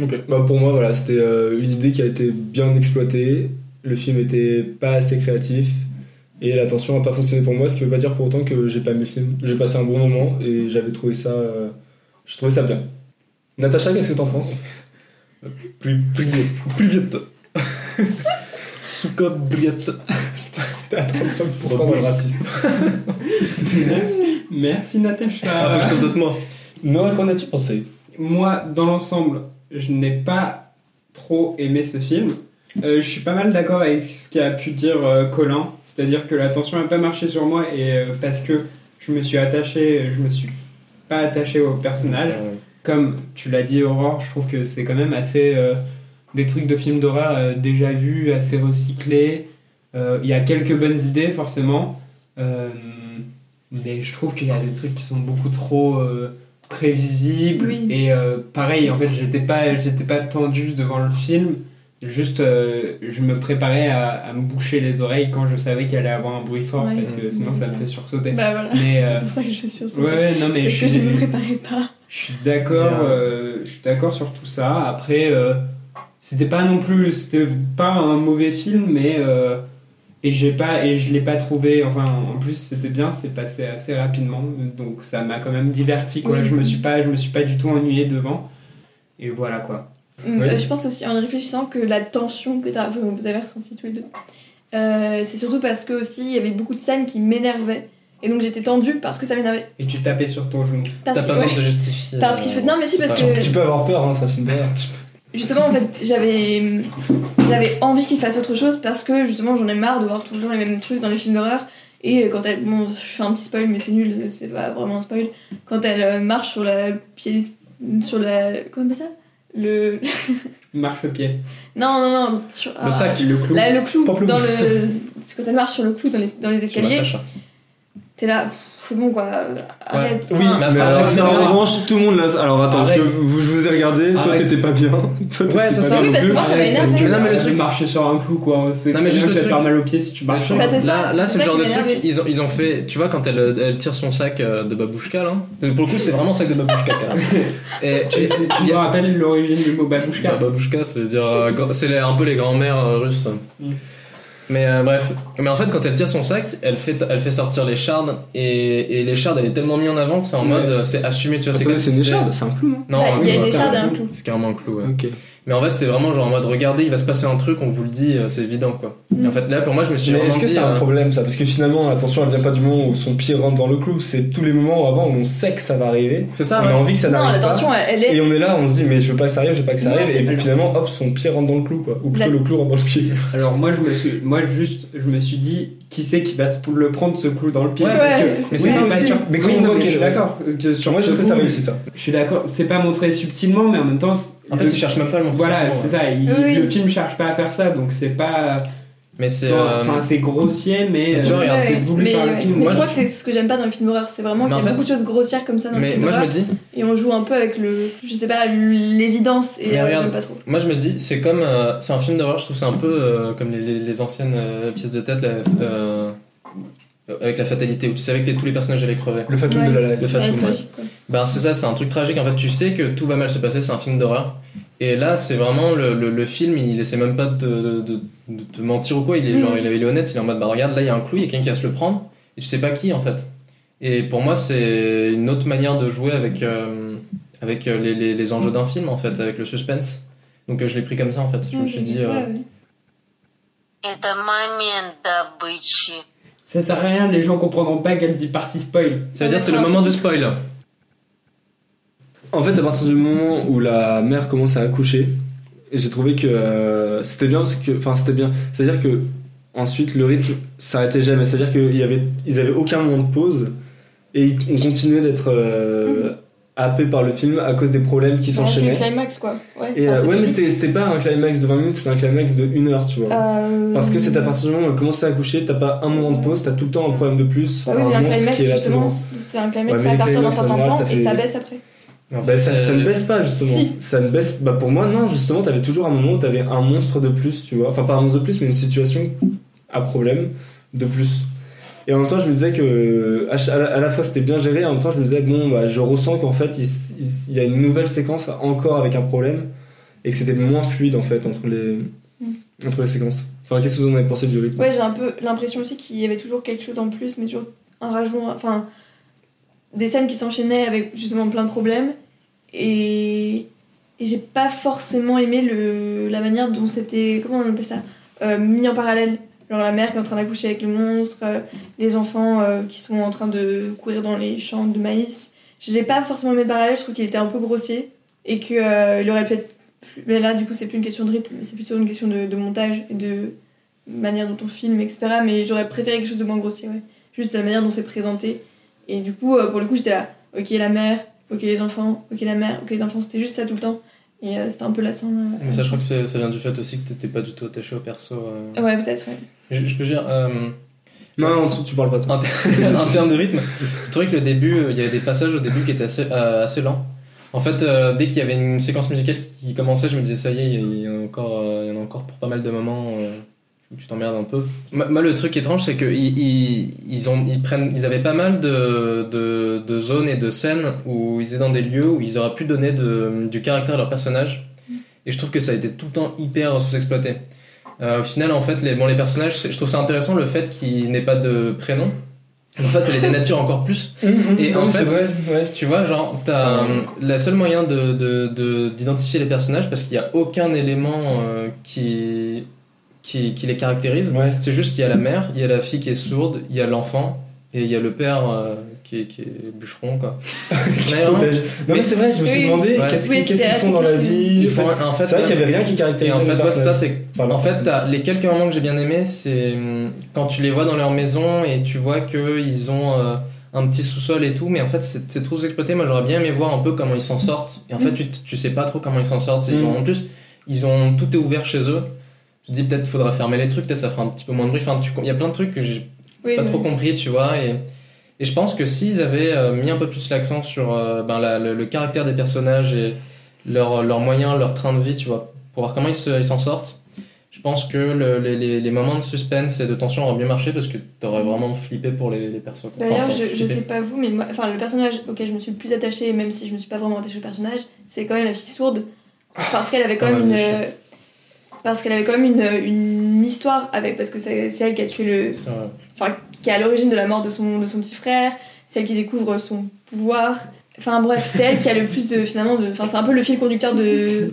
Speaker 2: Ok. Bah, pour moi, voilà, c'était euh, une idée qui a été bien exploitée. Le film était pas assez créatif. Et la tension a pas fonctionné pour moi, ce qui veut pas dire pour autant que j'ai pas aimé le film. J'ai passé un bon moment et j'avais trouvé ça. euh, je trouvais ça bien. Natacha, qu'est-ce que t'en penses
Speaker 4: Plus, plus vite. Plus vite. Souka brillante.
Speaker 2: T'as 35% de racisme.
Speaker 1: Merci, merci Natacha.
Speaker 4: Ah, faut que je trouve d'autres mots.
Speaker 2: Nora, qu'en as-tu pensé
Speaker 1: Moi, dans l'ensemble, je n'ai pas trop aimé ce film. Euh, je suis pas mal d'accord avec ce qu'a pu dire euh, Colin, c'est-à-dire que la tension n'a pas marché sur moi et euh, parce que je me suis attaché, je me suis pas attaché au personnage. Comme tu l'as dit, Aurore, je trouve que c'est quand même assez euh, des trucs de films d'horreur euh, déjà vus, assez recyclés. Euh, Il y a quelques bonnes idées forcément, Euh, mais je trouve qu'il y a des trucs qui sont beaucoup trop euh, prévisibles.
Speaker 3: Oui.
Speaker 1: Et euh, pareil, en fait, j'étais pas, j'étais pas tendu devant le film. Juste, euh, je me préparais à, à me boucher les oreilles quand je savais qu'il allait avoir un bruit fort,
Speaker 3: Ouais.
Speaker 1: parce que sinon
Speaker 3: Oui,
Speaker 1: ça
Speaker 3: c'est
Speaker 1: me
Speaker 3: ça.
Speaker 1: fait sursauter.
Speaker 3: Bah voilà.
Speaker 1: Mais euh,
Speaker 3: C'est pour ça que je suis sur
Speaker 1: ouais, ouais, non, mais
Speaker 3: Parce
Speaker 1: je
Speaker 3: que
Speaker 1: suis-
Speaker 3: je me préparais pas.
Speaker 1: je suis d'accord, euh, je suis d'accord sur tout ça. Après, euh, c'était pas non plus, c'était pas un mauvais film, mais euh, et j'ai pas et je l'ai pas trouvé. Enfin, en plus, c'était bien, c'est passé assez rapidement, donc ça m'a quand même diverti. Quoi,
Speaker 3: Oui.
Speaker 1: je me suis pas, je me suis pas du tout ennuyé devant. Et voilà quoi.
Speaker 2: Ouais.
Speaker 3: Euh, Je pense aussi en y réfléchissant que la tension que t'as- enfin, vous avez ressentie tous les deux, euh, c'est surtout parce que aussi il y avait beaucoup de scènes qui m'énervaient et donc j'étais tendue parce que ça m'énervait.
Speaker 1: Et tu tapais sur ton genou.
Speaker 3: Parce
Speaker 4: T'as
Speaker 3: que-
Speaker 4: pas besoin
Speaker 3: ouais.
Speaker 4: de te justifier.
Speaker 3: Parce qu'il
Speaker 4: euh,
Speaker 3: fait- non, mais si,
Speaker 4: c'est
Speaker 3: parce
Speaker 4: pas-
Speaker 3: que-
Speaker 2: Tu peux avoir peur, hein, ça filme pas.
Speaker 3: Justement, en fait, j'avais j'avais envie qu'il fasse autre chose parce que justement, j'en ai marre de voir toujours les mêmes trucs dans les films d'horreur. Et quand elle, bon, je fais un petit spoil, mais c'est nul, c'est pas vraiment un spoil. Quand elle euh, marche sur la pied, sur la comment on appelle ça Le
Speaker 1: Marche-pied.
Speaker 3: non non non sur, ah,
Speaker 4: Le sac,
Speaker 1: Le clou.
Speaker 3: là, le clou
Speaker 2: Pamplemousse.
Speaker 3: dans le quand elle marche sur le clou dans les, dans les
Speaker 4: sur la
Speaker 3: escaliers,
Speaker 4: tâche. hein.
Speaker 3: t'es là, pff, c'est bon quoi, euh, arrête.
Speaker 4: Oui,
Speaker 3: Enfin,
Speaker 4: mais
Speaker 2: Ah, Mais
Speaker 4: Attends,
Speaker 2: alors,
Speaker 4: mais
Speaker 2: ça, en
Speaker 4: non.
Speaker 2: revanche, tout le monde là. Alors attends, parce que
Speaker 1: Arrête.
Speaker 2: vous, je vous ai regardé, toi
Speaker 1: Arrête.
Speaker 2: t'étais pas bien. Toi, t'étais
Speaker 4: Ouais,
Speaker 2: pas
Speaker 4: c'est ça.
Speaker 2: bien
Speaker 3: Oui,
Speaker 2: non
Speaker 3: parce que
Speaker 2: plus.
Speaker 3: moi, Oh, ça m'a
Speaker 1: Arrête,
Speaker 3: énervé.
Speaker 1: parce que
Speaker 4: Mais non, mais le
Speaker 1: de
Speaker 4: truc-
Speaker 1: marcher sur un clou quoi. C'est
Speaker 4: Non,
Speaker 1: très
Speaker 4: mais juste
Speaker 1: bien que tu
Speaker 4: le
Speaker 1: vas te
Speaker 4: truc-
Speaker 1: faire mal aux pieds si tu marches.
Speaker 4: Le
Speaker 1: sur
Speaker 4: truc-
Speaker 1: un
Speaker 3: Bah, c'est ça.
Speaker 4: là, là,
Speaker 3: C'est
Speaker 4: c'est le
Speaker 3: ça
Speaker 4: genre
Speaker 3: qui
Speaker 4: de
Speaker 3: m'a
Speaker 4: truc.
Speaker 3: énervé.
Speaker 4: Ils ont, ils ont fait. Tu vois, quand elle, elle tire son sac euh, de babouchka, là. mais Pour le coup, c'est vraiment un sac de babouchka, quand même. Et
Speaker 1: Tu, tu me rappelles l'origine du mot babouchka
Speaker 4: Bah, babouchka, ça veut dire. euh, gr- c'est les- un peu les grands-mères euh, russes.
Speaker 1: Mm.
Speaker 4: Mais euh, bref. Mais en fait, quand elle tire son sac, elle fait, elle fait sortir les shards. Et, et les shards, elle est tellement mise en avant, c'est en
Speaker 1: Ouais.
Speaker 4: mode. euh, C'est assumé, tu vois.
Speaker 2: Attendez,
Speaker 4: comme
Speaker 2: c'est
Speaker 4: si
Speaker 2: une
Speaker 4: c'était-
Speaker 2: écharpe, c'est un clou, non
Speaker 4: Non,
Speaker 3: bah,
Speaker 4: un
Speaker 3: il y a
Speaker 4: clou,
Speaker 3: une
Speaker 4: ouais.
Speaker 3: écharde et un
Speaker 1: clou.
Speaker 3: clou.
Speaker 4: C'est carrément un clou, ouais.
Speaker 2: Ok.
Speaker 4: Mais en fait, c'est vraiment genre en mode regardez, il va se passer un truc, on vous le dit, euh, c'est évident quoi.
Speaker 3: Mm.
Speaker 4: Et en fait, là pour moi, je me suis
Speaker 2: Mais
Speaker 4: vraiment
Speaker 2: est-ce que
Speaker 4: dit,
Speaker 2: c'est
Speaker 4: euh,
Speaker 2: un problème ça Parce que finalement, attention, elle vient pas du moment où son pied rentre dans le clou, c'est tous les moments avant où on sait que ça va arriver,
Speaker 4: C'est
Speaker 2: on
Speaker 4: ça,
Speaker 2: a
Speaker 4: ouais.
Speaker 2: envie que ça
Speaker 3: Non,
Speaker 2: n'arrive pas.
Speaker 3: attention, elle est
Speaker 2: Et on est là, on se dit, mais je veux pas que ça arrive, je veux pas que ça
Speaker 3: Non,
Speaker 2: arrive,
Speaker 3: c'est
Speaker 2: et
Speaker 1: pas
Speaker 2: finalement, hop, son pied rentre dans le clou, quoi. Ou plutôt
Speaker 3: La-
Speaker 2: le clou rentre dans le pied.
Speaker 1: Alors moi je me suis, moi juste, je me suis dit, qui c'est qui va se pou- le prendre ce clou dans le pied
Speaker 2: Ouais,
Speaker 1: parce que-
Speaker 3: ouais,
Speaker 2: Mais
Speaker 1: Oui,
Speaker 2: c'est ça
Speaker 1: pas
Speaker 2: aussi,
Speaker 1: sûr.
Speaker 2: mais
Speaker 1: Oui,
Speaker 2: comment
Speaker 1: non,
Speaker 2: on voit
Speaker 1: je suis
Speaker 2: qu'elle-
Speaker 1: d'accord. que
Speaker 2: Sur
Speaker 1: sur
Speaker 2: moi, je
Speaker 1: ce
Speaker 2: trouve que ça
Speaker 1: coup,
Speaker 2: réussit ça.
Speaker 1: Je suis d'accord. C'est pas montré subtilement, mais en même temps.
Speaker 4: En fait,
Speaker 1: le-
Speaker 4: ils cherchent même pas le montrer.
Speaker 1: Voilà, c'est ça. il-
Speaker 3: Oui.
Speaker 1: Le film cherche pas à faire ça, donc c'est pas.
Speaker 4: Mais c'est. euh,
Speaker 1: Enfin, c'est grossier, mais
Speaker 4: Mais tu vois,
Speaker 1: euh,
Speaker 4: regarde,
Speaker 1: c'est
Speaker 3: Ouais,
Speaker 1: voulu
Speaker 3: mais,
Speaker 1: par le
Speaker 3: ouais.
Speaker 1: film.
Speaker 3: Mais
Speaker 1: Moi,
Speaker 3: je crois que c'est ce que j'aime pas dans le film d'horreur, c'est
Speaker 4: Mais
Speaker 3: vraiment qu'il y a
Speaker 4: en fait-
Speaker 3: beaucoup de choses grossières comme ça dans le
Speaker 4: mais
Speaker 3: film
Speaker 4: moi je me
Speaker 3: d'horreur.
Speaker 4: dis,
Speaker 3: Et on joue un peu avec le, je sais pas, l'évidence et
Speaker 4: Mais
Speaker 3: euh,
Speaker 4: regarde.
Speaker 3: j'aime pas trop.
Speaker 4: moi je me dis, c'est comme, euh, c'est un film d'horreur. Je trouve que c'est un peu euh, comme les, les- les anciennes euh, pièces de tête, la- euh, avec la fatalité où tu savais que les- tous les personnages allaient crever.
Speaker 2: Le fatum
Speaker 3: Ouais.
Speaker 2: de la live.
Speaker 4: Le
Speaker 3: Ouais,
Speaker 4: fatum. ouais.
Speaker 3: tragique, quoi.
Speaker 4: Ben c'est ça, c'est un truc tragique. En fait, tu sais que tout va mal se passer, c'est un film d'horreur. Et là, c'est vraiment le, le, le film, il essaie même pas de, de, de- de te mentir ou quoi. Il est,
Speaker 3: Mhm.
Speaker 4: genre, il, est- il est honnête, il est en mode bah regarde, là il y a un clou, il y a quelqu'un qui va se le prendre, et tu sais pas qui en fait. Et pour moi, c'est une autre manière de jouer avec, euh, avec euh, les, les, les enjeux d'un film en fait, avec le suspense. Donc euh, je l'ai pris comme ça en fait. Je me suis dit. euh,
Speaker 3: Mm. Ouais, Ah, ouais.
Speaker 5: Это момент добычи.
Speaker 1: ça sert à rien. Les gens comprendront pas qu'elle dit partie spoil.
Speaker 4: Ça veut dire c'est le moment du spoil.
Speaker 2: En fait, à partir du moment où la mère commence à accoucher, j'ai trouvé que euh, c'était bien parce que, enfin, c'était bien. C'est-à-dire que ensuite le rythme s'arrêtait jamais. C'est-à-dire qu'ils y avait, ils avaient aucun moment de pause et ils- on continuait d'être euh, happé par le film à cause des problèmes qui
Speaker 3: Bah, Mhm. C'est le
Speaker 2: s'enchaînaient.
Speaker 3: climax quoi. Ouais,
Speaker 2: Et
Speaker 3: enfin,
Speaker 2: euh,
Speaker 3: c'est
Speaker 2: ouais, mais
Speaker 3: logique.
Speaker 2: c'était c'était pas un climax de 20 minutes, c'était un climax de 1 heure, tu vois.
Speaker 3: Euh,
Speaker 2: Parce que c'est à partir du moment où elle commence à accoucher, t'as pas un moment de pause, t'as tout le temps un problème de plus,
Speaker 3: Bah oui, mais
Speaker 2: un
Speaker 3: un
Speaker 2: monstre
Speaker 3: climax
Speaker 2: qui est là toujours.
Speaker 3: justement, c'est un climax
Speaker 2: Ouais,
Speaker 3: ça
Speaker 2: mais
Speaker 3: à
Speaker 2: les
Speaker 3: partir d'un
Speaker 2: climax, en
Speaker 3: certain
Speaker 2: général,
Speaker 3: temps
Speaker 2: ça
Speaker 3: et ça
Speaker 2: fait-
Speaker 3: baisse après.
Speaker 4: Mais en
Speaker 2: Bah,
Speaker 4: fait,
Speaker 2: ça, ça
Speaker 4: euh,
Speaker 2: ne baisse pas justement.
Speaker 3: Si.
Speaker 2: Ça ne baisse. Bah pour moi non justement. T'avais toujours un moment où t'avais un monstre de plus, tu vois. Enfin pas un monstre de plus, mais une situation à problème de plus. Et en même temps, je me disais que euh, à, ch- à la- à la fois c'était bien géré, en même temps je me disais bon bah je ressens qu'en fait il, s- il s- il y a une nouvelle séquence encore avec un problème et que c'était moins fluide en fait entre les entre les séquences. Enfin qu'est-ce que vous en avez pensé du rythme
Speaker 3: Ouais, j'ai un peu l'impression aussi qu'il y avait toujours quelque chose en plus, mais toujours un rajout, enfin des scènes qui s'enchaînaient avec justement plein de problèmes. Et, et j'ai pas forcément aimé le, la manière dont c'était, comment on appelle ça, Euh, mis en parallèle. Genre la mère qui est en train d'accoucher avec le monstre, euh, les enfants euh, qui sont en train de courir dans les champs de maïs. J'ai pas forcément aimé le parallèle, je trouve qu'il était un peu grossier et qu'il euh, aurait pu être plus- Mais là, du coup, c'est plus une question de rythme, c'est plutôt une question de, de montage et de manière dont on filme, etc. Mais j'aurais préféré quelque chose de moins grossier, ouais. Juste la manière dont c'est présenté. Et du coup, euh, pour le coup, j'étais là, ok, la mère, ok, les enfants, ok, la mère, ok, les enfants, c'était juste ça tout le temps. Et euh, c'était un peu lassant. euh.
Speaker 4: Mais ça, je crois que c'est- ça vient du fait aussi que t'étais pas du tout attaché au perso. euh.
Speaker 3: Ouais, peut-être, ouais.
Speaker 4: Je, je peux dire, euh,
Speaker 2: Non, non, tu, tu parles pas toi.
Speaker 4: en, ter- en termes de rythme, je trouvais que le début, euh, il y avait des passages au début qui étaient assez, euh, assez lents. En fait, euh, dès qu'il y avait une séquence musicale qui commençait, je me disais, ça y est, il y en a encore, euh, il y en a encore pour pas mal de moments euh, où tu t'emmerdes un peu. Moi, moi, le truc étrange, c'est qu'ils ils, ils ont- ils prennent- ils avaient pas mal de, de, de zones et de scènes où ils étaient dans des lieux où ils auraient pu donner de- du caractère à leur personnage. Et je trouve que ça a été tout le temps hyper sous-exploité. Euh, au final, en fait, les, bon, les personnages, c'est- je trouve ça intéressant le fait qu'ils n'aient pas de prénom. En fait, ça les dénature encore plus. Et en
Speaker 2: Oui, c'est
Speaker 4: fait-
Speaker 2: vrai, ouais.
Speaker 4: Tu vois, genre, t'as
Speaker 2: Ouais.
Speaker 4: euh, la seule moyen de, de, de- d'identifier les personnages parce qu'il n'y a aucun élément euh, qui, qui, qui les caractérise.
Speaker 2: Ouais.
Speaker 4: C'est hein. juste qu'il y a la mère, il y a la fille qui est sourde, il y a l'enfant et il y a le père euh, qui, est, qui est bûcheron, quoi. Mais vraiment,
Speaker 2: Protège. Non, mais c'est vrai, je me suis
Speaker 3: Oui.
Speaker 2: demandé
Speaker 4: Ouais.
Speaker 2: qu'est-ce
Speaker 3: Oui,
Speaker 2: qu'ils qu'est-ce
Speaker 3: c'était
Speaker 2: qu'ils font dans
Speaker 3: assez
Speaker 2: la vie.
Speaker 4: ils font-
Speaker 2: en fait.
Speaker 4: en fait,
Speaker 2: C'est vrai qu'il y avait rien qui
Speaker 4: Et
Speaker 2: caractérisait
Speaker 4: en
Speaker 2: le
Speaker 4: fait, ouais,
Speaker 2: personnage.
Speaker 4: ça, c'est
Speaker 2: Enfin,
Speaker 4: En fait,
Speaker 2: personne.
Speaker 4: t'as- les quelques moments que j'ai bien aimé, c'est hum, quand tu les vois dans leur maison et tu vois qu'ils ont euh, un petit sous-sol et tout, mais en fait, c'est c'est trop exploité. Moi, j'aurais bien aimé voir un peu comment ils s'en sortent. Et en fait, tu, t- tu sais pas trop comment ils s'en sortent. Ils
Speaker 2: Mm.
Speaker 4: ont, en plus, ils ont tout est ouvert chez eux. Tu te dis peut-être faudra fermer les trucs, peut-être ça fera un petit peu moins de bruit. Enfin, tu- il y a plein de trucs que j'ai
Speaker 3: Oui,
Speaker 4: pas
Speaker 3: oui.
Speaker 4: trop compris, tu vois. Et, et je pense que s'ils avaient euh, mis un peu plus l'accent sur euh, ben, la- le, le caractère des personnages et leurs leurs moyens, leur train de vie, tu vois, pour voir comment ils se- ils s'en sortent, je pense que le- les, les- les moments de suspense et de tension auraient bien marché parce que t'aurais vraiment flippé pour les, les persos. quoi.
Speaker 3: D'ailleurs,
Speaker 4: Enfin,
Speaker 3: je, je
Speaker 4: flippé.
Speaker 3: sais pas vous, mais moi, enfin, le personnage auquel je me suis le plus attachée, même si je me suis pas vraiment attachée au personnage, c'est quand même la fille sourde. Parce qu'elle avait quand
Speaker 4: Ah,
Speaker 3: même
Speaker 4: vas-y,
Speaker 3: une.
Speaker 4: je
Speaker 3: euh, Parce qu'elle avait quand même une, une histoire avec. Parce que c'est c'est elle qui a tué le.
Speaker 4: C'est vrai.
Speaker 3: Enfin, qui est à l'origine de la mort de son, de son petit frère, c'est elle qui découvre son pouvoir. Enfin bref, c'est elle qui a le plus de. Finalement, de. Enfin, c'est un peu le fil conducteur de.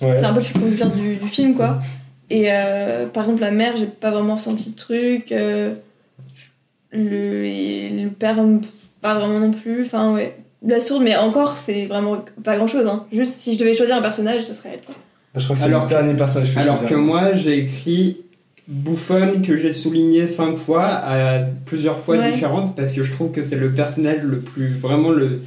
Speaker 2: Ouais.
Speaker 3: C'est un peu le fil conducteur du, du film, quoi. Et euh, par exemple, la mère, j'ai pas vraiment ressenti de truc. euh, le, et le père, hum, pas vraiment non plus. Enfin, ouais. La sourde, mais encore, c'est vraiment pas grand chose. Hein. Juste si je devais choisir un personnage, ce serait elle. quoi.
Speaker 2: Je crois que c'est
Speaker 1: Alors-
Speaker 2: le dernier personnage que
Speaker 1: Alors
Speaker 2: je
Speaker 1: que moi, j'ai écrit bouffonne que j'ai souligné cinq fois à plusieurs fois
Speaker 3: Ouais.
Speaker 1: différentes parce que je trouve que c'est le personnage le plus vraiment le.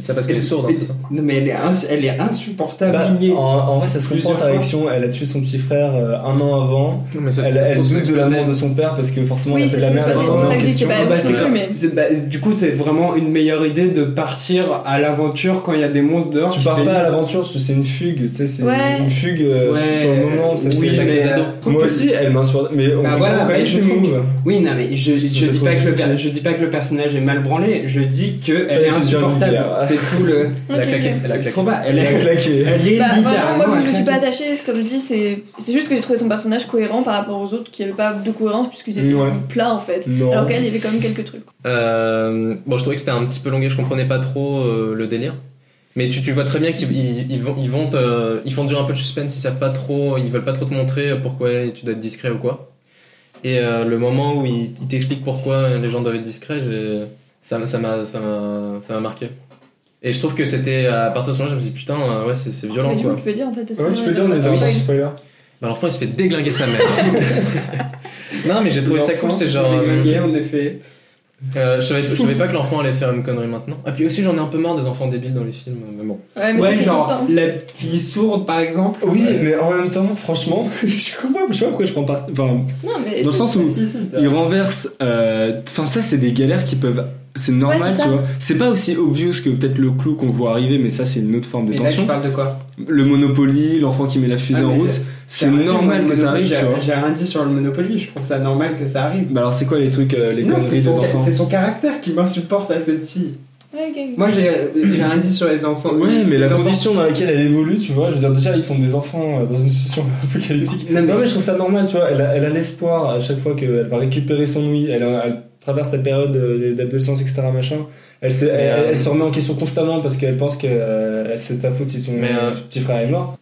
Speaker 4: Ça parce qu'elle est sourde, hein, c'est ça
Speaker 1: Non mais elle est, ins- elle est insupportable.
Speaker 2: Bah,
Speaker 1: lignée.
Speaker 2: en, en vrai, ça se comprend
Speaker 1: Plusieurs
Speaker 2: sa
Speaker 1: fois.
Speaker 2: réaction. Elle a tué son petit frère euh, un an avant.
Speaker 4: Mais c'est-
Speaker 2: Elle,
Speaker 4: c'est
Speaker 2: elle
Speaker 4: trop
Speaker 2: doute de la
Speaker 4: sous-exploité.
Speaker 2: mort de son père parce que forcément,
Speaker 3: Oui,
Speaker 2: elle a fait de
Speaker 3: c'est
Speaker 2: la
Speaker 3: ce
Speaker 2: merde.
Speaker 3: qui
Speaker 2: Elle
Speaker 3: se
Speaker 2: s'est
Speaker 3: passe. C'est
Speaker 2: remise en
Speaker 3: ça que je dis, c'est
Speaker 2: question.
Speaker 3: pas
Speaker 2: Ah bah,
Speaker 3: elle
Speaker 2: c'est
Speaker 3: qui
Speaker 2: comme-
Speaker 3: le met.
Speaker 1: C'est- bah, du coup, c'est vraiment une meilleure idée de partir à l'aventure quand il y a des monstres dehors.
Speaker 2: Tu
Speaker 1: qui
Speaker 2: pars
Speaker 1: fait-
Speaker 2: pas à l'aventure, tu- c'est une fugue. Tu sais, c'est
Speaker 3: Ouais.
Speaker 2: une fugue euh,
Speaker 1: Ouais.
Speaker 2: sur le moment. tu sais,
Speaker 1: Oui,
Speaker 2: c'est ça que
Speaker 1: mais-
Speaker 2: les ados. Moi aussi, elle m'insupporte. Mais on
Speaker 1: Bah
Speaker 2: comprend
Speaker 1: voilà,
Speaker 2: quand
Speaker 1: mais
Speaker 2: même
Speaker 1: je
Speaker 2: le
Speaker 1: trouve-
Speaker 2: move.
Speaker 1: Oui, non mais je, je,
Speaker 2: Ils sont
Speaker 1: dis
Speaker 2: trop
Speaker 1: pas que le,
Speaker 2: justifiés.
Speaker 1: per- je dis pas que le personnage est mal branlé. Je dis que
Speaker 2: Ça,
Speaker 1: elle est
Speaker 2: c'est du
Speaker 1: insupportable.
Speaker 2: vulgaire.
Speaker 1: C'est tout le.
Speaker 4: Elle a
Speaker 3: Ok,
Speaker 4: claqué.
Speaker 3: ok.
Speaker 4: Elle a claqué.
Speaker 1: Trop bas. Elle
Speaker 2: Elle a
Speaker 1: est.
Speaker 2: claqué.
Speaker 1: Elle est
Speaker 3: Bah, vraiment, moi,
Speaker 1: littéralement
Speaker 3: vu que je me suis pas
Speaker 1: claquée.
Speaker 3: attachée, comme je dis, c'est c'est juste que j'ai trouvé son personnage cohérent par rapport aux autres qui n'avaient pas de cohérence puisqu'ils étaient
Speaker 2: Ouais.
Speaker 3: plats en fait.
Speaker 2: Non.
Speaker 3: Alors qu'elle, il y avait quand même quelques trucs.
Speaker 4: Euh, bon, je trouvais que c'était un petit peu longué, je comprenais pas trop euh, le délire. Mais tu, tu vois très bien qu'ils ils, ils vont, ils, vont te- ils font durer un peu le suspense, ils savent pas trop, ils veulent pas trop te montrer euh, pourquoi tu dois être discret ou quoi. Et euh, le moment où ils ils t'expliquent pourquoi les gens doivent être discrets, j'ai- ça m'a ça m'a- ça m'a- ça m'a marqué. Et je trouve que c'était à partir de ce moment, je me suis dit putain, euh, ouais, c'est c'est violent
Speaker 3: Mais du coup,
Speaker 4: quoi.
Speaker 3: tu peux dire en fait. Parce
Speaker 2: Ouais,
Speaker 3: que
Speaker 2: tu peux dire, on est
Speaker 3: c'est
Speaker 2: dans
Speaker 3: pas
Speaker 2: un
Speaker 3: une-
Speaker 2: spoiler.
Speaker 4: Bah, L'enfant il se fait déglinguer sa mère. non, mais j'ai trouvé ça cool, c'est genre.
Speaker 1: L'enfant,
Speaker 4: euh,
Speaker 1: déglingué, en effet.
Speaker 4: Euh, je, savais, je savais pas que l'enfant allait faire une connerie maintenant. Ah, puis aussi, j'en ai un peu marre des enfants débiles dans les films, mais bon.
Speaker 3: Ouais, Ah, mais ça,
Speaker 1: Ouais,
Speaker 3: c'est tout le
Speaker 1: genre
Speaker 3: temps.
Speaker 1: la fille sourde par exemple.
Speaker 2: Oui,
Speaker 4: Ouais.
Speaker 2: mais en même temps, franchement, je comprends pas, je sais pas pourquoi je prends pas. Enfin,
Speaker 3: Non, mais.
Speaker 2: dans le sens où
Speaker 1: Si, si, t'as-
Speaker 2: ils renversent. euh, Enfin, ça, c'est des galères qui peuvent. C'est normal,
Speaker 3: Ouais, c'est ça.
Speaker 2: tu vois. C'est pas aussi obvious que peut-être le clou qu'on voit arriver, mais ça, c'est une autre forme de
Speaker 1: Mais là,
Speaker 2: tension.
Speaker 1: tu parles de quoi
Speaker 2: Le Monopoly, l'enfant qui met la fusée
Speaker 1: Ah,
Speaker 2: en
Speaker 1: mais
Speaker 2: route,
Speaker 1: j'ai-
Speaker 2: c'est
Speaker 1: J'ai rien dit,
Speaker 2: normal
Speaker 1: moi,
Speaker 2: que
Speaker 1: le
Speaker 2: ça arrive,
Speaker 1: Monopoly,
Speaker 2: tu vois.
Speaker 1: j'ai- J'ai rien dit sur le Monopoly, je trouve ça normal que ça arrive.
Speaker 2: Bah alors, c'est quoi les trucs, euh, les
Speaker 1: Non,
Speaker 2: conneries
Speaker 1: c'est
Speaker 2: des
Speaker 1: son,
Speaker 2: enfants
Speaker 1: c'est son caractère qui m'insupporte à cette fille.
Speaker 3: Ouais, ok, ok.
Speaker 1: Moi, j'ai j'ai rien dit sur les enfants.
Speaker 2: Ouais, mais
Speaker 1: Les
Speaker 2: la
Speaker 1: enfants-
Speaker 2: condition dans laquelle elle évolue, tu vois, je veux dire, déjà, ils font des enfants euh, dans une situation apocalyptique.
Speaker 1: Non, mais-
Speaker 2: Non, mais je trouve ça normal, tu vois. Elle a elle a l'espoir à chaque fois qu'elle va récupérer son ouïe, elle, a- elle traverse cette période euh, d'adolescence, etc. Machin. Elle, s'est- elle,
Speaker 4: Mais, euh,
Speaker 2: elle se remet en question constamment parce qu'elle pense que euh, c'est de sa faute si son
Speaker 4: Mais, euh,
Speaker 2: son petit frère est mort.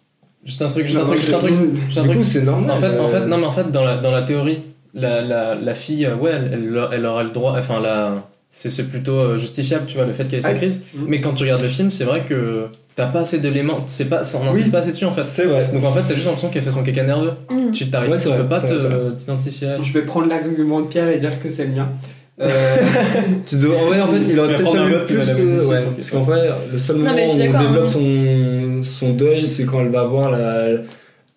Speaker 4: Juste un truc, juste
Speaker 1: Non,
Speaker 4: un truc,
Speaker 1: je-
Speaker 4: juste un truc. Juste un
Speaker 2: Du
Speaker 4: truc.
Speaker 2: coup, c'est normal.
Speaker 4: En fait, en
Speaker 2: euh,
Speaker 4: fait, non, mais en fait, dans la, dans la théorie, la, la, la fille, euh, ouais, elle, elle, elle aura le droit, enfin, la, c'est, c'est plutôt euh, justifiable, tu vois, le fait qu'elle ait sa
Speaker 1: Ah,
Speaker 4: crise.
Speaker 1: mm.
Speaker 4: Mais quand tu regardes le film, c'est vrai que T'as pas assez d'éléments, c'est pas, on n'insiste
Speaker 2: Oui.
Speaker 4: pas assez dessus en fait.
Speaker 2: C'est vrai.
Speaker 4: Donc en fait, t'as juste l'impression qu'elle fait son caca nerveux.
Speaker 3: Mm.
Speaker 4: Tu t'arrives,
Speaker 2: Ouais,
Speaker 4: tu
Speaker 2: c'est vrai,
Speaker 4: peux pas
Speaker 2: c'est vrai, Mm. c'est
Speaker 4: te- t'identifier. à elle.
Speaker 1: Je vais prendre l'argument de Pierre et dire que c'est le mien. Euh,
Speaker 2: Tu dois- en vrai, en fait,
Speaker 4: Tu
Speaker 2: il
Speaker 4: vas
Speaker 2: aurait peut-être
Speaker 4: prendre un
Speaker 2: fallu
Speaker 4: vote, tu vas
Speaker 2: plus
Speaker 4: la mettre
Speaker 2: que.
Speaker 4: ici,
Speaker 2: Ouais,
Speaker 4: ok.
Speaker 2: parce qu'en vrai, le seul
Speaker 3: Non,
Speaker 2: moment
Speaker 3: mais je
Speaker 2: où on
Speaker 3: suis d'accord,
Speaker 2: développe
Speaker 3: hein.
Speaker 2: son, son deuil, c'est quand elle va voir la,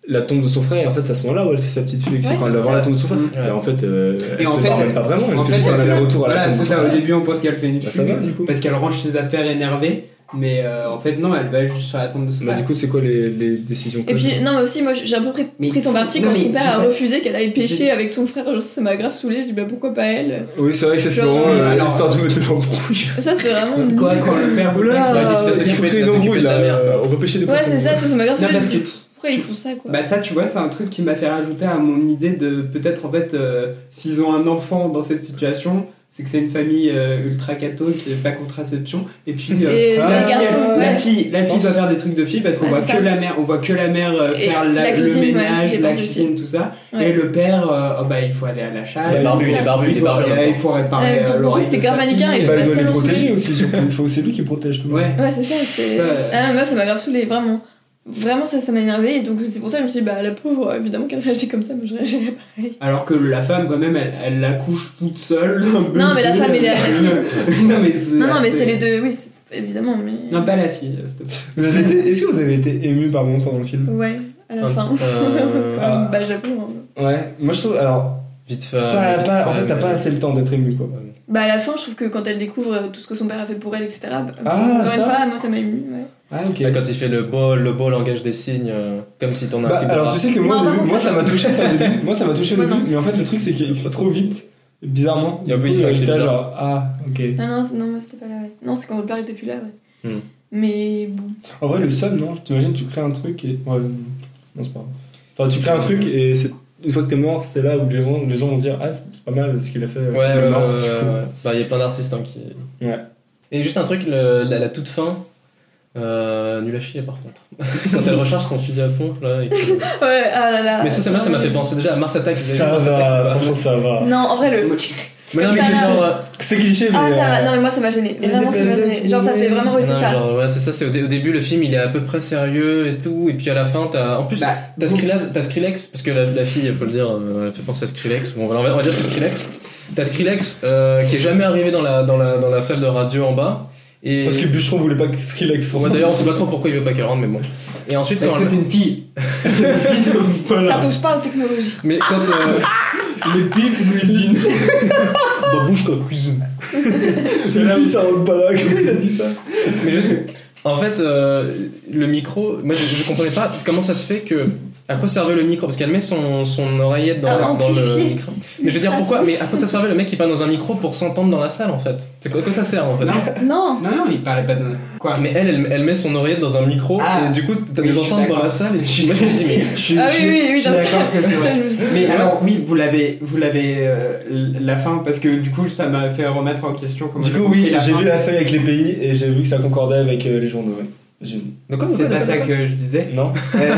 Speaker 2: la tombe de son frère. Et en fait, à ce moment-là où elle fait sa petite fugue, c'est
Speaker 3: Ouais,
Speaker 2: quand elle
Speaker 3: c'est
Speaker 2: va voir
Speaker 3: ça.
Speaker 2: la tombe de son frère.
Speaker 1: Mm.
Speaker 2: Et en fait, euh, elle
Speaker 1: Et en
Speaker 2: se
Speaker 1: fait,
Speaker 2: barre même pas vraiment. Elle
Speaker 1: en
Speaker 2: fait
Speaker 1: fait,
Speaker 2: juste un
Speaker 1: c'est ça.
Speaker 2: aller-retour à la
Speaker 1: voilà,
Speaker 2: tombe de
Speaker 1: c'est
Speaker 2: son
Speaker 1: ça. Au
Speaker 2: frère.
Speaker 1: début, on pense qu'elle fait une
Speaker 2: Bah,
Speaker 1: fugue
Speaker 2: ça va, du coup.
Speaker 1: parce qu'elle range ses affaires énervée, mais euh, en fait, non, elle va juste sur la tombe de son
Speaker 2: Bah,
Speaker 1: père.
Speaker 2: du coup, c'est quoi les, les décisions
Speaker 3: Et
Speaker 2: que-
Speaker 3: puis, non, mais aussi, moi j'ai à peu près
Speaker 1: Mais-
Speaker 3: pris son parti
Speaker 1: non,
Speaker 3: quand
Speaker 1: mais
Speaker 3: son père a
Speaker 1: j'ai pas-
Speaker 3: refusé qu'elle aille
Speaker 1: j'ai-
Speaker 3: pêcher avec son frère. Genre, ça m'a grave saoulé. Je dis, bah pourquoi pas elle
Speaker 2: Oui, c'est vrai que ça, c'est
Speaker 3: Genre,
Speaker 2: vraiment euh,
Speaker 1: alors-
Speaker 2: l'histoire du mode de l'embrouille.
Speaker 3: Ça, c'était vraiment. une-
Speaker 1: Quoi, quand le père
Speaker 2: Oh
Speaker 1: voulait
Speaker 2: là
Speaker 1: pas
Speaker 4: tu vas
Speaker 2: Il faut
Speaker 4: t'occuper-
Speaker 2: créer
Speaker 4: tu
Speaker 2: une
Speaker 4: vas t'occuper
Speaker 2: embrouille
Speaker 4: de ta
Speaker 2: là.
Speaker 4: mère,
Speaker 2: euh, On va pêcher des
Speaker 3: Ouais,
Speaker 2: poissons.
Speaker 3: c'est ça, ça ça m'a grave
Speaker 1: Non,
Speaker 3: saoulé.
Speaker 1: parce
Speaker 3: Je dis,
Speaker 1: que-
Speaker 3: Pourquoi ils font ça quoi
Speaker 1: Bah ça, tu vois, c'est un truc qui m'a fait rajouter à mon idée de peut-être en fait, euh, s'ils ont un enfant dans cette situation, c'est que c'est une famille euh, ultra catho qui n'est pas contraception. Et puis euh,
Speaker 3: Et
Speaker 1: la,
Speaker 2: les
Speaker 1: fille,
Speaker 2: garçons,
Speaker 1: elle- la
Speaker 3: ouais.
Speaker 1: fille, la
Speaker 2: Je
Speaker 1: fille
Speaker 2: pense.
Speaker 1: doit faire des trucs de fille parce qu'on
Speaker 3: Ouais,
Speaker 1: voit
Speaker 3: c'est
Speaker 1: que
Speaker 3: ça.
Speaker 1: la mère, on voit que la mère euh,
Speaker 3: Et
Speaker 1: faire la-
Speaker 3: la cuisine,
Speaker 1: le
Speaker 3: ouais,
Speaker 1: ménage,
Speaker 3: j'ai
Speaker 1: la
Speaker 3: pensé
Speaker 1: cuisine, tout ça.
Speaker 3: Ouais.
Speaker 1: Et le père, euh, oh, bah il faut aller à la chasse.
Speaker 2: Il est barbu,
Speaker 1: il
Speaker 2: il
Speaker 1: faut-
Speaker 4: est barbu, il est barbu,
Speaker 1: Il faut,
Speaker 4: en même temps.
Speaker 1: réparer.
Speaker 3: Ouais, pour-
Speaker 1: euh,
Speaker 3: pour
Speaker 1: l'oreille
Speaker 3: lui, c'était
Speaker 1: de
Speaker 3: grave
Speaker 1: sa
Speaker 3: manichéen,
Speaker 1: fille.
Speaker 3: et
Speaker 2: Bah, il doit les
Speaker 3: Tellement
Speaker 2: protéger
Speaker 3: saoulé.
Speaker 2: aussi, surtout. Il faut- C'est lui qui protège tout le monde.
Speaker 1: Ouais.
Speaker 3: Ouais, c'est ça, c'est.
Speaker 1: Ça,
Speaker 3: Ah, moi, ça m'a grave saoulé, vraiment. Vraiment, ça, ça m'a énervé. Et donc, c'est pour ça que je me suis dit, bah, la pauvre, évidemment qu'elle réagit comme ça, moi, je réagirais pas.
Speaker 1: Alors que la femme, quand même, elle, elle l'accouche toute seule.
Speaker 3: Non, mais la femme, elle est à la
Speaker 1: non, mais c'est-
Speaker 3: Non, non, mais c'est
Speaker 1: Bah, c'est-
Speaker 3: les deux, oui, c'est- évidemment, mais.
Speaker 1: Non, bah, pas la fille, euh, s'il te plaît.
Speaker 2: Vous avez été- Est-ce que vous avez été ému par moment pendant le film
Speaker 3: Ouais, à la
Speaker 4: Un
Speaker 3: fin.
Speaker 4: petit- euh,
Speaker 2: ah.
Speaker 3: Bah, j'avoue. hein.
Speaker 2: Ouais, moi je trouve. Alors,
Speaker 4: Vite fait.
Speaker 2: pas-
Speaker 4: vite
Speaker 2: pas- en
Speaker 4: fait,
Speaker 2: fait, t'as
Speaker 4: mais-
Speaker 2: pas assez le temps d'être ému quoi.
Speaker 3: Bah, à la fin, je trouve que quand elle découvre euh, tout ce que son père a fait pour elle, etc. bah,
Speaker 2: Ah,
Speaker 3: encore
Speaker 2: ça
Speaker 3: une fois, moi, ça m'a ému, ouais.
Speaker 2: Ah, ok.
Speaker 4: Bah, Quand il fait le beau, le beau langage des signes, euh, comme si t'en as
Speaker 2: Bah,
Speaker 4: appris
Speaker 2: alors
Speaker 4: beaucoup.
Speaker 2: tu sais que moi,
Speaker 3: Non, par
Speaker 2: au début-
Speaker 3: contre,
Speaker 2: moi
Speaker 3: ça
Speaker 2: ça m'a touché ça au début. Moi ça m'a touché au
Speaker 3: Moi,
Speaker 2: début.
Speaker 3: non.
Speaker 2: Mais en fait, le truc c'est qu'il fait trop vite, bizarrement.
Speaker 4: Ah oui,
Speaker 2: Du coup, euh,
Speaker 4: c'est vrai
Speaker 2: j'étais
Speaker 4: que c'est
Speaker 2: genre, ah, ok.
Speaker 3: Non, non, c'est- non, moi, c'était pas là, ouais. Non, c'est quand le père est depuis là, ouais.
Speaker 4: Hmm.
Speaker 3: Mais bon.
Speaker 2: En vrai, le seum, non T'imagines, tu crées un truc et. Ouais, non, c'est pas grave. Enfin, tu crées un truc et c'est- une fois que t'es mort, c'est là où les gens, les gens vont se dire, ah, c'est c'est pas mal ce qu'il a fait.
Speaker 4: Ouais, ouais,
Speaker 2: le
Speaker 4: ouais,
Speaker 2: mort,
Speaker 4: ouais,
Speaker 2: du coup.
Speaker 4: ouais. Bah, il y a plein d'artistes hein, qui.
Speaker 2: Ouais.
Speaker 4: Et juste un truc, le- la, la toute fin, euh, nul à chier par contre. Quand elle recharge son fusil à pompe là. et que-
Speaker 3: Ouais, ah là là.
Speaker 4: Mais ça, ça, moi, ça m'a fait penser déjà à Mars Attack. vous avez vu
Speaker 2: Ça
Speaker 4: Mars Attack
Speaker 2: va,
Speaker 4: ou pas
Speaker 2: franchement, ça va.
Speaker 3: Non, en vrai, le.
Speaker 4: Mais non, mais
Speaker 3: Ça
Speaker 4: c'est
Speaker 3: va.
Speaker 4: genre. euh,
Speaker 2: C'est cliché, mais.
Speaker 3: Ah, ça va,
Speaker 2: euh,
Speaker 3: non, mais moi ça m'a gêné.
Speaker 2: Et
Speaker 3: Vraiment, ça m'a
Speaker 2: dégueulasse,
Speaker 3: gêné. Genre, ça fait vraiment, oui, c'est
Speaker 4: non,
Speaker 3: ça.
Speaker 4: genre, ouais, c'est ça, c'est au, dé- au début le film il est à peu près sérieux et tout, et puis à la fin t'as. En plus,
Speaker 1: Bah,
Speaker 4: t'as Skrillex, t'as Skrillex, parce que la, la fille, il faut le dire, euh, elle fait penser à Skrillex. Bon, voilà, on va, on va dire c'est Skrillex. T'as Skrillex euh, qui est jamais arrivé dans la, dans, la, dans la salle de radio en bas. Et...
Speaker 2: Parce que Bûcheron voulait pas que Skrillex
Speaker 4: Ouais, D'ailleurs, on sait pas trop pourquoi il veut pas qu'elle rentre, hein, mais bon. Et ensuite,
Speaker 1: Parce
Speaker 4: quand
Speaker 1: que
Speaker 4: elle-
Speaker 1: c'est une fille.
Speaker 3: Ça touche pas aux technologies.
Speaker 4: Mais quand. euh,
Speaker 1: Les pipes cuisine.
Speaker 4: Bah, bouge comme cuisine.
Speaker 2: Le fils, ça rentre pas là, comment il a dit ça
Speaker 4: Mais je sais. En fait, euh, le micro, moi je, je comprenais pas comment ça se fait que. À quoi servait le micro Parce qu'elle met son, son oreillette dans,
Speaker 3: Ah,
Speaker 4: le- dans le
Speaker 3: amplifié.
Speaker 4: micro. Mais je veux dire pourquoi Mais à quoi ça servait le mec qui parle dans un micro pour s'entendre dans la salle en fait C'est quoi, à quoi ça sert en fait
Speaker 1: Non,
Speaker 3: Non.
Speaker 1: non, non, il parlait pas de. Quoi
Speaker 4: Ah, Mais elle, elle, elle met son oreillette dans un micro
Speaker 1: Ah.
Speaker 4: et du coup t'as
Speaker 1: Oui,
Speaker 4: des
Speaker 1: je suis
Speaker 4: enceintes dans
Speaker 1: d'accord.
Speaker 4: la salle et je suis- moi je me suis dit mais.
Speaker 1: Je suis-
Speaker 3: Ah oui,
Speaker 1: je-
Speaker 3: oui, oui,
Speaker 1: je suis
Speaker 3: non, ça-
Speaker 1: d'accord que c'est vrai. Mais alors, oui, vous l'avez, vous l'avez euh, la fin parce que du coup, ça m'a fait remettre en question. comment
Speaker 2: Du
Speaker 1: j'ai
Speaker 2: coup,
Speaker 1: compris
Speaker 2: oui,
Speaker 1: la
Speaker 2: j'ai
Speaker 1: fin.
Speaker 2: vu la feuille avec les pays et j'ai vu que ça concordait avec euh, les journaux. ouais. J'ai vu.
Speaker 4: De quoi
Speaker 1: C'est pas ça que je disais.
Speaker 2: Non
Speaker 1: Euh,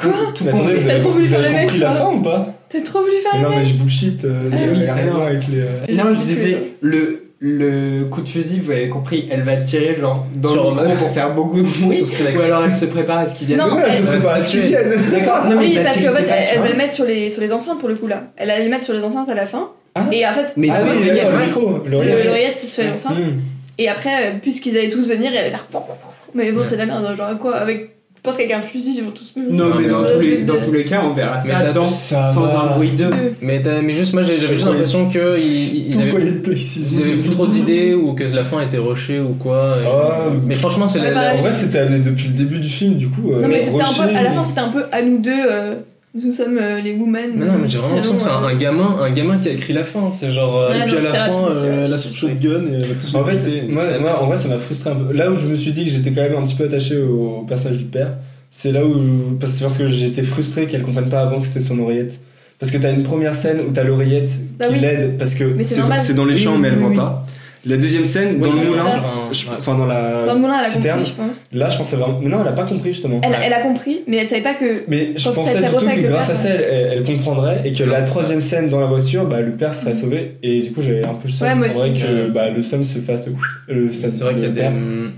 Speaker 3: Quoi
Speaker 1: Tout
Speaker 2: Mais attendez,
Speaker 1: compris.
Speaker 2: vous
Speaker 3: T'as
Speaker 2: avez,
Speaker 3: trop voulu
Speaker 2: vous
Speaker 3: faire
Speaker 2: avez
Speaker 3: le mec,
Speaker 2: compris la
Speaker 3: toi.
Speaker 2: fin ou pas
Speaker 3: T'as trop voulu faire
Speaker 2: Mais
Speaker 3: le
Speaker 2: Non,
Speaker 3: mec
Speaker 2: mais je bullshit. euh,
Speaker 3: Ah
Speaker 2: il y
Speaker 1: oui,
Speaker 2: a- il y a
Speaker 1: c'est
Speaker 2: rien
Speaker 1: vrai.
Speaker 2: avec les. euh,
Speaker 3: Je
Speaker 1: Non,
Speaker 3: suis
Speaker 1: je disais
Speaker 3: tuée.
Speaker 1: le le coup de fusil, vous avez compris, elle va tirer genre dans
Speaker 4: Sur-
Speaker 1: le micro pour faire beaucoup de
Speaker 4: Sur
Speaker 1: bruit,
Speaker 4: Skrillex.
Speaker 1: ou alors elle se prépare à ce qu'il vient.
Speaker 3: Non,
Speaker 2: Ouais, je
Speaker 3: elle-
Speaker 2: me prépare à ce qu'ils viennent.
Speaker 1: D'accord. Non, mais
Speaker 3: Oui, parce
Speaker 1: qu'il
Speaker 3: qu'en fait,
Speaker 1: était pas
Speaker 3: elle, elle
Speaker 1: sûr.
Speaker 3: va le mettre sur les, sur les enceintes pour le coup là. Elle allait le mettre sur les enceintes à la fin.
Speaker 2: Ah.
Speaker 3: Et en fait,
Speaker 1: Mais
Speaker 2: Ah
Speaker 1: c'est
Speaker 2: oui,
Speaker 1: vrai,
Speaker 2: il y
Speaker 1: il y
Speaker 2: a
Speaker 1: a
Speaker 2: le
Speaker 1: le
Speaker 2: micro.
Speaker 3: le-
Speaker 2: l'oreillette.
Speaker 3: l'oreillette c'est sur les enceintes.
Speaker 4: Mm.
Speaker 2: Hmm.
Speaker 3: Et après, euh, puisqu'ils allaient tous venir, elle allait faire. prou, prou, prou. Mais bon, c'est de la merde. hein, Genre, à quoi Avec. Je pense qu'avec un fusil, ils vont tous mourir.
Speaker 1: Non, mais dans
Speaker 3: Euh,
Speaker 1: tous les
Speaker 3: mais-
Speaker 1: dans tous les cas, on verra
Speaker 4: Mais t'as-
Speaker 1: ça dans-
Speaker 2: ça
Speaker 1: sans
Speaker 2: va.
Speaker 1: un bruit de.
Speaker 4: Mais, t'as- mais juste moi j'ai- j'avais juste
Speaker 2: Incroyable.
Speaker 4: l'impression que il, il
Speaker 2: Tout
Speaker 4: avait-
Speaker 2: quoi, il plaît ici.
Speaker 4: ils avaient plus trop d'idées ou que la fin était rushée ou quoi. et-
Speaker 2: Ah.
Speaker 4: Mais franchement, c'est la,
Speaker 3: Ouais,
Speaker 4: la-
Speaker 2: En vrai, c'était amené depuis le début du film, du coup. euh,
Speaker 3: Non, mais c'était un peu.
Speaker 2: Rocher-
Speaker 3: À la fin, c'était un peu à nous deux. euh, Nous sommes euh, les women.
Speaker 4: Mais non, mais
Speaker 3: euh,
Speaker 4: j'ai vraiment l'impression que c'est un,
Speaker 3: allons,
Speaker 4: un gamin, un gamin qui a écrit la fin. C'est genre, euh,
Speaker 3: Ouais,
Speaker 4: et puis
Speaker 3: non,
Speaker 4: à la
Speaker 3: c'était
Speaker 4: fin,
Speaker 3: rapide, c'est
Speaker 4: euh,
Speaker 3: vrai.
Speaker 4: elle a son shotgun et elle va tous
Speaker 2: En
Speaker 4: le
Speaker 2: fait,
Speaker 4: buter.
Speaker 2: moi, moi, en vrai, ça m'a frustré un peu. Là où je me suis dit que j'étais quand même un petit peu attaché au personnage du père, c'est là où. parce- C'est parce que j'étais frustré qu'elle comprenne pas avant que c'était son oreillette. Parce que t'as une première scène où t'as l'oreillette
Speaker 3: Bah
Speaker 2: qui
Speaker 3: oui.
Speaker 2: l'aide parce que
Speaker 3: Mais c'est normal.
Speaker 2: dans les
Speaker 4: Oui,
Speaker 2: champs,
Speaker 4: oui,
Speaker 2: mais elle
Speaker 4: oui,
Speaker 2: voit
Speaker 4: oui.
Speaker 2: pas. La deuxième scène, dans
Speaker 4: Ouais,
Speaker 2: le
Speaker 4: c'est
Speaker 2: moulin,
Speaker 4: ça.
Speaker 2: je-
Speaker 4: Ouais.
Speaker 2: enfin dans la.
Speaker 3: Dans le moulin, elle a
Speaker 2: citerne.
Speaker 3: compris, je pense.
Speaker 2: Là, je pensais vraiment. Mais non, elle a pas compris justement.
Speaker 3: Elle,
Speaker 4: Ouais.
Speaker 3: elle a compris, mais elle savait pas que.
Speaker 2: Mais
Speaker 3: Quand
Speaker 2: je
Speaker 3: ça a
Speaker 2: pensais
Speaker 3: été
Speaker 2: surtout
Speaker 3: refait
Speaker 2: que
Speaker 3: avec le
Speaker 2: grâce à
Speaker 3: père,
Speaker 2: ça, elle, elle- elle comprendrait et que la troisième scène dans la voiture, bah, le père serait sauvé. Et du coup, j'avais un peu le seum.
Speaker 3: Mm. Ouais, moi
Speaker 2: en vrai
Speaker 3: aussi.
Speaker 2: que bah, le seum se fasse. le seum,
Speaker 4: c'est vrai
Speaker 2: le
Speaker 4: qu'il y a des.
Speaker 2: père.
Speaker 4: hum,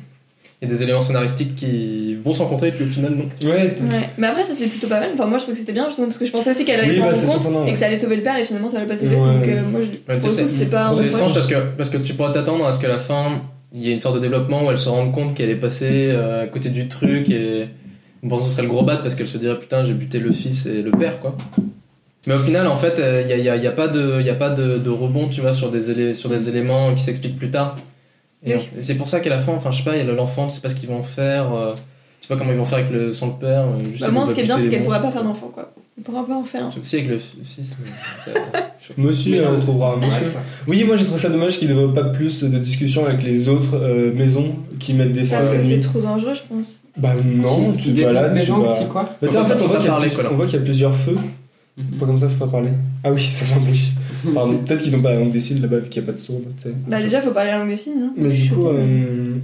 Speaker 4: et des éléments scénaristiques qui vont se rencontrer et puis au final non.
Speaker 2: Ouais, t-
Speaker 3: Ouais. Mais après, ça c'est plutôt pas mal. Enfin, moi je trouve que c'était bien justement parce que je pensais aussi qu'elle allait
Speaker 2: Oui,
Speaker 3: se
Speaker 2: bah,
Speaker 3: rendre
Speaker 2: c'est
Speaker 3: compte
Speaker 2: surprenant, ouais.
Speaker 3: et que ça allait sauver le père et finalement ça l'a pas sauvé.
Speaker 2: Ouais,
Speaker 3: donc
Speaker 2: ouais.
Speaker 3: euh, moi je.
Speaker 4: Ouais, tu
Speaker 3: pour le
Speaker 4: sais,
Speaker 3: coup, c'est pas.
Speaker 4: C'est
Speaker 3: moi,
Speaker 4: étrange
Speaker 3: je-
Speaker 4: parce que, parce que tu pourras t'attendre à ce qu'à la fin, il y ait une sorte de développement où elle se rende compte qu'elle est passée euh, à côté du truc et bon, ce serait le gros bat parce qu'elle se dirait putain, j'ai buté le fils et le père quoi. Mais au final, en fait, il n'y a, y a- y a pas, de, y a pas de, de rebond tu vois, sur, des élé- sur des éléments qui s'expliquent plus tard. Et,
Speaker 3: Oui.
Speaker 4: et c'est pour ça qu'à la fin, enfin, je sais pas, il y a l'enfant, tu sais pas ce qu'ils vont faire, euh, tu sais pas comment ils vont faire avec le sang de père. euh, juste
Speaker 3: Bah, moi,
Speaker 4: ils
Speaker 3: ce
Speaker 4: vont
Speaker 3: qui est bien,
Speaker 4: buter
Speaker 3: c'est
Speaker 4: des
Speaker 3: qu'elle pourra
Speaker 4: monstres.
Speaker 3: pas faire d'enfant quoi. Elle pourra pas en faire. un.
Speaker 4: Sauf si avec le f- fils. mais ça-
Speaker 2: Monsieur,
Speaker 1: Mais non,
Speaker 2: on trouvera un
Speaker 1: Ouais,
Speaker 2: monsieur.
Speaker 1: ça.
Speaker 2: Oui, moi j'ai trouvé ça dommage qu'il n'y ait pas plus de discussions avec les autres euh, maisons qui mettent des
Speaker 3: Parce
Speaker 2: phares
Speaker 3: que
Speaker 2: la
Speaker 3: c'est
Speaker 2: nuit.
Speaker 3: trop dangereux, je pense.
Speaker 2: Bah non, tu
Speaker 1: Il y a
Speaker 2: vas là,
Speaker 1: des
Speaker 2: tu
Speaker 1: gens
Speaker 2: vas.
Speaker 1: qui quoi
Speaker 2: Bah, tiens, en
Speaker 4: Faut pas-
Speaker 2: fait, on
Speaker 4: faut
Speaker 2: voit
Speaker 4: pas
Speaker 2: qu'il y, a
Speaker 4: parler,
Speaker 2: plus-
Speaker 4: quoi, là.
Speaker 2: on voit qu'il y a plusieurs feux. Pas comme ça, faut pas parler. Ah oui, ça s'embrouille. Pardon, peut-être qu'ils n'ont pas la langue des signes là-bas vu qu'il n'y a pas de sourde. tu sais.
Speaker 3: Bah déjà, faut parler la langue des signes. hein.
Speaker 2: Mais du coup, euh,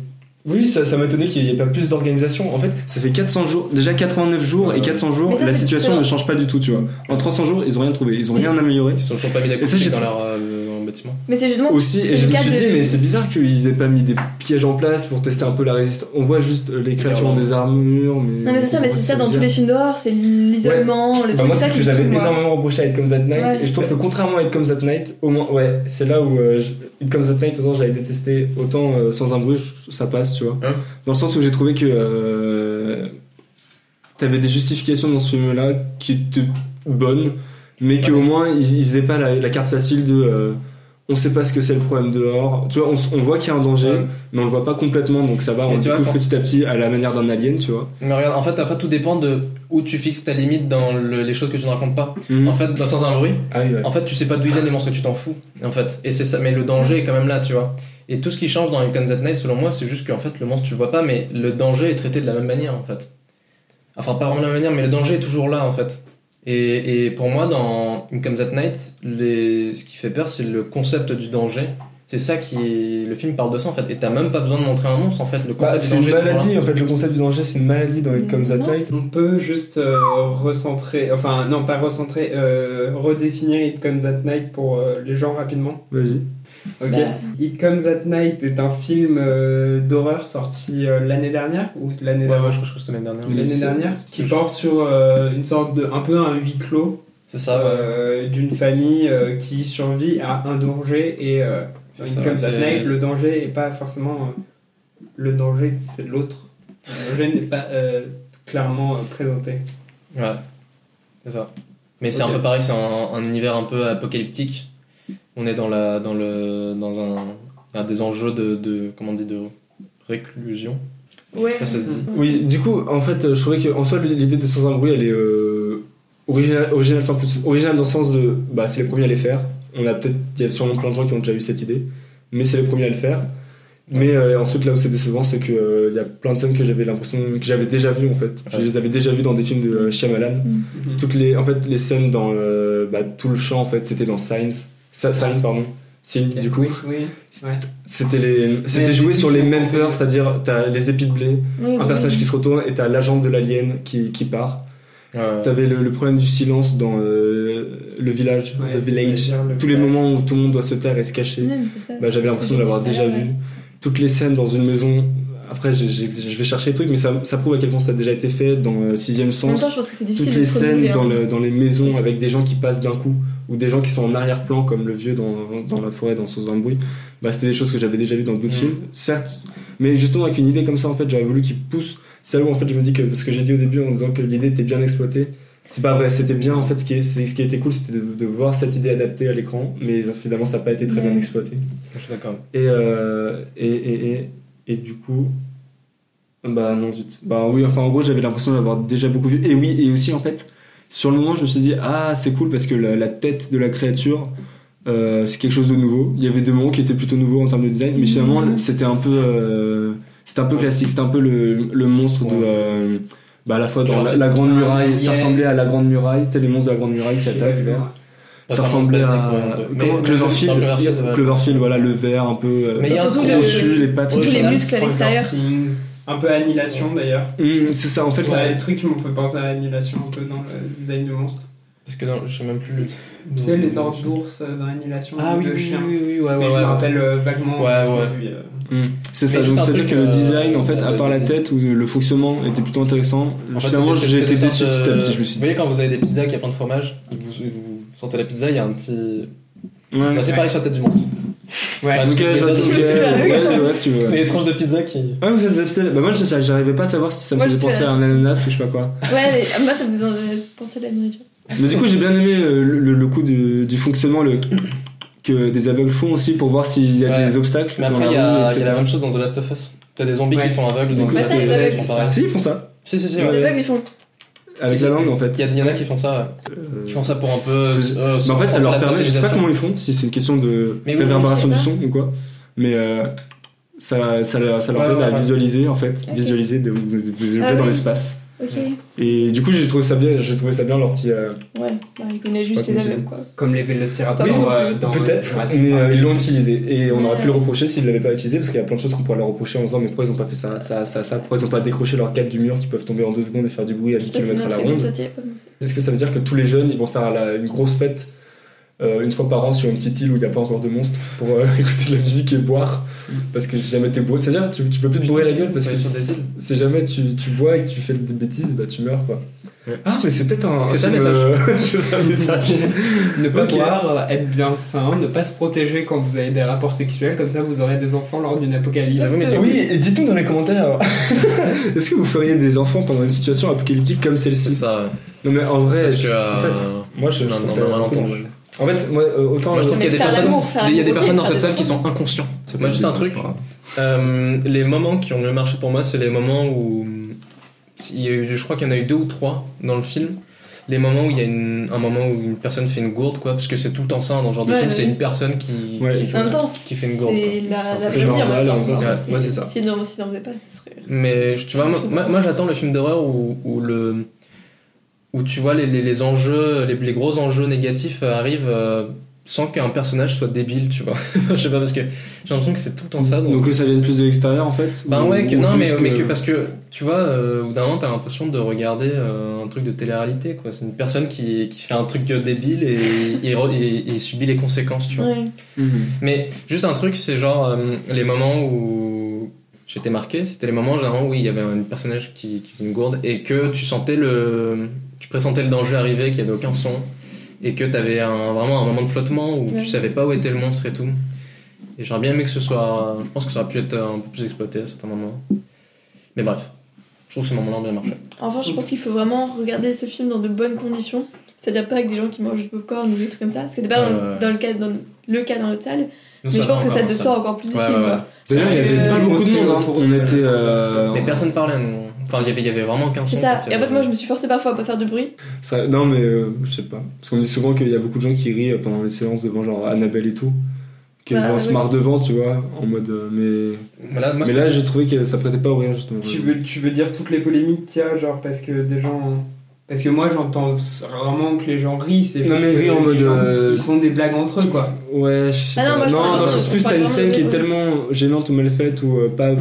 Speaker 2: oui, ça, ça m'étonnait qu'il n'y ait pas plus d'organisation. En fait, ça fait 400 jours, déjà 89 jours et 400 jours,
Speaker 3: Mais ça,
Speaker 2: la
Speaker 3: c'est
Speaker 2: situation
Speaker 3: différent.
Speaker 2: ne change pas du tout, tu vois. En 300 jours, ils ont rien trouvé, ils ont rien amélioré.
Speaker 4: Ils sont toujours pas mis d'accord
Speaker 2: Et ça, j'ai
Speaker 4: dans
Speaker 2: trouvé-
Speaker 4: leur euh, dans le bâtiment.
Speaker 3: Mais c'est justement.
Speaker 2: Aussi,
Speaker 3: c'est
Speaker 2: et je
Speaker 3: le
Speaker 2: me
Speaker 3: cas
Speaker 2: suis
Speaker 3: de-
Speaker 2: dit, mais c'est bizarre qu'ils aient pas mis des pièges en place pour tester un peu la résistance. On voit juste euh, les créatures ont des armures, mais.
Speaker 3: Non mais c'est ça, mais c'est ça dans tous
Speaker 2: bizarre.
Speaker 3: les films d'horreur, c'est l'isolement, le
Speaker 2: Bah,
Speaker 3: truc
Speaker 2: moi,
Speaker 3: ça
Speaker 2: c'est ce
Speaker 3: qui
Speaker 2: que
Speaker 3: me
Speaker 2: j'avais
Speaker 3: saoule, moi.
Speaker 2: énormément reproché à It Comes at Night,
Speaker 3: Ouais.
Speaker 2: et je trouve que contrairement à It Comes at Night, au moins, ouais, c'est là où euh, je- It Comes at Night, autant j'avais détesté, autant euh, sans un bruit, je- ça passe, tu vois.
Speaker 4: Hein
Speaker 2: dans le sens où j'ai trouvé que euh, t'avais des justifications dans ce film-là qui étaient bonnes, mais qu'au moins ils, ils faisaient pas la, la carte facile de. euh, on sait pas ce que c'est le problème dehors. Tu vois, on, s- on voit qu'il y a un danger,
Speaker 4: Ouais.
Speaker 2: mais on le voit pas complètement, donc ça va,
Speaker 4: Mais
Speaker 2: on
Speaker 4: tu
Speaker 2: le
Speaker 4: vois,
Speaker 2: découvre
Speaker 4: quand-
Speaker 2: petit à petit à la manière d'un alien, tu vois.
Speaker 4: Mais regarde, en fait, après, tout dépend de où tu fixes ta limite dans le- les choses que tu ne racontes pas.
Speaker 2: Mhm.
Speaker 4: En fait, dans Sans un bruit,
Speaker 2: Ah oui, ouais.
Speaker 4: en fait, tu sais pas d'où ils viennent les monstres, tu t'en fous. En fait, et c'est ça, mais le danger est quand même là, tu vois. Et tout ce qui change dans It Comes at Night, selon moi, c'est juste qu'en fait, le monstre, tu le vois pas, mais le danger est traité de la même manière, en fait. Enfin, pas vraiment de la même manière, mais le danger est toujours là, en fait. Et, et pour moi, dans It Comes at Night, les... ce qui fait peur, c'est le concept du danger. C'est ça qui. Le film parle de ça, en fait. Et t'as même pas besoin de montrer un monstre, en fait. Le concept
Speaker 2: Bah,
Speaker 4: du
Speaker 2: c'est une
Speaker 4: danger est toujours là.
Speaker 2: maladie, en fait, le concept du danger, c'est une maladie dans It Comes at
Speaker 3: Non.
Speaker 2: Night.
Speaker 1: On peut juste euh, recentrer, enfin non pas recentrer, euh, redéfinir It Comes at Night pour euh, les gens rapidement.
Speaker 2: Vas-y.
Speaker 1: Ok.
Speaker 3: Bah.
Speaker 1: It Comes at Night est un film euh, d'horreur sorti euh, l'année dernière ou l'année
Speaker 4: Ouais,
Speaker 1: d'avant
Speaker 4: ouais, je crois je crois que c'était l'année dernière.
Speaker 1: L'année
Speaker 2: c'est-
Speaker 1: dernière, qui
Speaker 4: je-
Speaker 1: porte sur euh, une sorte de, un peu un huis clos
Speaker 4: C'est ça, ouais.
Speaker 1: euh, d'une famille euh, qui survit à un danger et euh,
Speaker 4: C'est
Speaker 1: It
Speaker 4: ça,
Speaker 1: Comes at
Speaker 4: c'est-
Speaker 1: Night, le
Speaker 4: c'est-
Speaker 1: danger est pas forcément euh, le danger, c'est l'autre. Le danger n'est pas euh, clairement euh, présenté.
Speaker 4: Ouais, c'est ça. Mais c'est
Speaker 1: Ok.
Speaker 4: un peu pareil, c'est un, un univers un peu apocalyptique. On est dans, la, dans, le, dans un, un des enjeux de, de, comment on dit, de réclusion.
Speaker 3: Ouais.
Speaker 4: Ça, ça se dit.
Speaker 2: Oui, du coup, en fait, euh, je trouvais qu'en soi, l'idée de Sans un bruit, elle est euh, originale, originale sans plus. Originale dans le sens de, bah, c'est les premiers à les faire. On a peut-être, il y a sûrement plein de gens qui ont déjà eu cette idée, mais c'est les premiers à le faire. Mais euh, ensuite, là où c'est décevant, c'est que euh, il y a plein de scènes que j'avais l'impression que j'avais déjà vues en fait. Je
Speaker 4: Ouais.
Speaker 2: les avais déjà vues dans des films de euh, Shyamalan. Toutes les, en fait, les scènes dans euh, bah, tout le champ, en fait, c'était dans Signs. Sa- Sign, pardon. Sign,
Speaker 1: Ok,
Speaker 2: du coup.
Speaker 1: oui, oui, ouais.
Speaker 2: C'était les,
Speaker 1: Mais-
Speaker 2: c'était joué sur les mêmes peurs, c'est-à-dire t'as les épis de blé, un personnage qui se retourne et t'as l'agent de l'alien qui, qui part.
Speaker 4: Ouais.
Speaker 2: T'avais le, le problème du silence dans euh, le village,
Speaker 1: Ouais,
Speaker 2: the village.
Speaker 1: c'est-à-dire le
Speaker 2: Tous les
Speaker 1: village.
Speaker 2: moments où tout le monde doit se taire et se cacher. Bah, j'avais l'impression de l'avoir déjà vu. Toutes les scènes dans une maison. Après, j'ai- j'ai- je vais chercher les trucs, mais ça, ça prouve à quel point ça a déjà été fait dans euh, Sixième
Speaker 3: En même
Speaker 2: Sens.
Speaker 3: temps, je pense que c'est difficile
Speaker 2: Toutes
Speaker 3: de
Speaker 2: les
Speaker 3: se
Speaker 2: scènes
Speaker 3: renouveler,
Speaker 2: dans,
Speaker 3: hein.
Speaker 2: le- dans les maisons avec des gens qui passent d'un coup ou des gens qui sont en arrière-plan comme le vieux dans, dans la forêt dans Sons bruit bah c'était des choses que j'avais déjà vues dans d'autres
Speaker 4: Mhm.
Speaker 2: films certes mais justement avec une idée comme ça en fait j'aurais voulu qu'il pousse c'est là où en fait je me dis que ce que j'ai dit au début en disant que l'idée était bien exploitée c'est pas vrai c'était bien en fait ce qui, est- c'est- ce qui était cool c'était de, de voir cette idée adaptée à l'écran mais finalement ça n'a pas été très bien
Speaker 3: Ouais.
Speaker 2: exploité
Speaker 4: Je suis d'accord.
Speaker 2: et, euh, et, et, et, et du coup. Bah non, zut. Bah oui, enfin en gros, j'avais l'impression d'avoir déjà beaucoup vu. Et oui, et aussi en fait, sur le moment, je me suis dit, ah, c'est cool parce que la, la tête de la créature, euh, c'est quelque chose de nouveau. Il y avait deux moments qui étaient plutôt nouveaux en termes de design, mais finalement,
Speaker 3: Mhm.
Speaker 2: c'était un peu. euh, c'était un peu classique, c'était un peu le, le monstre de.
Speaker 4: Ouais.
Speaker 2: euh, bah à la fois dans
Speaker 4: Genre,
Speaker 2: la,
Speaker 4: c'est-
Speaker 2: la Grande Muraille, ça
Speaker 4: Yeah.
Speaker 2: ressemblait à la Grande Muraille, tu sais, les monstres de la Grande Muraille qui attaquent vers. Ça ressemblait à comment, Cloverfield,
Speaker 4: Cloverfield, ouais.
Speaker 2: Cloverfield, voilà, le vert un peu euh,
Speaker 4: Mais il y a un truc,
Speaker 2: crochu,
Speaker 3: euh,
Speaker 2: les pattes.
Speaker 3: tous
Speaker 2: tout
Speaker 3: les
Speaker 2: ça.
Speaker 3: muscles à
Speaker 1: Stranger
Speaker 3: l'extérieur.
Speaker 1: Things, Un peu Annihilation d'ailleurs.
Speaker 2: Hum, c'est ça, en fait,
Speaker 1: Ouais,
Speaker 2: là,
Speaker 1: les trucs qui m'ont fait penser à Annihilation un peu dans le design de monstre.
Speaker 4: Parce que non, je sais même plus le titre.
Speaker 1: Tu sais, les ordres d'ours euh, dans l'annulation de chiens.
Speaker 4: Ah oui, oui, ouais,
Speaker 1: Mais
Speaker 4: ouais,
Speaker 1: je
Speaker 4: ouais.
Speaker 1: me rappelle euh, vaguement.
Speaker 4: Ouais,
Speaker 1: j'ai
Speaker 4: ouais.
Speaker 1: vu, euh,
Speaker 2: C'est ça,
Speaker 4: Mm. Mais
Speaker 2: donc
Speaker 4: juste un
Speaker 2: c'est-à-dire
Speaker 4: truc,
Speaker 2: que le
Speaker 4: euh,
Speaker 2: design, en fait,
Speaker 4: euh,
Speaker 2: à part la tête ou le fonctionnement, était plutôt intéressant.
Speaker 4: En fait,
Speaker 2: Finalement,
Speaker 4: c'était-
Speaker 2: j'ai
Speaker 4: c'était
Speaker 2: été
Speaker 4: des euh,
Speaker 2: déçu
Speaker 4: sortes
Speaker 2: petit à
Speaker 4: de-
Speaker 2: petit, je me
Speaker 4: Vous
Speaker 2: suis dit.
Speaker 4: voyez, quand vous avez des pizzas qui a plein de fromage, et que vous, et vous sentez la pizza, il y a un petit.
Speaker 2: Ouais. Ah,
Speaker 4: Bah, c'est
Speaker 1: Ouais.
Speaker 4: pareil sur la tête du monstre.
Speaker 1: Ouais.
Speaker 4: Parce
Speaker 2: Ok,
Speaker 4: que les
Speaker 2: je vois,
Speaker 4: autres,
Speaker 2: ok,
Speaker 4: c'est super
Speaker 2: ouais, ouais, ouais, si tu veux.
Speaker 4: Les tranches de pizza qui.
Speaker 2: Ouais, vous êtes affecté. Bah, moi, je sais ça, j'arrivais pas à savoir si ça me
Speaker 3: Moi,
Speaker 2: faisait
Speaker 3: je sais
Speaker 2: penser
Speaker 3: la
Speaker 2: à un ananas ou je sais pas quoi.
Speaker 3: Ouais, mais, ah, moi ça me faisait penser à la nourriture.
Speaker 2: Mais du coup, j'ai bien aimé euh, le, le- le coup de- du fonctionnement le, que des aveugles font aussi pour voir s'il y a
Speaker 4: Ouais.
Speaker 2: des obstacles.
Speaker 4: Mais
Speaker 2: dans
Speaker 4: après,
Speaker 2: la
Speaker 4: il y, a
Speaker 2: rue,
Speaker 4: il y a
Speaker 2: etc.
Speaker 4: la même chose dans The Last of Us. T'as des zombies
Speaker 1: Ouais.
Speaker 4: qui sont aveugles
Speaker 2: Du
Speaker 4: dans
Speaker 2: coup,
Speaker 4: The
Speaker 3: c'est-
Speaker 4: Last of Us.
Speaker 3: c'est-
Speaker 4: ils font
Speaker 3: c'est
Speaker 4: pareil.
Speaker 2: Si, ils font ça.
Speaker 4: Si, si, si.
Speaker 3: C'est
Speaker 4: ouais.
Speaker 2: ouais.
Speaker 3: pas qu'ils font.
Speaker 2: Avec
Speaker 4: Si,
Speaker 2: la
Speaker 4: si.
Speaker 2: langue, en fait.
Speaker 4: Il y, a- il y en a qui font ça,
Speaker 2: Euh,
Speaker 4: qui font ça pour un peu. euh,
Speaker 2: Mais
Speaker 4: sans
Speaker 2: en fait, ça
Speaker 4: sentir
Speaker 2: leur
Speaker 4: la
Speaker 2: permet, je sais pas
Speaker 4: spatialisation.
Speaker 2: comment ils font, si c'est une question de
Speaker 4: Mais oui,
Speaker 2: réverbération
Speaker 3: oui,
Speaker 2: du
Speaker 3: je sais
Speaker 2: son ou quoi, mais euh, ça, ça, leur- ça leur
Speaker 4: Ouais,
Speaker 2: aide
Speaker 4: ouais,
Speaker 2: à
Speaker 4: ouais.
Speaker 2: visualiser en fait,
Speaker 3: Ok.
Speaker 2: visualiser des, des- des objets
Speaker 3: Ah
Speaker 2: dans
Speaker 3: oui.
Speaker 2: l'espace.
Speaker 3: Ok.
Speaker 2: Et du coup, j'ai trouvé ça bien, j'ai trouvé ça bien leur petit. euh,
Speaker 3: Ouais, bah, ils connaissent
Speaker 2: Pas
Speaker 3: juste les
Speaker 2: comme tu
Speaker 3: aveugles quoi.
Speaker 1: Comme les vélociraptors
Speaker 3: Oui,
Speaker 1: euh, dans.
Speaker 2: Peut-être,
Speaker 1: Ouais, c'est
Speaker 2: mais
Speaker 1: pas-
Speaker 2: euh, ils l'ont utilisé et on
Speaker 3: Ouais.
Speaker 2: aurait pu le reprocher s'ils l'avaient pas utilisé parce qu'il y a plein de choses qu'on pourrait leur reprocher en disant mais pourquoi ils ont pas fait ça, ça, ça, ça, pourquoi ils ont pas décroché leur cadre du mur qui peuvent tomber en deux secondes et faire du bruit à 10
Speaker 3: Ça, c'est
Speaker 2: km à
Speaker 3: notre
Speaker 2: la
Speaker 3: truc dont
Speaker 2: ronde.
Speaker 3: toi t'y avais pas pensé.
Speaker 2: Est-ce que ça veut dire que tous les jeunes ils vont faire la- une grosse fête euh, une fois par an sur une petite île où il n'y a pas encore de monstres pour euh, écouter de la musique et boire Parce que si jamais t'es bourré, c'est-à-dire tu, tu peux plus te bourrer la gueule parce
Speaker 4: Ouais,
Speaker 2: que
Speaker 4: sur
Speaker 2: si,
Speaker 4: des îles.
Speaker 2: si jamais tu, tu bois et que tu fais des bêtises, bah tu meurs quoi.
Speaker 4: Ouais.
Speaker 2: Ah, mais c'est peut-être un.
Speaker 4: C'est ça le
Speaker 2: film, euh, c'est ça le message.
Speaker 1: Ne pas
Speaker 2: Ok.
Speaker 1: boire, euh, être bien sain, ne pas se protéger quand vous avez des rapports sexuels, comme ça vous aurez des enfants lors d'une apocalypse.
Speaker 3: Ah oui, mais-
Speaker 2: Oui, et dites-nous dans les commentaires. Est-ce que vous feriez des enfants pendant une situation apocalyptique comme
Speaker 4: C'est
Speaker 2: celle-ci
Speaker 4: ça. ouais.
Speaker 2: Non mais en vrai,
Speaker 4: Parce que,
Speaker 2: je-
Speaker 4: euh,
Speaker 2: en fait, moi je, je
Speaker 4: Non,
Speaker 2: trouve
Speaker 4: non,
Speaker 2: ça-
Speaker 4: non, malentendu.
Speaker 2: En fait, moi euh, autant
Speaker 4: Moi, je
Speaker 2: le-
Speaker 4: trouve qu'il y a des
Speaker 3: Faire
Speaker 4: personnes,
Speaker 3: l'amour, faire
Speaker 4: il y a des
Speaker 3: l'amour,
Speaker 4: personnes dans
Speaker 3: faire
Speaker 4: cette
Speaker 3: des
Speaker 4: salle qui
Speaker 3: enfants.
Speaker 4: sont inconscients.
Speaker 2: Ça peut
Speaker 4: Moi,
Speaker 2: être
Speaker 4: juste un
Speaker 2: des-
Speaker 4: truc.
Speaker 2: c'est pas hein. grave.
Speaker 4: Euh, les moments qui ont le mieux marché pour moi, c'est les moments où. il y a eu- je crois qu'il y en a eu deux ou trois dans le film. Les moments où il y a une- un moment où une personne fait une gourde, quoi, parce que c'est tout le temps ça hein, dans ce genre de
Speaker 3: Ouais,
Speaker 4: film,
Speaker 3: ouais.
Speaker 4: c'est une personne qui,
Speaker 2: Ouais.
Speaker 4: qui,
Speaker 3: En même temps,
Speaker 4: qui fait une gourde. quoi.
Speaker 3: c'est la,
Speaker 2: C'est
Speaker 3: la vraie vie en
Speaker 2: normal,
Speaker 3: même temps.
Speaker 2: en même temps,
Speaker 3: Enfin,
Speaker 2: c'est- ouais, c'est ça.
Speaker 3: Si non, si n'en faisait pas, ce serait.
Speaker 2: Euh,
Speaker 4: Mais je- tu vois, moi, moi- moi, j'attends le film d'horreur où, où le où tu vois les, les, les enjeux, les, les gros enjeux négatifs euh, arrivent euh, sans qu'un personnage soit débile, tu vois. je sais pas parce que j'ai l'impression que c'est tout le temps ça. donc-
Speaker 2: Donc que ça vienne plus de l'extérieur en fait
Speaker 4: Ben
Speaker 2: ou-
Speaker 4: ouais, que,
Speaker 2: ou
Speaker 4: non, mais,
Speaker 2: juste
Speaker 4: mais que parce que tu vois, euh, au bout d'un moment, t'as l'impression de regarder euh, un truc de télé-réalité, quoi. C'est une personne qui, qui fait un truc débile et il re- il- il subit les conséquences, tu vois.
Speaker 3: Ouais.
Speaker 2: Mhm.
Speaker 4: Mais juste un truc, c'est genre euh, les moments où j'étais marqué, c'était les moments généralement où il y avait un personnage qui, qui faisait une gourde et que tu sentais le. Tu pressentais le danger arriver, qu'il n'y avait aucun son et que t'avais un, vraiment un moment de flottement où
Speaker 3: Ouais.
Speaker 4: tu savais pas où était le monstre et tout. Et j'aurais bien aimé que ce soit. Je pense que ça aurait pu être un peu plus exploité à certains moments. Mais bref, je trouve que ce moment-là a bien marché.
Speaker 3: Enfin, je pense qu'il faut vraiment regarder ce film dans de bonnes conditions, c'est-à-dire pas avec des gens qui mangent du popcorn ou des trucs comme ça, parce que t'es pas dans,
Speaker 4: Ouais, ouais.
Speaker 3: dans le cas dans le cas dans notre salle.
Speaker 4: Euh. Nous,
Speaker 3: mais je
Speaker 4: va
Speaker 3: pense que ça
Speaker 4: encore,
Speaker 3: te sort encore plus du
Speaker 4: Ouais,
Speaker 3: film.
Speaker 4: ouais,
Speaker 3: quoi.
Speaker 4: ouais.
Speaker 2: D'ailleurs, il y avait
Speaker 3: Euh,
Speaker 2: pas beaucoup de monde. hein.
Speaker 1: autour de-
Speaker 2: On était. euh,
Speaker 4: Mais personne parlait, nous. Enfin, il y avait- il y avait vraiment qu'un
Speaker 3: C'est
Speaker 4: son,
Speaker 3: ça.
Speaker 4: quoi,
Speaker 3: Et en fait, moi, je me suis forcée parfois à pas faire de bruit.
Speaker 2: ça- Non, mais euh, je sais pas. Parce qu'on me dit souvent qu'il y a beaucoup de gens qui rient pendant les séances devant genre Annabelle et tout. Qu'ils
Speaker 3: Bah,
Speaker 2: vont se
Speaker 3: oui.
Speaker 2: marre devant, tu vois, en mode. euh, mais
Speaker 4: Mais là, moi,
Speaker 2: mais là, j'ai trouvé que ça prêtait pas au rire, justement.
Speaker 1: Tu veux, tu veux dire toutes les polémiques qu'il y a, genre parce que des gens. Parce que moi j'entends rarement que les gens rient, c'est
Speaker 2: Non,
Speaker 1: juste
Speaker 2: mais
Speaker 1: que
Speaker 2: rire en
Speaker 1: les
Speaker 2: mode,
Speaker 1: gens,
Speaker 2: euh,
Speaker 1: Ils font des blagues entre eux quoi.
Speaker 2: Ouais, je sais
Speaker 3: Ah non,
Speaker 2: pas.
Speaker 3: moi, je
Speaker 2: non
Speaker 3: parle-
Speaker 2: dans le
Speaker 1: je
Speaker 2: sens plus,
Speaker 3: parle
Speaker 2: t'as une
Speaker 3: vraiment
Speaker 2: scène
Speaker 3: de-
Speaker 2: qui est tellement gênante ou mal faite ou euh, pas,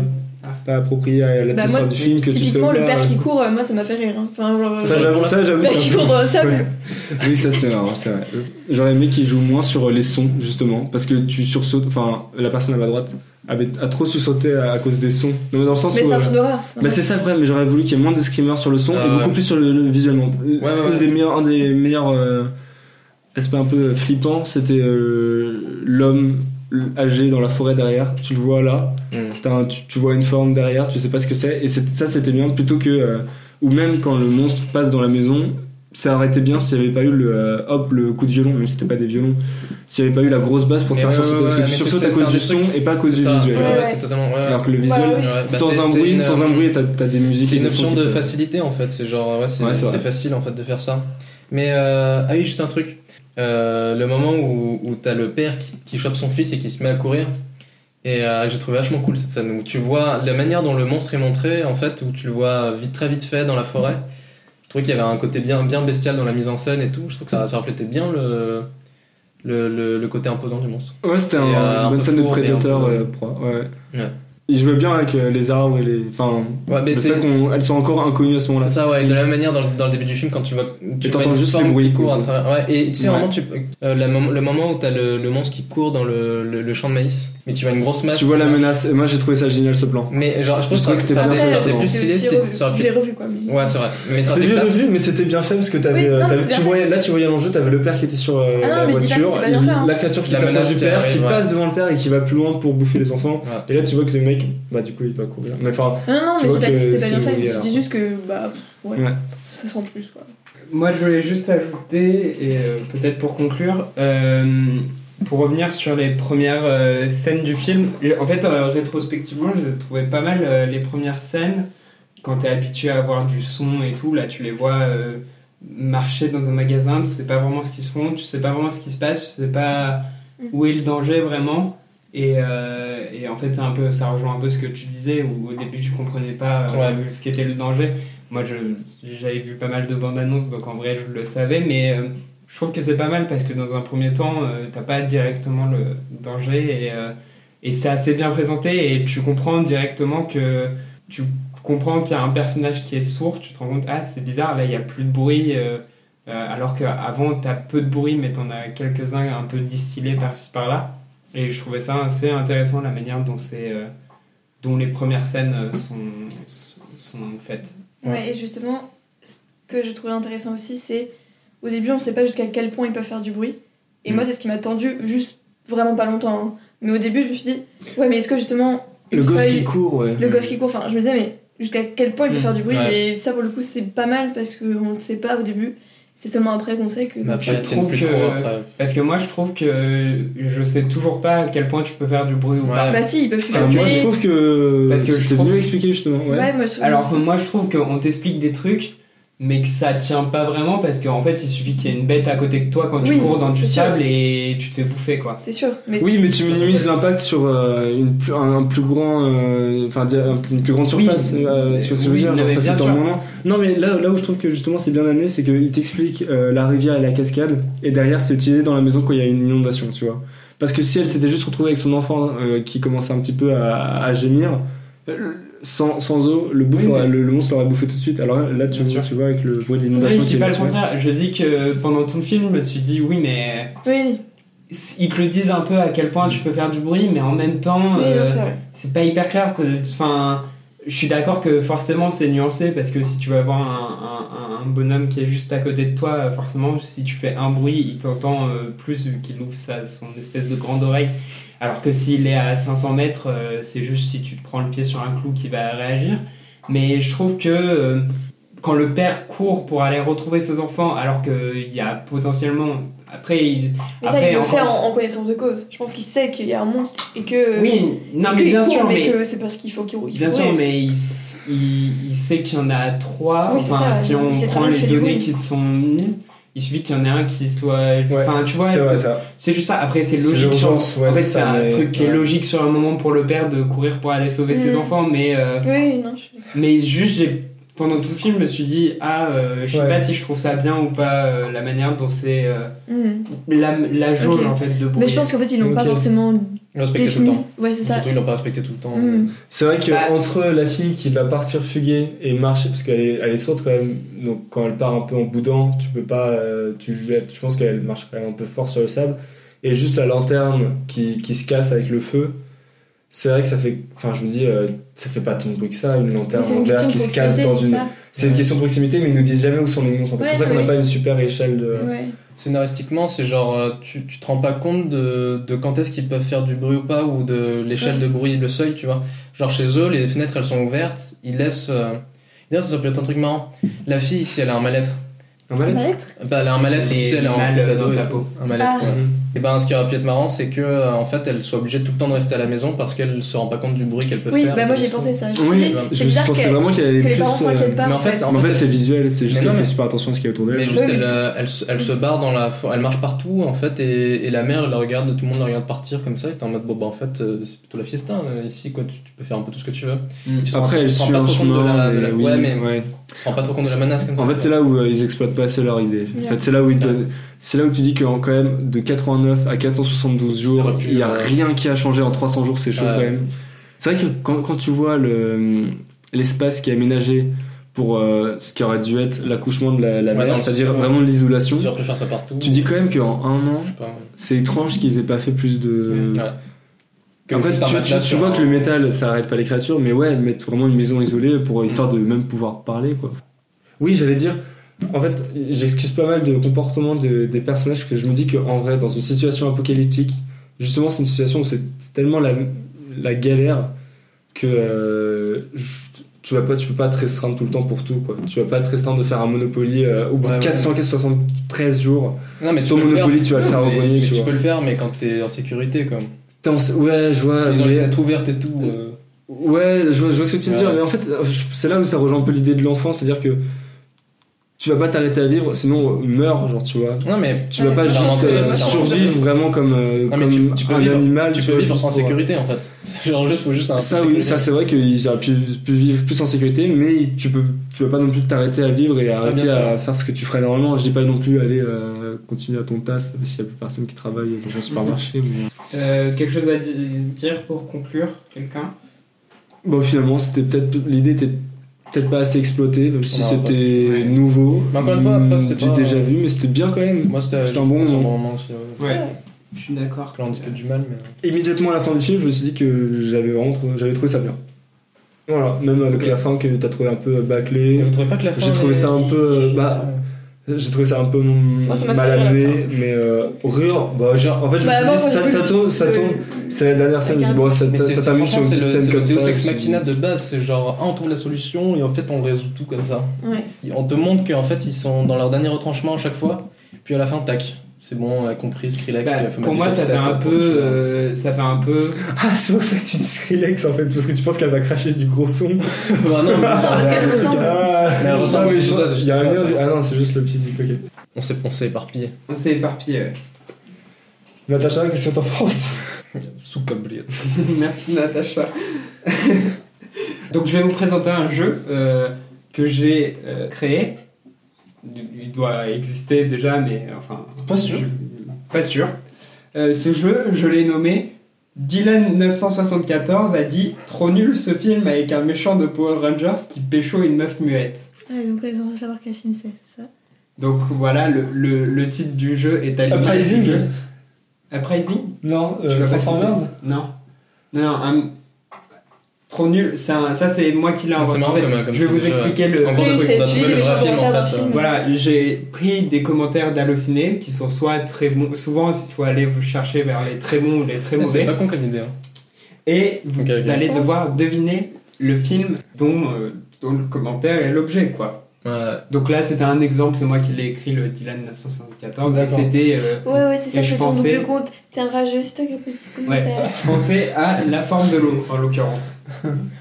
Speaker 2: pas appropriée à
Speaker 3: Bah,
Speaker 2: l'atmosphère
Speaker 3: moi,
Speaker 2: du film que tu fais.
Speaker 3: typiquement, le
Speaker 2: là,
Speaker 3: père qui court, euh, moi, ça m'a fait rire. hein. Enfin, genre,
Speaker 2: Ça, j'avoue, ça, j'avoue.
Speaker 3: le père
Speaker 2: c'est un
Speaker 3: qui
Speaker 2: peu-
Speaker 3: court dans la salle.
Speaker 2: Ouais. Oui, ça c'était marrant, c'est vrai. J'aurais aimé qu'il joue moins sur euh, les sons, justement, parce que tu sursautes. Enfin, la personne à ma droite avait, a trop sursauté à, à cause des sons. Non, mais dans le sens
Speaker 3: Mais
Speaker 2: où.
Speaker 3: c'est un
Speaker 2: euh,
Speaker 3: film d'horreur, ça.
Speaker 2: bah, c'est ça le problème, mais j'aurais voulu qu'il y ait moins de screamers sur le son
Speaker 4: Ah,
Speaker 2: et
Speaker 4: ouais.
Speaker 2: beaucoup plus sur le, le visuellement. Euh,
Speaker 4: ouais,
Speaker 2: Une
Speaker 4: ouais.
Speaker 2: des meilleures, un des meilleurs euh, aspects un peu flippants, c'était euh, l'homme âgé dans la forêt derrière. Tu le vois là,
Speaker 4: Mm.
Speaker 2: T'as un- tu, tu vois une forme derrière, tu sais pas ce que c'est, et c'est- ça c'était bien plutôt que. euh, ou même quand le monstre passe dans la maison, ça aurait été bien s'il n'y avait pas eu le, euh, hop, le coup de violon, même si c'était pas des violons, s'il n'y avait pas eu la grosse basse pour te
Speaker 4: Mais
Speaker 2: faire
Speaker 4: ouais,
Speaker 2: sursauter,
Speaker 4: ouais,
Speaker 2: parce que
Speaker 4: ouais,
Speaker 2: tu
Speaker 4: mais
Speaker 2: sursautes
Speaker 4: c'est-
Speaker 2: à
Speaker 4: c'est
Speaker 2: cause
Speaker 4: un
Speaker 2: du
Speaker 4: des trucs-
Speaker 2: son et pas à cause
Speaker 4: C'est
Speaker 2: du
Speaker 4: ça,
Speaker 2: visuel.
Speaker 4: ouais,
Speaker 3: Ouais.
Speaker 4: ouais, c'est totalement. ouais.
Speaker 2: Alors que le visuel,
Speaker 3: Ouais, ouais.
Speaker 4: Ouais, bah,
Speaker 2: sans,
Speaker 4: c'est-
Speaker 2: un
Speaker 4: c'est
Speaker 2: bruit,
Speaker 4: une,
Speaker 2: sans un
Speaker 4: euh,
Speaker 2: bruit, t'as t'as des musiques.
Speaker 4: C'est
Speaker 2: et
Speaker 4: une
Speaker 2: des sons
Speaker 4: option
Speaker 2: qui
Speaker 4: de
Speaker 2: peuvent-
Speaker 4: facilité en fait, c'est genre ouais, c'est
Speaker 2: Ouais, c'est
Speaker 4: c'est
Speaker 2: vrai.
Speaker 4: facile en fait de faire ça. Mais euh, ah oui, juste un truc, Euh, le moment où, où t'as le père qui, qui chope son fils et qui se met à courir, et euh, j'ai trouvé vachement cool cette scène où tu vois la manière dont le monstre est montré en fait, où tu le vois vite très vite fait dans la forêt. Je trouvais qu'il y avait un côté bien, bien bestial dans la mise en scène et tout, je trouve que ça, ça reflétait bien le, le, le, le côté imposant du monstre.
Speaker 2: Ouais, c'était
Speaker 4: Et,
Speaker 2: un,
Speaker 4: euh,
Speaker 2: une
Speaker 4: un
Speaker 2: bonne
Speaker 4: peu
Speaker 2: scène de
Speaker 4: fourbe et un
Speaker 2: prédateur
Speaker 4: peu-
Speaker 2: euh, proie. Ouais.
Speaker 4: Ouais.
Speaker 2: il jouait bien avec euh, les arbres et les. Enfin,
Speaker 4: Ouais, mais
Speaker 2: le
Speaker 4: c'est
Speaker 2: fait qu'on- elles sont encore inconnues à ce
Speaker 4: c'est
Speaker 2: moment-là.
Speaker 4: ça, ouais. De la même manière, dans le, dans le début du film, quand tu vois. Tu
Speaker 2: Et
Speaker 4: vois
Speaker 2: t'entends
Speaker 4: une
Speaker 2: juste
Speaker 4: forme
Speaker 2: les bruits,
Speaker 4: qui court à
Speaker 2: quoi.
Speaker 4: travers. Ouais, et tu sais,
Speaker 2: Ouais.
Speaker 4: vraiment, tu, euh, la mom- le moment où t'as le, le monstre qui court dans le, le, le champ de maïs, mais tu vois une grosse masse.
Speaker 2: Tu vois
Speaker 4: qui
Speaker 2: la
Speaker 4: marche.
Speaker 2: menace. Et moi, j'ai trouvé ça génial ce plan.
Speaker 4: Mais genre, je pense
Speaker 2: Je trouvais
Speaker 4: que
Speaker 2: que c'était
Speaker 4: ça
Speaker 2: bien
Speaker 4: aurait
Speaker 2: fait,
Speaker 4: été
Speaker 2: c'est
Speaker 4: plus stylé si ça aurait
Speaker 3: Je
Speaker 4: pu-
Speaker 3: l'ai revu quoi. mais-
Speaker 4: Ouais, c'est vrai. Mais ça
Speaker 2: C'est
Speaker 4: aurait été
Speaker 2: vieux de
Speaker 4: classe.
Speaker 2: vue, mais c'était bien fait parce que t'avais, euh,
Speaker 3: Oui, non,
Speaker 2: t'avais-
Speaker 3: c'est bien
Speaker 2: tu
Speaker 3: fait.
Speaker 2: voyais, là tu voyais l'enjeu, t'avais le père qui était sur euh,
Speaker 3: Ah non,
Speaker 2: la
Speaker 3: mais je dis pas que c'était
Speaker 2: voiture,
Speaker 3: pas bien fait, hein.
Speaker 2: la créature qui
Speaker 4: La
Speaker 2: s'approche
Speaker 4: menace
Speaker 2: du
Speaker 4: qui
Speaker 2: père, qui
Speaker 4: arrive, ouais.
Speaker 2: passe devant le père et qui va plus loin pour bouffer les enfants.
Speaker 4: Ouais.
Speaker 2: Et là tu vois que le mec, bah du coup il va courir. Mais enfin,
Speaker 3: Non, non, non,
Speaker 2: Tu
Speaker 3: mais
Speaker 2: vois
Speaker 3: j'ai pas dit que
Speaker 2: que
Speaker 3: c'était pas
Speaker 2: c'est
Speaker 3: bien
Speaker 2: une
Speaker 3: fait. Je
Speaker 2: galère.
Speaker 3: dis juste que, bah, ouais,
Speaker 2: Ouais.
Speaker 3: ça sent plus quoi.
Speaker 1: Moi, je voulais juste ajouter, et euh, peut-être pour conclure, euh, pour revenir sur les premières euh, scènes du film. je- En fait, euh, rétrospectivement, je les trouvais pas mal euh, les premières scènes. Quand t'es habitué à avoir du son et tout, là, tu les vois euh, marcher dans un magasin, tu sais pas vraiment ce qu'ils se font, tu sais pas vraiment ce qui se passe, tu sais pas où est le danger vraiment. Et, euh, et en fait, c'est un peu, ça rejoint un peu ce que tu disais, où au début, tu comprenais pas euh, ce qu'était le danger. Moi, je- j'avais vu pas mal de bandes annonces, donc en vrai, je le savais, mais euh, je trouve que c'est pas mal parce que dans un premier temps, euh, t'as pas directement le danger et, euh, et c'est assez bien présenté et tu comprends directement que tu comprends qu'il y a un personnage qui est sourd, tu te rends compte, ah, c'est bizarre, là, il y a plus de bruit, euh, euh, alors qu'avant, t'as peu de bruit, mais t'en as quelques-uns un peu distillés par-ci par-là. Et je trouvais ça assez intéressant la manière dont, c'est, euh, dont les premières scènes euh, sont, sont- sont faites.
Speaker 3: Ouais. et justement, ce que je trouvais intéressant aussi, c'est au début, on sait pas jusqu'à quel point ils peuvent faire du bruit. Et
Speaker 1: Mm.
Speaker 3: moi, c'est ce qui m'a tendu, juste vraiment pas longtemps. hein. Mais au début, je me suis dit, ouais, mais est-ce que justement. une feuille-
Speaker 2: court, ouais. Mm.
Speaker 3: Le gosse qui court, enfin, je me disais, mais jusqu'à quel point il peut
Speaker 1: Mm,
Speaker 3: faire du bruit
Speaker 4: ouais.
Speaker 3: Et ça, pour le coup, c'est pas mal parce qu'on ne sait pas au début. C'est seulement après qu'on sait que.
Speaker 2: Bah,
Speaker 4: Mais après,
Speaker 1: Je
Speaker 4: ils tiennent
Speaker 1: trouve
Speaker 4: plus
Speaker 1: que-
Speaker 4: trop après.
Speaker 1: Parce que moi, je trouve que je sais toujours pas à quel point tu peux faire du bruit ou
Speaker 4: Ouais.
Speaker 1: pas.
Speaker 3: Bah, si, ils peuvent faire
Speaker 2: Enfin,
Speaker 3: du
Speaker 2: moi je
Speaker 3: bruit.
Speaker 2: trouve que
Speaker 1: Parce que je
Speaker 2: c'était
Speaker 1: trouve-
Speaker 2: mieux expliqué justement. Ouais.
Speaker 3: Ouais, moi, je trouve.
Speaker 1: Alors que moi, je trouve qu'on t'explique des trucs, mais que ça tient pas vraiment parce qu'en fait, il suffit qu'il y ait une bête à côté de toi quand tu
Speaker 3: Oui,
Speaker 1: cours dans du
Speaker 3: c'est sûr.
Speaker 1: sable et tu te fais bouffer, quoi.
Speaker 3: C'est sûr. Mais
Speaker 2: Oui,
Speaker 3: c'est-
Speaker 2: mais tu minimises l'impact sur euh, une plus- un, un plus grand, euh, enfin di- un- une plus grande surface.
Speaker 1: Oui.
Speaker 2: euh, tu vois ce que
Speaker 1: Oui,
Speaker 2: je veux dire
Speaker 1: non,
Speaker 2: genre,
Speaker 1: mais
Speaker 2: ça,
Speaker 1: bien
Speaker 2: c'est
Speaker 1: sûr.
Speaker 2: un moment. Non, mais là, là où je trouve que justement c'est bien amené, c'est qu'il t'explique euh, la rivière et la cascade, et derrière c'est utilisé dans la maison quand il y a une inondation, tu vois. Parce que si elle s'était juste retrouvée avec son enfant euh, qui commençait un petit peu à, à gémir. euh, Sans, sans eau, le, bouffe
Speaker 1: Oui, mais-
Speaker 2: l'aurait- le, le monstre l'aurait bouffé tout de suite. Alors là, tu,
Speaker 1: Bien sûr.
Speaker 2: tu vois, avec le bruit de
Speaker 1: Oui,
Speaker 2: l'inondation
Speaker 1: je dis
Speaker 2: qui
Speaker 1: pas
Speaker 2: est
Speaker 1: le
Speaker 2: tu vois.
Speaker 1: contraire. Je dis que pendant tout le film, je me suis dit oui, mais
Speaker 3: Oui,
Speaker 1: ils te le disent un peu à quel point tu peux faire du bruit, mais en même temps,
Speaker 3: oui,
Speaker 1: euh,
Speaker 3: non, c'est vrai.
Speaker 1: c'est pas hyper clair. c'est- Enfin, je suis d'accord que forcément c'est nuancé parce que si tu veux avoir un, un- un bonhomme qui est juste à côté de toi, euh, forcément si tu fais un bruit, il t'entend euh, plus vu qu'il ouvre sa, son espèce de grande oreille. Alors que s'il est à 500 mètres, euh, c'est juste si tu te prends le pied sur un clou qui va réagir. Mais je trouve que euh, quand le père court pour aller retrouver ses enfants, alors qu'il y a potentiellement. Après, il.
Speaker 3: Mais ça,
Speaker 1: après,
Speaker 3: il le
Speaker 1: encore-
Speaker 3: fait en, en connaissance de cause. Je pense qu'il sait qu'il y a un monstre et que.
Speaker 1: Oui, non,
Speaker 3: et
Speaker 1: mais
Speaker 3: qu'il
Speaker 1: bien
Speaker 3: Euh, court,
Speaker 1: sûr, mais.
Speaker 3: que c'est parce qu'il faut qu'il il
Speaker 1: Bien
Speaker 3: faut
Speaker 1: sûr,
Speaker 3: courir.
Speaker 1: mais il, s- il- il sait qu'il y en a trois.
Speaker 3: Oui, c'est
Speaker 1: enfin,
Speaker 3: ça,
Speaker 1: si
Speaker 3: il-
Speaker 1: on
Speaker 3: il sait très
Speaker 1: prend
Speaker 3: bien
Speaker 1: les
Speaker 3: qu'il fait du
Speaker 1: données
Speaker 3: bruit.
Speaker 1: qui te sont mises, il suffit qu'il y en ait un qui soit. Enfin, tu vois,
Speaker 2: C'est vrai,
Speaker 1: c'est-
Speaker 2: ça.
Speaker 1: c'est juste ça. Après, c'est
Speaker 2: C'est
Speaker 1: logique. sur-
Speaker 2: l'urgence, ouais,
Speaker 1: en fait,
Speaker 2: c'est
Speaker 1: c'est
Speaker 2: ça,
Speaker 1: un
Speaker 2: mais-
Speaker 1: truc qui est
Speaker 2: ouais.
Speaker 1: logique sur un moment pour le père de courir pour aller sauver ses
Speaker 3: Mm.
Speaker 1: enfants, mais, euh,
Speaker 3: Oui, non, je suis
Speaker 1: mais juste, j'ai- pendant tout le film, je me suis dit, ah, euh, je sais
Speaker 2: Ouais.
Speaker 1: pas si je trouve ça bien ou pas, euh, la manière dont c'est. euh,
Speaker 3: Hmm.
Speaker 1: la, la jauge,
Speaker 3: Ok.
Speaker 1: en fait, de bruit.
Speaker 3: Mais je pense qu'en fait, ils l'ont pas
Speaker 2: Ok.
Speaker 3: forcément
Speaker 4: Respecter tout le
Speaker 3: défini.
Speaker 4: temps.
Speaker 3: Ouais, c'est ça.
Speaker 4: Surtout, ils l'ont pas respecté tout le temps.
Speaker 3: Hmm.
Speaker 2: C'est vrai que
Speaker 1: Bah-
Speaker 2: entre la fille qui va partir fuguer et marcher, parce qu'elle est, elle est sourde quand même, donc quand elle part un peu en boudin, tu peux pas. euh, tu, je pense qu'elle marche quand même un peu fort sur le sable. Et juste la lanterne qui, qui se casse avec le feu, c'est vrai que ça fait. Enfin, je me dis, euh, ça fait pas tant de bruit que ça, une
Speaker 3: Mais
Speaker 2: lanterne
Speaker 3: c'est
Speaker 2: en
Speaker 3: une
Speaker 2: verre
Speaker 3: question
Speaker 2: qui
Speaker 3: de
Speaker 2: se casse dans
Speaker 3: proximité, c'est
Speaker 2: une.
Speaker 3: ça.
Speaker 2: C'est une question de proximité, mais ils nous disent jamais où sont les monstres. en fait.
Speaker 3: Ouais,
Speaker 2: c'est pour ça qu'on
Speaker 3: oui.
Speaker 2: n'a pas une super échelle de.
Speaker 3: Ouais.
Speaker 4: Scénaristiquement, c'est genre, euh, tu, tu te rends pas compte de, de quand est-ce qu'ils peuvent faire du bruit ou pas, ou de l'échelle
Speaker 3: Ouais.
Speaker 4: de bruit, le seuil, tu vois. Genre chez eux, les fenêtres, elles sont ouvertes, ils laissent. euh, D'ailleurs, ça, ça peut être un truc marrant. La fille, si elle a un mal-être,
Speaker 2: Un mal-être.
Speaker 3: Peut-être.
Speaker 4: bah, elle a un mal-être, tu
Speaker 1: Les
Speaker 4: sais, elle est en
Speaker 1: mâles
Speaker 4: crise d'ado
Speaker 1: dans
Speaker 4: et
Speaker 1: sa
Speaker 4: tout.
Speaker 1: peau.
Speaker 4: Un mal-être,
Speaker 3: Ah.
Speaker 4: ouais.
Speaker 1: Mhm.
Speaker 4: Et ben, ce qui aurait pu être marrant, c'est que euh, en fait, elle soit obligée tout le temps de rester à la maison parce qu'elle se rend pas compte du bruit qu'elle peut
Speaker 3: Oui,
Speaker 4: faire.
Speaker 3: bah moi
Speaker 4: de
Speaker 3: j'ai
Speaker 4: son-
Speaker 3: pensé ça. Je me
Speaker 2: Oui,
Speaker 3: disais,
Speaker 2: je
Speaker 3: c'est
Speaker 2: me suis-
Speaker 3: bizarre
Speaker 2: pensais
Speaker 3: qu'elle-
Speaker 2: vraiment qu'elle
Speaker 3: que
Speaker 2: allait
Speaker 3: les
Speaker 2: plus.
Speaker 3: parents s'inquiètent
Speaker 2: euh,
Speaker 3: pas.
Speaker 4: mais en fait,
Speaker 2: En fait, c'est visuel, c'est juste
Speaker 4: Mais non,
Speaker 2: qu'elle fait
Speaker 4: mais-
Speaker 2: super attention à ce qu'il y a autour d'elle.
Speaker 4: Mais juste,
Speaker 3: Oui,
Speaker 4: elle,
Speaker 3: mais-
Speaker 4: euh, elle, se- elle se barre dans la forêt, elle marche partout en fait, et, et la mère elle la regarde, tout le monde la regarde partir comme ça, et t'es en mode bon bah en fait euh, c'est plutôt la fiesta euh, ici quoi, tu, tu peux faire un peu tout ce que tu veux.
Speaker 1: Mm.
Speaker 4: Tu te rends-
Speaker 2: Après,
Speaker 4: tu
Speaker 2: elle
Speaker 4: te rends
Speaker 2: suit
Speaker 4: pas
Speaker 2: un
Speaker 4: trop compte de la-
Speaker 2: chemin.
Speaker 4: de
Speaker 2: mais
Speaker 4: la-
Speaker 2: oui,
Speaker 4: ouais, mais-
Speaker 2: ouais.
Speaker 4: Tu te rends pas trop compte de la menace comme ça.
Speaker 2: En fait,
Speaker 4: quoi.
Speaker 2: c'est là où euh, ils exploitent pas assez leur idée.
Speaker 3: Ouais.
Speaker 2: En fait, c'est là où ils donnent- c'est là où tu dis que en- quand même de 89 à 472
Speaker 4: Ça
Speaker 2: jours,
Speaker 4: aurait pu,
Speaker 2: il y a
Speaker 4: euh,
Speaker 2: rien qui a changé en 300 jours, c'est chaud
Speaker 4: Ouais.
Speaker 2: quand même.
Speaker 6: C'est vrai que quand, quand tu vois le, l'espace qui est aménagé pour euh, ce qui aurait dû être l'accouchement de la, la
Speaker 4: Ouais, dans
Speaker 6: mère,
Speaker 4: le
Speaker 6: c'est-à-dire
Speaker 4: sous-sol,
Speaker 6: vraiment l'isolation,
Speaker 4: J'aurais pu faire ça partout.
Speaker 6: tu dis quand même qu'en un an,
Speaker 4: Je sais pas.
Speaker 6: c'est étrange qu'ils aient pas fait plus
Speaker 2: Euh,
Speaker 6: de.
Speaker 4: Ouais. Que
Speaker 6: en fait,
Speaker 4: juste un
Speaker 6: tu, tu-
Speaker 4: matelas
Speaker 6: tu
Speaker 4: sur
Speaker 6: vois
Speaker 4: un-
Speaker 6: que le métal, ça arrête pas les créatures, mais ouais, mettre vraiment une maison isolée pour histoire de même pouvoir parler, quoi.
Speaker 2: Mm. Oui, j'allais dire. En fait, j'excuse pas mal de comportements de- des personnages que je me dis qu'en vrai, dans une situation apocalyptique, justement, c'est une situation où c'est tellement la, la galère que euh, je- tu vas pas, tu peux pas te restreindre tout le temps pour tout. Quoi. Tu vas pas te restreindre de faire un Monopoly euh, au bout
Speaker 4: Ouais,
Speaker 2: de
Speaker 4: ouais.
Speaker 2: 473 jours.
Speaker 4: Non, mais tu
Speaker 2: Ton
Speaker 4: peux le faire.
Speaker 2: Monopoly, tu vas le faire au
Speaker 4: Mais-
Speaker 2: grenier.
Speaker 4: mais
Speaker 2: Tu
Speaker 4: tu
Speaker 2: vois.
Speaker 4: peux le faire, mais quand t'es en sécurité, comme.
Speaker 2: T'es en- Ouais, je vois.
Speaker 4: Ils ont les
Speaker 2: mais-
Speaker 4: fenêtres ouvertes et tout. euh.
Speaker 2: Ouais, je vois, je vois ce que tu veux
Speaker 4: Ouais.
Speaker 2: dire, mais en fait, je- c'est là où ça rejoint un peu l'idée de l'enfant, c'est-à-dire que tu vas pas t'arrêter à vivre, sinon euh, meurs, genre, tu vois.
Speaker 4: Non, mais
Speaker 2: Tu vas pas
Speaker 3: Ouais.
Speaker 2: juste
Speaker 4: Genre,
Speaker 2: euh,
Speaker 4: en fait,
Speaker 2: survivre vraiment comme, euh,
Speaker 4: mais
Speaker 2: comme
Speaker 4: tu- tu peux
Speaker 2: un
Speaker 4: vivre-
Speaker 2: animal.
Speaker 4: tu
Speaker 2: tu
Speaker 4: peux
Speaker 2: vois,
Speaker 4: vivre
Speaker 2: juste
Speaker 4: en
Speaker 2: pour- euh,
Speaker 4: sécurité en fait. C'est Genre, juste, faut juste un.
Speaker 2: Ça, oui, ça, c'est vrai qu'ils auraient pu, pu vivre plus en sécurité, mais tu, peux, tu vas pas non plus t'arrêter à vivre et arrêter
Speaker 4: bien
Speaker 2: à faire ce que tu ferais normalement. Je dis pas non plus aller euh, continuer à ton taf s'il y a plus personne qui travaille dans un supermarché. mais-
Speaker 1: Euh, quelque chose à di- dire pour conclure Quelqu'un
Speaker 2: Bon, finalement, c'était peut-être l'idée était peut-être pas assez exploitée, même si
Speaker 4: Non,
Speaker 2: c'était
Speaker 4: pas-
Speaker 2: nouveau.
Speaker 4: Mais encore une fois, après, c'était
Speaker 2: du
Speaker 4: pas-
Speaker 2: déjà vu, mais c'était bien quand même.
Speaker 4: Moi, c'était
Speaker 2: C'était un bon
Speaker 4: c'est
Speaker 2: moment.
Speaker 4: moment aussi. ouais.
Speaker 1: Ouais. Je suis d'accord.
Speaker 4: Là, on dit que du mal, mais. euh,
Speaker 2: Immédiatement à la fin du film, je me suis dit que j'avais vraiment trouvé, j'avais trouvé ça bien. Voilà, même avec la fin que t'as trouvé un peu bâclée.
Speaker 4: Et vous trouvez pas que la fin.
Speaker 2: J'ai trouvé
Speaker 4: est-
Speaker 2: ça un
Speaker 4: Si,
Speaker 2: peu,
Speaker 4: si,
Speaker 2: euh,
Speaker 4: si,
Speaker 2: bah,
Speaker 4: si.
Speaker 2: J'ai trouvé ça un peu
Speaker 7: ça m'a fait
Speaker 2: mal
Speaker 7: rire, la
Speaker 2: amené, mais euh, rire. Bah, genre, en fait, je me
Speaker 3: Bah,
Speaker 2: suis
Speaker 3: moi,
Speaker 2: dit,
Speaker 3: quand
Speaker 2: ça,
Speaker 3: j'ai
Speaker 2: ça
Speaker 3: vu
Speaker 2: tombe,
Speaker 3: le-
Speaker 2: ça tombe. C'est la dernière scène, je dis, bon, ça,
Speaker 4: Mais c'est
Speaker 2: ça
Speaker 4: ça,
Speaker 2: termine sur une
Speaker 4: c'est
Speaker 2: petite
Speaker 4: le,
Speaker 2: scène
Speaker 4: c'est le
Speaker 2: comme
Speaker 4: Deus
Speaker 2: ça.
Speaker 4: Ex
Speaker 2: je me suis dit,
Speaker 4: Machina de base, c'est genre, ah, on trouve la solution et en fait on résout tout comme ça.
Speaker 3: Ouais.
Speaker 4: Et On te montre qu'en fait ils sont dans leur dernier retranchement à chaque fois, puis à la fin, tac, c'est bon, on a compris, Skrillex,
Speaker 1: Bah,
Speaker 4: il a fait ma
Speaker 1: pour moi,
Speaker 4: petite
Speaker 1: ça fait
Speaker 4: step,
Speaker 1: un
Speaker 4: pour
Speaker 1: peu,
Speaker 4: que tu-
Speaker 1: euh, ça fait un peu.
Speaker 2: Ah, c'est pour ça que tu dis Skrillex en fait, parce que tu penses qu'elle va cracher du gros son.
Speaker 4: Bah, non, mais ça,
Speaker 3: Parce qu'elle ressemble.
Speaker 2: Ah,
Speaker 4: Mais elle ressemble,
Speaker 2: ah, oui,
Speaker 4: c'est
Speaker 2: je
Speaker 4: tout ça,
Speaker 2: vois,
Speaker 4: c'est
Speaker 2: il
Speaker 4: juste
Speaker 2: y a
Speaker 4: ça.
Speaker 2: un lien du- Ah non, c'est juste le physique, ok.
Speaker 4: on s'est on s'est éparpillé.
Speaker 1: On s'est éparpillé. ouais.
Speaker 2: Natacha, qu'est-ce que t'en penses
Speaker 4: Sous cobliette.
Speaker 1: Merci Natacha. Donc je vais vous présenter un jeu euh, que j'ai euh, créé. Il doit exister déjà, mais enfin.
Speaker 4: Pas sûr.
Speaker 1: je- Pas sûr. Euh, ce jeu, je l'ai nommé Dylan 974 a dit trop nul ce film avec un méchant de Power Rangers qui pécho une meuf muette.
Speaker 3: Ouais, donc là, ils ont savoir quel film c'est, c'est ça
Speaker 1: Donc voilà, le, le- le titre du jeu est à l'image du
Speaker 2: Uprising
Speaker 1: jeu. Uprising
Speaker 2: Non,
Speaker 1: Tu
Speaker 2: euh,
Speaker 1: vas pas
Speaker 2: Transformers
Speaker 1: passer- Non. Non, non, un- Trop nul, c'est un- ça c'est moi qui l'ai
Speaker 4: Ah, c'est
Speaker 1: inventé.
Speaker 4: marrant
Speaker 1: En fait,
Speaker 4: comme- comme
Speaker 1: je vais
Speaker 4: type
Speaker 1: vous
Speaker 4: de jeu,
Speaker 1: expliquer
Speaker 4: En
Speaker 1: le.
Speaker 4: gros,
Speaker 3: Oui,
Speaker 4: le truc
Speaker 3: c'est
Speaker 4: d'un
Speaker 3: utile,
Speaker 4: nouvel
Speaker 3: les gens
Speaker 4: vrai
Speaker 3: vont
Speaker 4: film, en
Speaker 3: avoir
Speaker 4: fait,
Speaker 3: un film.
Speaker 4: euh,
Speaker 1: Voilà, j'ai pris des commentaires d'Hallociné qui sont soit très bons, souvent il faut aller vous chercher vers les très bons ou les très
Speaker 4: Ah, C'est
Speaker 1: mauvais,
Speaker 4: pas con comme idée. hein.
Speaker 1: et vous
Speaker 4: Ok, ok.
Speaker 1: allez devoir deviner le film dont, euh, dont le commentaire est l'objet quoi.
Speaker 4: Ouais.
Speaker 1: Donc là c'était un exemple, c'est moi qui l'ai écrit le Dylan 974, et
Speaker 2: D'accord.
Speaker 1: c'était. euh,
Speaker 7: Ouais, ouais, c'est ça,
Speaker 1: Et je
Speaker 7: c'est ton
Speaker 1: pensais-
Speaker 7: double compte. T'es un rageux, c'est toi qui as posé ce
Speaker 1: Ouais,
Speaker 7: commentaire.
Speaker 1: je pensais à La forme de l'eau en l'occurrence.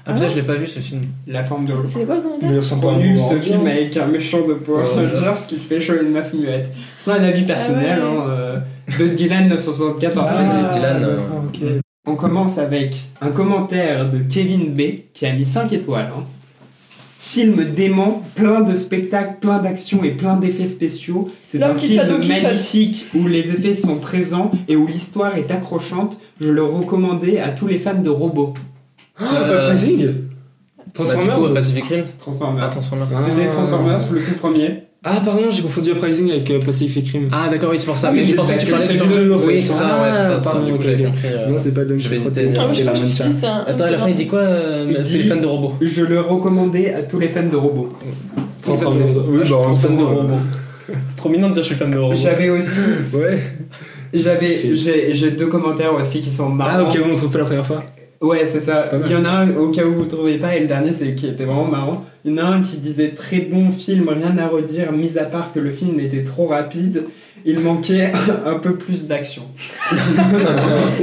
Speaker 4: Ah, putain, je l'ai pas vu ce film.
Speaker 1: La forme de l'eau.
Speaker 7: C'est quoi le commentaire
Speaker 2: Mais il ressemble pas
Speaker 1: Trop
Speaker 2: à un
Speaker 1: nul
Speaker 2: Power
Speaker 1: ce
Speaker 2: Rangers.
Speaker 1: film avec un méchant de Power
Speaker 4: Ouais,
Speaker 1: Rangers qui fait chaud une meuf muette. C'est un avis personnel
Speaker 7: Ah ouais.
Speaker 1: hein, euh, de Dylan 974.
Speaker 2: Ah,
Speaker 4: Dylan, euh,
Speaker 2: d'accord, ok.
Speaker 1: On commence avec un commentaire de Kevin B qui a mis 5 étoiles. hein. Film dément, plein de spectacles, plein d'actions et plein d'effets spéciaux. C'est
Speaker 3: L'homme
Speaker 1: un
Speaker 3: qui
Speaker 1: film
Speaker 3: tue Don Quichotte.
Speaker 1: magnifique où les effets sont présents et où l'histoire est accrochante. Je le recommandais à tous les fans de robots.
Speaker 2: Ah,
Speaker 4: Euh,
Speaker 2: Uprising
Speaker 4: bah, du coup,
Speaker 2: Transformers
Speaker 4: Pacific Rim Ah,
Speaker 1: Transformers.
Speaker 4: Transformers.
Speaker 2: Ah.
Speaker 1: C'était Transformers le tout premier.
Speaker 2: Ah, pardon, j'ai confondu Uprising avec euh, Pacific Rim.
Speaker 4: Ah, d'accord, oui, c'est pour ça.
Speaker 2: Ah, mais
Speaker 4: mais je
Speaker 2: c'est
Speaker 4: pensais que tu
Speaker 2: ça,
Speaker 4: parlais
Speaker 2: c'est
Speaker 4: sur
Speaker 2: du deux, en
Speaker 4: Oui,
Speaker 2: fait.
Speaker 4: c'est ça,
Speaker 2: Ah,
Speaker 4: ouais, c'est ça.
Speaker 2: pardon,
Speaker 4: Du coup,
Speaker 2: ok,
Speaker 4: j'avais
Speaker 2: ok.
Speaker 4: compris. euh,
Speaker 2: Non, c'est pas Dunk.
Speaker 4: je vais hésiter.
Speaker 7: Ah, moi, je
Speaker 2: Et la
Speaker 7: pense que
Speaker 2: mancha.
Speaker 7: je dis, c'est un-
Speaker 4: Attends, à la fin, il dit quoi euh,
Speaker 1: Il
Speaker 4: C'est
Speaker 1: dit-
Speaker 4: les fans de robots.
Speaker 1: Je le recommandais à tous les fans de robots.
Speaker 2: Transformers. Oui, bah, en
Speaker 4: fan
Speaker 2: même
Speaker 4: de
Speaker 2: temps,
Speaker 4: robots. C'est trop mignon de dire je suis fan de robots.
Speaker 1: J'avais aussi
Speaker 2: Ouais.
Speaker 1: J'avais,
Speaker 2: Fils.
Speaker 1: j'ai j'ai deux commentaires aussi qui sont
Speaker 2: Ah,
Speaker 1: marrants.
Speaker 2: ok, bon, on trouve pas la première fois.
Speaker 1: Ouais, c'est ça.
Speaker 2: Pas mal.
Speaker 1: Il y en a un au cas où vous trouvez pas, et le dernier c'est qui était vraiment marrant. Il y en a un qui disait très bon film, rien à redire, mis à part que le film était trop rapide. Il manquait un peu plus d'action.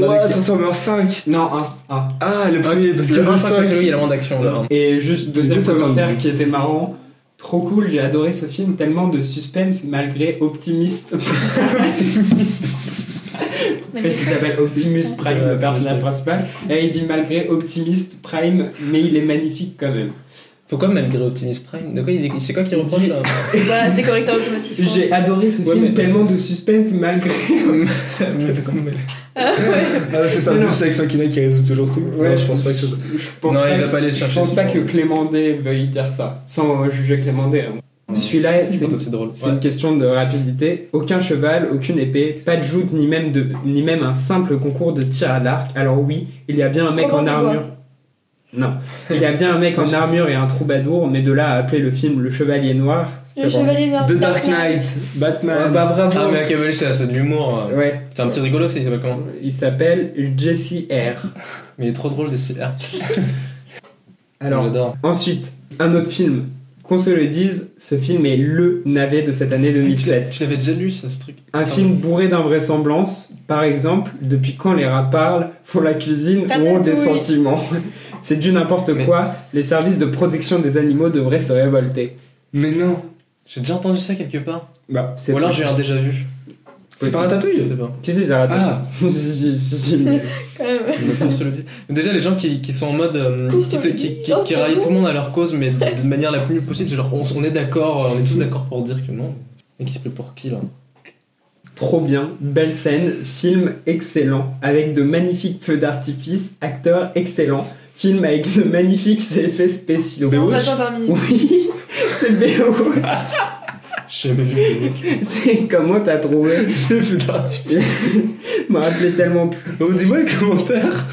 Speaker 2: Ouah, Transformers 5.
Speaker 1: Non, un, un.
Speaker 2: Ah, le premier, parce que
Speaker 4: Le
Speaker 2: le
Speaker 4: 25, c'est celui, il y
Speaker 2: 5.
Speaker 4: a le moins d'action là.
Speaker 1: Et juste deuxième
Speaker 2: Ça me semble
Speaker 1: commentaire
Speaker 2: bien.
Speaker 1: qui était marrant. Trop cool, j'ai adoré ce film, tellement de suspense malgré optimiste.
Speaker 3: Mais
Speaker 1: Parce qu'il s'appelle Optimus Prime, le personnage principal. Et il dit malgré optimiste Prime, mais il est magnifique quand même.
Speaker 4: Pourquoi malgré Optimus Prime De quoi il dit C'est quoi qu'il reproche là
Speaker 3: c'est- bah, c'est correcteur automatique. je pense.
Speaker 1: J'ai adoré ce
Speaker 4: Ouais,
Speaker 1: film,
Speaker 4: mais-
Speaker 1: tellement de suspense malgré.
Speaker 4: Mais comment il-
Speaker 2: Ah, c'est ça, en
Speaker 1: Mais
Speaker 2: plus,
Speaker 1: non.
Speaker 2: c'est avec Makina qui résout toujours tout. Ouais, je pense pas que ce soit.
Speaker 1: Je pense
Speaker 4: Non,
Speaker 1: pas
Speaker 4: il
Speaker 1: que-
Speaker 4: va pas aller
Speaker 1: Je
Speaker 4: chercher.
Speaker 1: pense
Speaker 4: son-
Speaker 1: pas que Clément D veuille dire ça, sans euh, juger Clément D. hein.
Speaker 4: Ouais.
Speaker 1: Celui-là, c'est
Speaker 4: C'est aussi drôle.
Speaker 1: c'est une question de rapidité. Aucun cheval, aucune épée, pas de joute, ni même, de, ni même un simple concours de tir à l'arc. Alors oui, il y a bien un mec
Speaker 3: Robin
Speaker 1: en
Speaker 3: des Bois.
Speaker 1: armure. Non. Il y a bien un mec en armure et un troubadour, mais de là à appeler le film Le Chevalier Noir,
Speaker 7: Le
Speaker 1: c'est pas
Speaker 7: Chevalier Noir.
Speaker 2: The Dark Knight,
Speaker 1: Ah
Speaker 2: Batman.
Speaker 1: bah bravo
Speaker 4: Ah, mais Akabel, c'est c'est de l'humour. euh.
Speaker 1: Ouais.
Speaker 4: C'est un petit rigolo, c'est- il s'appelle comment
Speaker 1: Il s'appelle Jesse R.
Speaker 4: Mais il est trop drôle des CR.
Speaker 1: Alors,
Speaker 4: J'adore.
Speaker 1: ensuite, un autre film. Qu'on se le dise, ce film est LE navet de cette année 2007.
Speaker 4: Je l'avais déjà lu, ça, ce truc.
Speaker 1: Un film bourré d'invraisemblances, par exemple, depuis quand les rats parlent, font la cuisine ou ont des
Speaker 3: Ratatouille.
Speaker 1: sentiments. C'est du n'importe
Speaker 4: Mais-
Speaker 1: quoi, les services de protection des animaux devraient se révolter.
Speaker 2: Mais non.
Speaker 4: J'ai déjà entendu ça quelque part.
Speaker 2: Bah,
Speaker 1: C'est
Speaker 4: Ou alors
Speaker 1: possible.
Speaker 4: j'ai un déjà vu.
Speaker 2: c'est pas
Speaker 4: Je
Speaker 2: Ratatouille
Speaker 4: sais pas.
Speaker 1: Si, si, j'ai raté.
Speaker 2: Ah
Speaker 1: Si, si, si, si, mais-
Speaker 7: Quand même.
Speaker 4: On se le dit. Mais déjà, les gens qui, qui sont en mode. euh,
Speaker 7: Qu'on
Speaker 4: qui,
Speaker 7: se
Speaker 4: te-
Speaker 7: le
Speaker 4: qui,
Speaker 7: dit,
Speaker 4: qui-
Speaker 7: entre
Speaker 4: qui rallient
Speaker 7: nous.
Speaker 4: tout le monde à leur cause, mais de, de manière la plus nulle possible. C'est genre, on, on est d'accord, euh, on est tous d'accord pour dire que non. Et qui se pris pour qui là
Speaker 1: Trop bien, belle scène, film excellent, avec de magnifiques feux d'artifice, acteurs excellents, film avec de magnifiques effets spéciaux.
Speaker 7: On va pas parmi nous.
Speaker 1: Oui, c'est Beowulf.
Speaker 4: J'ai jamais vu le mec.
Speaker 1: C'est comment t'as trouvé
Speaker 2: J'ai fait d'artifice.
Speaker 1: Je me rappelais tellement plus.
Speaker 2: Bon, Dis-moi les commentaires.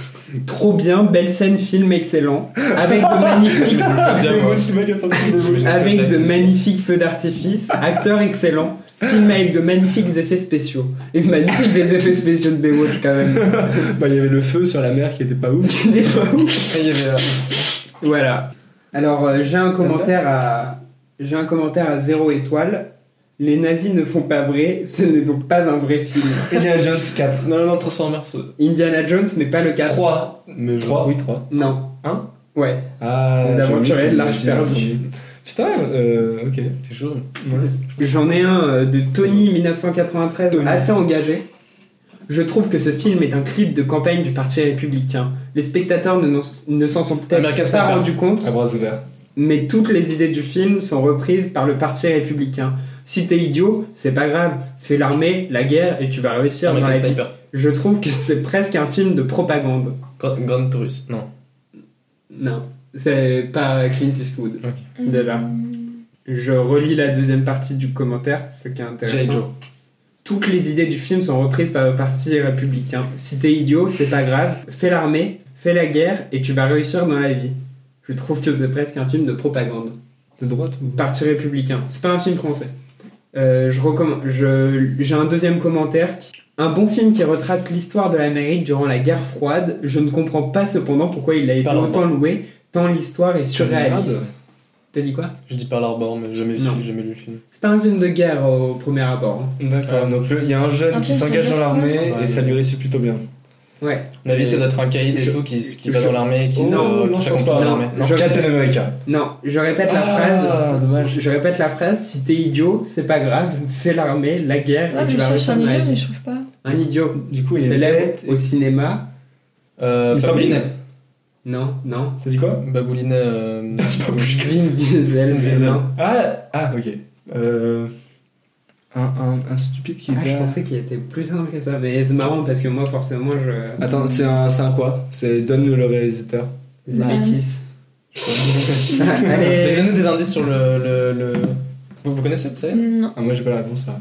Speaker 1: Trop bien, belle scène, film excellent, avec de magnifiques,
Speaker 4: dire, moi.
Speaker 2: Moi, je suis mal qu'à sortir des mots.
Speaker 1: avec de magnifiques feux d'artifice, acteurs excellents, film avec de magnifiques effets spéciaux. Et magnifiques les effets spéciaux de Beowulf quand même.
Speaker 2: Bah, il y avait le feu sur la mer qui était pas ouf.
Speaker 1: Des fois,
Speaker 4: Ah, il y avait, euh,
Speaker 1: Voilà. Alors euh, j'ai un commentaire à j'ai un commentaire à zéro étoile. Les nazis ne font pas vrai, ce n'est donc pas un vrai film.
Speaker 2: Indiana Jones 4.
Speaker 4: Non, non, non, Transformers euh,
Speaker 1: Indiana Jones n'est pas le 4.
Speaker 2: 3. 3, oui, 3.
Speaker 1: Non.
Speaker 2: Un
Speaker 1: Ouais.
Speaker 2: Ah,
Speaker 1: Les
Speaker 2: j'ai
Speaker 1: aventuriers
Speaker 2: oublié,
Speaker 1: de l'arche
Speaker 2: c'était le
Speaker 1: perdu.
Speaker 2: premier. Putain, euh, ok.
Speaker 4: C'est chaud.
Speaker 2: Ouais.
Speaker 1: J'en ai un euh, de Tony 1993
Speaker 2: Tony.
Speaker 1: assez engagé. Je trouve que ce film est un clip de campagne du Parti républicain. Les spectateurs ne, n'en- ne s'en sont
Speaker 4: American
Speaker 1: peut-être pas
Speaker 4: Sniper.
Speaker 1: rendus compte.
Speaker 2: À bras ouverts.
Speaker 1: mais toutes les idées du film sont reprises par le parti républicain. Si t'es idiot, c'est pas grave, fais l'armée, la guerre et tu vas réussir. dans
Speaker 4: American
Speaker 1: la vie.
Speaker 4: Sniper.
Speaker 1: Je trouve que c'est presque un film de propagande.
Speaker 4: Grand, Grand Taurus. Non.
Speaker 1: Non, c'est pas Clint Eastwood.
Speaker 4: Ok.
Speaker 1: Déjà. Je relis la deuxième partie du commentaire, ce qui est
Speaker 4: G.I.
Speaker 1: intéressant.
Speaker 4: Joe.
Speaker 1: Toutes les idées du film sont reprises par le parti républicain. Si t'es idiot, c'est pas grave, fais l'armée, fais la guerre et tu vas réussir dans la vie. Je trouve que c'est presque un film de propagande.
Speaker 2: De droite ou
Speaker 1: Parti républicain. C'est pas un film français. Euh, je recommande. je- J'ai un deuxième commentaire. Un bon film qui retrace l'histoire de l'Amérique durant la guerre froide. Je ne comprends pas cependant pourquoi il a été
Speaker 4: Pas longtemps.
Speaker 1: autant loué, tant l'histoire est
Speaker 2: Stalingrad
Speaker 1: surréaliste. T'as dit quoi
Speaker 4: Je dis Pearl Harbor, mais j'ai jamais vu,
Speaker 1: Non.
Speaker 4: j'ai jamais lu le film. Euh,
Speaker 1: C'est pas un film de guerre au premier abord. hein.
Speaker 2: D'accord,
Speaker 4: Ouais.
Speaker 2: Ah, donc le- il y a un jeune
Speaker 7: Un
Speaker 2: qui
Speaker 7: jeune
Speaker 2: s'engage
Speaker 7: soldat
Speaker 2: dans l'armée
Speaker 4: français.
Speaker 2: et ça lui réussit plutôt bien.
Speaker 1: Ouais.
Speaker 4: La vie,
Speaker 2: Et-
Speaker 4: c'est d'être un caïd et
Speaker 1: Je-
Speaker 4: tout qui, qui
Speaker 1: je-
Speaker 4: va dans l'armée et qui
Speaker 1: Oh,
Speaker 4: se-
Speaker 1: non,
Speaker 4: qui
Speaker 1: je pense
Speaker 4: s'accompagne
Speaker 1: pas,
Speaker 4: à l'armée.
Speaker 1: non. Je-
Speaker 2: Captain America.
Speaker 1: Non, je répète la
Speaker 2: Ah,
Speaker 1: phrase.
Speaker 2: dommage.
Speaker 1: Je répète la phrase. Si t'es idiot, c'est pas grave. Fais l'armée, la guerre.
Speaker 3: Ouais,
Speaker 1: et
Speaker 3: Ah, mais
Speaker 1: tu
Speaker 3: je
Speaker 1: vas
Speaker 3: cherche un
Speaker 1: réussir dans la
Speaker 3: idiot, mais
Speaker 1: vie.
Speaker 3: je trouve pas.
Speaker 1: Un idiot.
Speaker 2: Du coup, il est
Speaker 1: Célèbre
Speaker 2: bête.
Speaker 1: au cinéma.
Speaker 4: Euh,
Speaker 2: Mr.
Speaker 4: Baboulinet.
Speaker 1: Non, non.
Speaker 2: T'as dit quoi
Speaker 4: Baboulinet. euh,
Speaker 1: Vin Diesel.
Speaker 4: Vin Diesel.
Speaker 1: non.
Speaker 2: Ah, ah, ok. Euh, un, un, un stupide qui
Speaker 1: Ah,
Speaker 2: était.
Speaker 1: je pensais qu'il était plus simple que ça, mais c'est marrant parce que moi, forcément, je.
Speaker 2: Attends, c'est un, c'est un quoi C'est donne le réalisateur.
Speaker 1: Zemeckis.
Speaker 4: Je vais
Speaker 1: Allez,
Speaker 4: donner des indices sur le. le, le- Vous, vous connaissez, tu sais
Speaker 3: Non.
Speaker 2: Ah, moi j'ai pas la réponse là.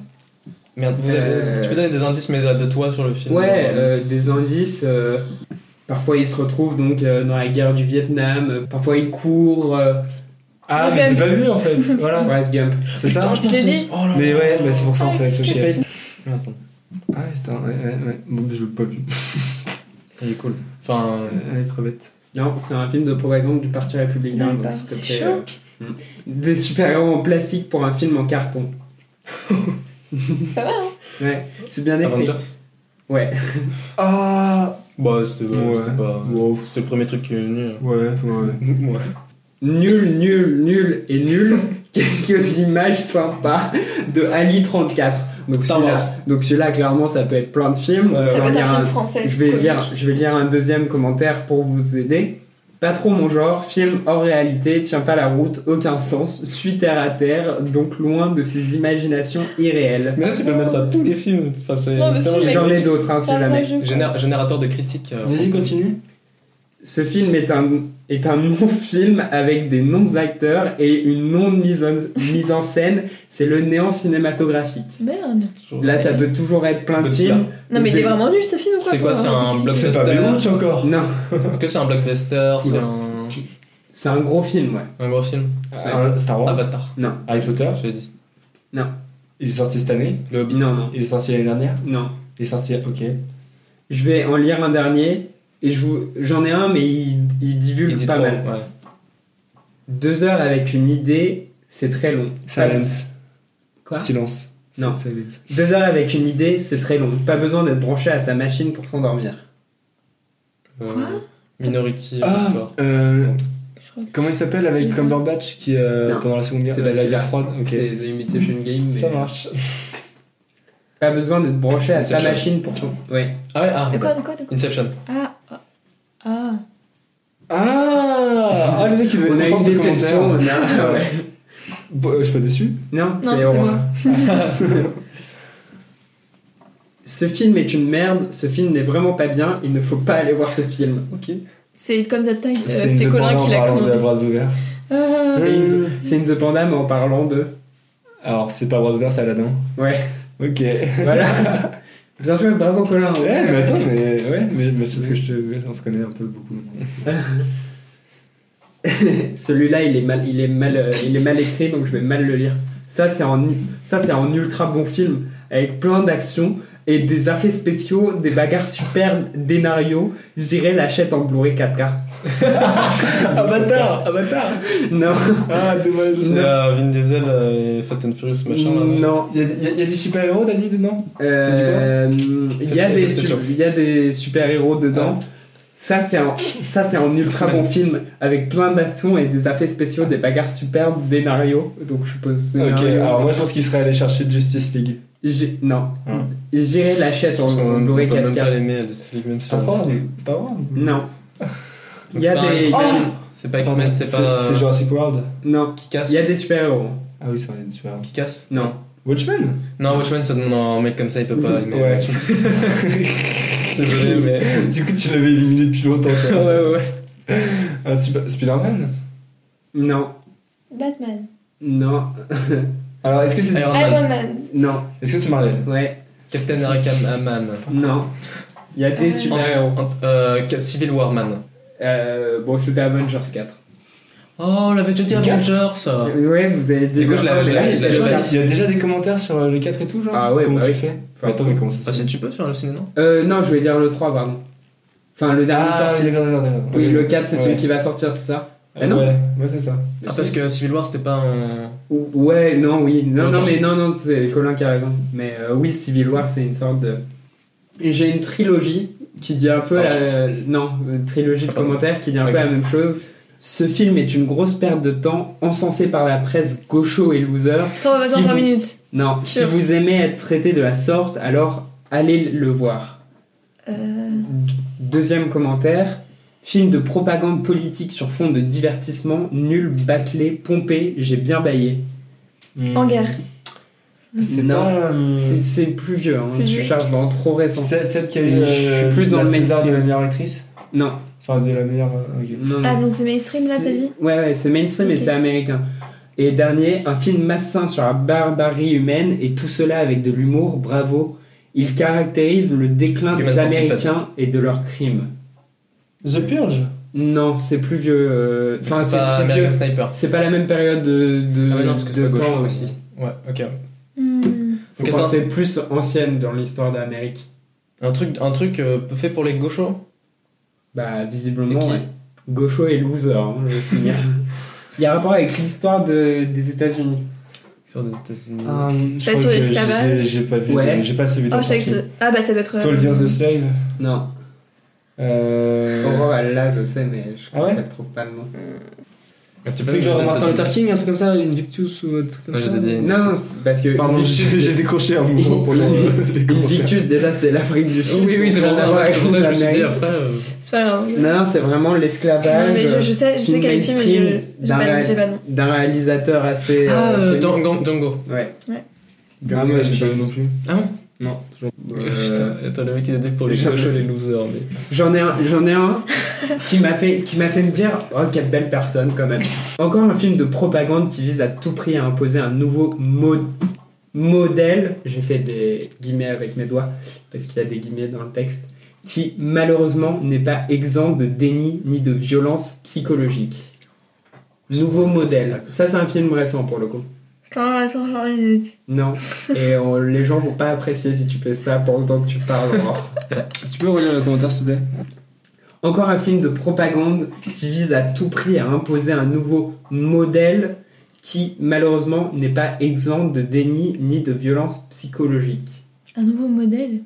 Speaker 4: Merde, vous
Speaker 1: Euh.
Speaker 4: avez- tu peux donner des indices, mais de de toi sur le film.
Speaker 1: ouais, euh, des indices. euh, Parfois, ils se retrouvent donc euh, dans la guerre du Vietnam. euh, Parfois, ils courent. Euh,
Speaker 2: Ah,
Speaker 3: Forrest
Speaker 2: mais j'ai
Speaker 3: Gump.
Speaker 2: pas vu en fait. Voilà,
Speaker 1: Forrest Gump.
Speaker 2: c'est ça.
Speaker 3: Je l'ai dit.
Speaker 2: Mais ouais, bah, c'est pour ça en fait.
Speaker 4: J'ai
Speaker 2: ok.
Speaker 4: failli. oh Merde, pardon.
Speaker 2: Ah, putain, ouais, ouais, ouais. Bon, je l'ai pas vu.
Speaker 4: Il est cool. Enfin.
Speaker 2: Elle est crevette.
Speaker 1: Non, c'est un film de propagande du Parti républicain. donc,
Speaker 7: bah,
Speaker 3: D'accord,
Speaker 1: s'il te
Speaker 3: c'est
Speaker 1: plaît,
Speaker 3: chaud.
Speaker 1: euh, hmm. Des super-héros en plastique pour un film en carton.
Speaker 7: C'est pas mal, hein.
Speaker 1: Ouais, c'est bien écrit.
Speaker 4: Avengers
Speaker 1: Ouais.
Speaker 2: Ah
Speaker 4: Bah, c'était
Speaker 2: Ouais.
Speaker 4: c'était pas.
Speaker 2: Wow.
Speaker 4: C'était le premier truc qui est venu. hein.
Speaker 2: Ouais, ouais.
Speaker 4: Ouais.
Speaker 1: Nul, nul, nul et nul. Quelques images sympas de Ali 34. Donc
Speaker 4: Star
Speaker 1: celui-là,
Speaker 4: Wars.
Speaker 1: donc celui-là, clairement, ça peut être plein de films.
Speaker 4: Ouais,
Speaker 1: Je
Speaker 4: ouais.
Speaker 1: vais
Speaker 7: Ça peut être
Speaker 1: lire
Speaker 7: un
Speaker 1: Euh, un-
Speaker 7: film français.
Speaker 1: je vais
Speaker 7: comique.
Speaker 1: lire, je vais lire un deuxième commentaire pour vous aider. Pas trop mon genre, film hors réalité, tient pas la route, aucun sens, suis terre à terre, donc loin de ces imaginations irréelles.
Speaker 2: Mais ça, tu peux le mettre à tous les films. Enfin, c'est
Speaker 7: Non, mais
Speaker 2: c'est vraiment
Speaker 7: celui-là,
Speaker 2: genre-
Speaker 1: J'en ai d'autres, hein, si
Speaker 7: Ça va,
Speaker 1: jamais.
Speaker 7: je crois.
Speaker 4: Géné- générateur de critiques. euh,
Speaker 2: Vas-y, continue.
Speaker 1: Ce film est un, est un non-film avec des non-acteurs et une non-mise en, mise en scène, c'est le néant cinématographique.
Speaker 3: Merde.
Speaker 1: Là, ça peut toujours être plein de
Speaker 4: Godzilla.
Speaker 1: films.
Speaker 3: Non, mais il est vraiment nul ce film ou quoi
Speaker 4: C'est quoi C'est un
Speaker 2: C'est pas
Speaker 4: blockbuster
Speaker 2: Baywatch encore.
Speaker 1: Non,
Speaker 4: Est-ce que c'est un blockbuster C'est
Speaker 1: Oula.
Speaker 4: un...
Speaker 1: c'est un gros film, ouais.
Speaker 4: un gros film
Speaker 2: Euh, Star Wars.
Speaker 4: Avatar.
Speaker 2: Harry Potter.
Speaker 4: J'ai dit.
Speaker 2: Il est sorti cette année.
Speaker 4: Le Hobbit.
Speaker 1: Non, non,
Speaker 2: Il est sorti l'année dernière.
Speaker 1: non.
Speaker 2: Il est sorti. Ok.
Speaker 1: Je vais en lire un dernier et je vous- j'en ai un, mais il, il divulgue
Speaker 4: Il dit
Speaker 1: pas
Speaker 4: trop.
Speaker 1: mal.
Speaker 4: ouais.
Speaker 1: Deux heures avec une idée, c'est très long.
Speaker 2: Silence.
Speaker 1: Quoi
Speaker 2: Silence.
Speaker 1: Non.
Speaker 2: Silence.
Speaker 1: Deux heures avec une idée, c'est très long. Pas besoin d'être branché à sa machine pour s'endormir.
Speaker 4: Euh,
Speaker 3: Quoi
Speaker 4: Minority.
Speaker 2: Ah,
Speaker 4: Report.
Speaker 2: euh,
Speaker 3: Je crois que-
Speaker 2: comment il s'appelle avec Cumberbatch qui euh,
Speaker 1: Non.
Speaker 2: pendant la seconde guerre,
Speaker 1: C'est pas
Speaker 2: la guerre
Speaker 1: celui-là.
Speaker 2: froide. Ok.
Speaker 1: C'est The Imitation Game. mais-
Speaker 2: Ça marche.
Speaker 1: Pas besoin d'être branché à sa
Speaker 4: Inception.
Speaker 1: machine pour son. Ouais.
Speaker 4: Ah ouais, ah.
Speaker 3: De quoi, de quoi, de quoi
Speaker 4: Inception.
Speaker 3: Ah, ah, ah.
Speaker 2: Ah, ah, le mec il devait
Speaker 1: On
Speaker 2: être
Speaker 1: a
Speaker 2: content
Speaker 1: une
Speaker 2: de ce
Speaker 1: déception.
Speaker 2: commentaire.
Speaker 1: on a- ah ouais.
Speaker 2: Bon, euh, je suis pas déçu.
Speaker 1: Non,
Speaker 3: Non,
Speaker 1: c'est
Speaker 3: c'était
Speaker 1: Aurore.
Speaker 3: moi.
Speaker 1: Ce film est une merde. Ce film n'est vraiment pas bien. Il ne faut pas aller voir ce film.
Speaker 2: Ok.
Speaker 3: C'est comme ça taille.
Speaker 2: une
Speaker 3: Euh, C'est
Speaker 2: The Panda
Speaker 3: Colin
Speaker 2: en
Speaker 3: qui l'a
Speaker 2: parlant de
Speaker 3: commandé.
Speaker 2: bras ouverts.
Speaker 3: Ah.
Speaker 1: C'est
Speaker 2: Euh.
Speaker 1: une, c'est une The Panda, mais en parlant de.
Speaker 2: Alors c'est pas bras ouverts, c'est Aladdin.
Speaker 1: Ouais.
Speaker 2: Ok. Eh,
Speaker 1: Voilà. bien joué, bravo Colin.
Speaker 2: mais attends, mais ouais, mais, mais c'est ce que je te, ouais, on se connaît un peu beaucoup.
Speaker 1: Celui-là, il est mal, il est mal, euh, il est mal écrit, donc je vais mal le lire. Ça, c'est en, ça, c'est en ultra bon film avec plein d'actions et des effets spéciaux, des bagarres superbes, dénarios. Je dirais l'achète en Blu-ray 4K.
Speaker 2: Avatar, Avatar.
Speaker 1: Non,
Speaker 2: Ah dommage.
Speaker 4: C'est euh, Vin Diesel euh, et Fast and Furious machin là.
Speaker 1: non.
Speaker 2: Il y, a- il y a- il y a des super héros, t'as dit dedans
Speaker 1: Euh, Il y a
Speaker 4: Fais-
Speaker 1: des,
Speaker 4: fais
Speaker 1: su-
Speaker 4: sûr.
Speaker 1: il y a des super héros dedans. Ça c'est un, ça c'est un ultra bon film avec plein d'actions et des effets spéciaux, des bagarres superbes, dénarios. Donc je suppose.
Speaker 2: Ok.
Speaker 1: scénario.
Speaker 2: Alors moi je pense qu'il serait allé chercher Justice League.
Speaker 1: J'ai- Non.
Speaker 2: Hein.
Speaker 1: J'irai l'achète en
Speaker 4: Hmm. Parce qu'on
Speaker 1: Blu-ray
Speaker 4: peut même pas
Speaker 1: 4K.
Speaker 4: l'aimer, Justice League, même si
Speaker 2: Star
Speaker 4: on-
Speaker 2: Wars. Star Wars.
Speaker 1: Non.
Speaker 4: Donc
Speaker 1: Il y
Speaker 4: c'est
Speaker 1: a
Speaker 4: pas
Speaker 1: des. Ah,
Speaker 4: un-
Speaker 1: il y a
Speaker 4: C'est pas X-Men, c'est pas.
Speaker 2: C'est
Speaker 4: euh,
Speaker 2: Jurassic World.
Speaker 1: des- Non.
Speaker 4: Qui casse
Speaker 1: Il y a des super-héros.
Speaker 2: Ah oui, c'est vrai, il y a des super héros.
Speaker 4: Qui casse
Speaker 1: Non.
Speaker 2: Watchmen.
Speaker 4: Non, Watchmen, ça demande un mec comme ça, il peut pas aimer.
Speaker 2: Ouais.
Speaker 4: Désolé, mais.
Speaker 2: Du coup, tu l'avais éliminé depuis longtemps.
Speaker 4: ouais,
Speaker 2: quoi.
Speaker 4: ouais, ouais.
Speaker 2: Un super... Spider-Man
Speaker 1: Non.
Speaker 7: Batman.
Speaker 1: Non.
Speaker 2: Alors, est-ce que c'est
Speaker 4: Alors-
Speaker 7: Iron Man.
Speaker 1: Non.
Speaker 2: est-ce que c'est Marvel
Speaker 1: Ouais.
Speaker 4: Captain America Man.
Speaker 1: Non. Il y a des
Speaker 3: Euh,
Speaker 1: super-héros.
Speaker 4: Euh, Civil War Man.
Speaker 1: Euh, bon, c'était Avengers 4.
Speaker 4: Oh, on l'avait déjà dit
Speaker 2: Le quatre
Speaker 4: Avengers
Speaker 1: Ah,
Speaker 4: ça.
Speaker 1: Ouais, vous avez dit.
Speaker 4: Du coup, je l'ai-
Speaker 1: Ah,
Speaker 4: je
Speaker 1: mais là,
Speaker 4: l'ai-
Speaker 1: c'était
Speaker 4: je l'ai-
Speaker 1: Avengers.
Speaker 2: Il y a déjà des commentaires sur euh, les 4 et tout, genre
Speaker 1: Ah ouais,
Speaker 2: Comment
Speaker 1: bah
Speaker 2: tu
Speaker 1: oui.
Speaker 2: fais Mais Attends, mais comment ça
Speaker 4: Ah,
Speaker 2: se
Speaker 4: si tu peux sur le ciné, non
Speaker 1: Euh, non, je vais dire le 3, pardon. Enfin, le dernier
Speaker 2: Ah,
Speaker 1: sorti.
Speaker 2: oui, d'accord, d'accord, d'accord.
Speaker 1: Oui,
Speaker 2: Ok.
Speaker 1: le 4, c'est
Speaker 2: Ouais.
Speaker 1: celui qui va sortir, c'est ça
Speaker 2: Ah,
Speaker 1: Ah, non.
Speaker 2: Ouais, ouais, c'est ça.
Speaker 4: Ah, parce que Civil War, c'était pas un.
Speaker 1: Ou- Ouais, non, oui. Non,
Speaker 4: Ouais,
Speaker 1: non,
Speaker 4: genre-
Speaker 1: mais non, non, c'est Colin qui a raison. Mais euh, oui, Civil War, c'est une sorte de. J'ai une trilogie qui dit un peu
Speaker 4: Star
Speaker 1: la. Non, une trilogie de
Speaker 4: Ah, pardon.
Speaker 1: commentaires qui dit un
Speaker 4: Ok.
Speaker 1: peu la même chose. Ce film est une grosse perte de temps, encensé par la presse gaucho et loser.
Speaker 3: Putain, on
Speaker 1: Si
Speaker 3: va passer en 3
Speaker 1: vous-
Speaker 3: minutes.
Speaker 1: Non, si
Speaker 3: Sûr.
Speaker 1: vous aimez être traité de la sorte, alors allez le voir.
Speaker 3: Euh,
Speaker 1: Deuxième commentaire. Film de propagande politique sur fond de divertissement, nul, bâclé, pompé, j'ai bien baillé.
Speaker 3: En guerre.
Speaker 2: C'est
Speaker 1: Non.
Speaker 2: pas, euh,
Speaker 1: C'est- C'est plus vieux, hein.
Speaker 3: Plus
Speaker 1: tu
Speaker 3: vieux.
Speaker 1: cherches dans trop récent.
Speaker 2: c'est celle qui a
Speaker 1: Je
Speaker 2: eu euh,
Speaker 1: suis plus dans
Speaker 2: la
Speaker 1: le
Speaker 2: César de
Speaker 1: mainstream.
Speaker 2: la meilleure actrice
Speaker 1: Non,
Speaker 2: Enfin, de la meilleure. euh, ok.
Speaker 1: non, non.
Speaker 3: Ah, donc c'est mainstream là, t'as
Speaker 1: C'est-
Speaker 3: dit
Speaker 1: Ouais, ouais, c'est mainstream et
Speaker 3: Ok.
Speaker 1: c'est américain. Et dernier, un film massin sur la barbarie humaine et tout cela avec de l'humour, bravo. Il caractérise le déclin
Speaker 4: Human
Speaker 1: des
Speaker 4: Centipede.
Speaker 1: Américains et de leurs crimes.
Speaker 2: The Purge
Speaker 1: Non, c'est plus vieux. euh,
Speaker 4: Donc,
Speaker 1: Enfin,
Speaker 4: c'est
Speaker 1: c'est
Speaker 4: pas
Speaker 1: plus
Speaker 4: American
Speaker 1: vieux.
Speaker 4: Sniper.
Speaker 1: C'est pas la même période de, de,
Speaker 4: Ah, ouais, non, parce que c'est
Speaker 1: de
Speaker 4: pas gauche
Speaker 1: temps aussi.
Speaker 4: Ouais, ok.
Speaker 3: Hmm.
Speaker 1: Faut
Speaker 4: Ok,
Speaker 1: penser plus ancienne dans l'histoire de l'Amérique.
Speaker 4: Un truc, un truc euh, fait pour les gauchos
Speaker 1: Bah,
Speaker 4: Et
Speaker 1: visiblement,
Speaker 4: qui
Speaker 1: ouais. gaucho et loser, hein, je signale. Il y a un rapport avec l'histoire de- des États-unis.
Speaker 4: sur des États-Unis.
Speaker 2: Ah.
Speaker 3: Ah,
Speaker 2: Je crois
Speaker 3: sur
Speaker 2: que
Speaker 3: l'esclavage
Speaker 2: j'ai- j'ai pas vu.
Speaker 1: Ouais.
Speaker 2: de- J'ai pas assez vu.
Speaker 3: Oh,
Speaker 2: de
Speaker 3: je savais que
Speaker 2: sortie.
Speaker 3: ce- Ah, bah ça doit être. euh,
Speaker 2: Twelve Years a Slave.
Speaker 1: Non.
Speaker 2: Euh...
Speaker 1: Aurore, elle l'a, je sais, mais je
Speaker 2: Ah ouais
Speaker 1: ne trouve pas le nom.
Speaker 4: Tu
Speaker 6: Tu sais que genre Martin
Speaker 4: t'as-
Speaker 6: Luther King, un truc comme ça, Invictus ou un truc comme
Speaker 4: Non,
Speaker 6: ça
Speaker 4: j'ai dit-
Speaker 1: Non, non, c'est parce que.
Speaker 6: Pardon,
Speaker 2: J'ai j'ai décroché un mouvement pour les, les commentaires.
Speaker 1: Invictus, déjà, c'est l'Afrique du Sud.
Speaker 4: Oui, oui, c'est pour
Speaker 1: Donc,
Speaker 4: ça
Speaker 1: rien à
Speaker 4: c'est pour ça que je me
Speaker 1: voir
Speaker 4: suis
Speaker 1: avec
Speaker 4: dit
Speaker 1: l'Amérique.
Speaker 4: après. euh,
Speaker 3: C'est pas grave.
Speaker 1: Non, non, c'est vraiment
Speaker 3: Non, mais
Speaker 1: l'esclavage
Speaker 3: je, je sais, je sais
Speaker 1: film
Speaker 3: quel film,
Speaker 1: mainstream
Speaker 3: mais je- j'ai
Speaker 1: d'un
Speaker 3: pas, le-
Speaker 1: réel-
Speaker 3: j'ai pas le nom.
Speaker 1: d'un réalisateur assez.
Speaker 4: Ah,
Speaker 1: euh,
Speaker 4: euh,
Speaker 1: connu.
Speaker 4: Django. Django.
Speaker 1: Ouais.
Speaker 3: Ouais.
Speaker 6: Ah, moi j'ai pas eu non plus.
Speaker 4: Ah bon
Speaker 6: Non, toujours.
Speaker 4: Putain, attends, le mec il a dit pour les
Speaker 1: Jamais.
Speaker 4: gauchos, les losers. Mais...
Speaker 1: J'en ai un, j'en ai un qui m'a fait, qui m'a fait me dire, oh quelle belle personne quand même. Encore un film de propagande qui vise à tout prix à imposer un nouveau mo- modèle. J'ai fait des guillemets avec mes doigts parce qu'il y a des guillemets dans le texte qui malheureusement n'est pas exempt de déni ni de violence psychologique. Nouveau modèle. Ça c'est un film récent pour le coup.
Speaker 3: Attends, attends, attends, une minute.
Speaker 1: Non. Et on- les gens vont pas apprécier si tu fais ça pendant que tu parles. alors.
Speaker 6: Tu peux relire le commentaire s'il te plaît
Speaker 1: Encore un film de propagande qui vise à tout prix à imposer un nouveau modèle qui, malheureusement, n'est pas exempt de déni ni de violence psychologique.
Speaker 3: Un nouveau modèle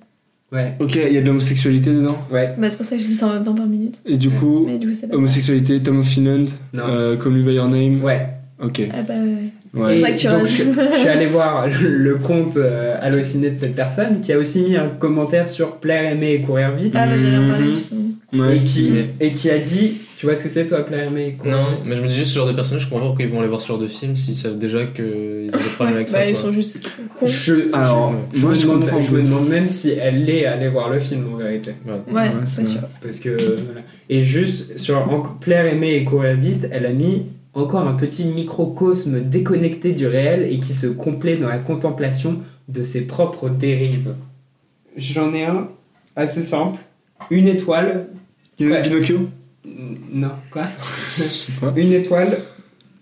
Speaker 1: Ouais,
Speaker 6: Ok, il y a de l'homosexualité dedans.
Speaker 1: ouais,
Speaker 3: Bah, c'est pour ça que je dis ça en même temps par minute.
Speaker 6: Et du coup,
Speaker 3: Mais du coup, c'est
Speaker 2: Oh,
Speaker 3: pas ça.
Speaker 6: homosexualité, Tom of Finland,
Speaker 1: non.
Speaker 6: euh, Call Me By Your Name.
Speaker 1: Ouais.
Speaker 6: Ok,
Speaker 3: Ah bah ouais.
Speaker 6: ouais.
Speaker 3: Et-
Speaker 1: Et
Speaker 3: ça que tu
Speaker 1: donc,
Speaker 3: rajoutes.
Speaker 1: je, je suis allé voir le compte euh, halluciné de cette personne qui a aussi mis un commentaire sur plaire, aimer et courir vite
Speaker 3: Ah bah j'allais en
Speaker 6: Mhm.
Speaker 3: parler justement.
Speaker 6: Ouais.
Speaker 1: et, qui, et qui a dit Tu vois ce que c'est toi, plaire, aimer et courir
Speaker 4: Non,
Speaker 1: vite
Speaker 4: mais je me dis juste ce genre de personnages, je comprends pas pourquoi ils vont aller voir ce genre de film s'ils savent déjà qu'ils ont des problèmes avec
Speaker 3: bah,
Speaker 4: ça.
Speaker 3: ils
Speaker 4: quoi.
Speaker 3: sont juste cons.
Speaker 1: Je,
Speaker 6: Alors,
Speaker 1: je,
Speaker 6: moi,
Speaker 1: me
Speaker 6: je
Speaker 1: demande-
Speaker 6: comprends
Speaker 1: je me
Speaker 6: pas.
Speaker 1: demande même si elle est allée voir le film en vérité.
Speaker 3: Ouais,
Speaker 6: Ouais, c'est
Speaker 3: pas sûr.
Speaker 1: Parce que. voilà. Et juste sur en- plaire, aimer et courir vite, elle a mis encore un petit microcosme déconnecté du réel et qui se complaît dans la contemplation de ses propres dérives. J'en ai un assez simple. Une étoile. Ouais.
Speaker 6: Pinocchio
Speaker 1: N- Non, quoi
Speaker 6: Je sais pas.
Speaker 1: Une étoile,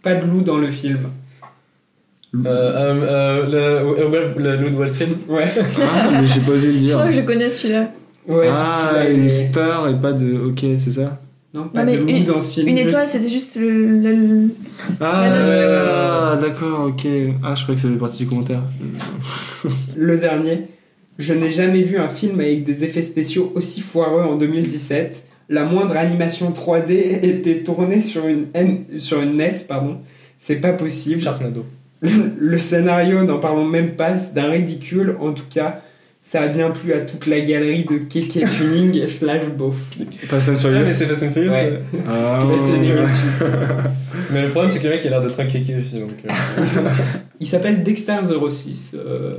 Speaker 1: pas de loup dans le film.
Speaker 4: Euh, euh, euh, le, le, le loup de Wall Street.
Speaker 1: Ouais.
Speaker 6: Ah, mais j'ai pas osé le
Speaker 3: Je
Speaker 6: dire.
Speaker 3: crois que je connais celui-là.
Speaker 1: Ouais,
Speaker 6: ah,
Speaker 1: celui-là, il
Speaker 6: une
Speaker 1: est-
Speaker 6: star et pas de. Ok, c'est ça
Speaker 1: Non, pas
Speaker 3: Non, mais
Speaker 1: de loup
Speaker 3: une-
Speaker 1: dans ce film.
Speaker 3: Une
Speaker 1: juste-
Speaker 3: étoile, c'était juste le, le- le-
Speaker 6: Ah,
Speaker 3: note.
Speaker 6: euh, d'accord, ok. Ah, je croyais que ça faisait partie du commentaire.
Speaker 1: Le dernier. Je n'ai jamais vu un film avec des effets spéciaux aussi foireux en 2017. La moindre animation 3D était tournée sur une, N- sur une NES, pardon. C'est pas possible.
Speaker 4: Sharknado.
Speaker 1: Le, le scénario, n'en parlons même pas, c'est d'un ridicule. En tout cas, ça a bien plu à toute la galerie de Keke Tuning slash Beauf.
Speaker 6: Fast and
Speaker 4: Ah, mais
Speaker 6: Furious
Speaker 4: c'est Fast and Furious.
Speaker 1: Ouais.
Speaker 4: ouais.
Speaker 6: Ah,
Speaker 1: Fast and Furious.
Speaker 4: Mais le problème, c'est que le mec il a l'air d'être un kéké aussi. Donc, euh,
Speaker 1: Il s'appelle Dexter06. euh,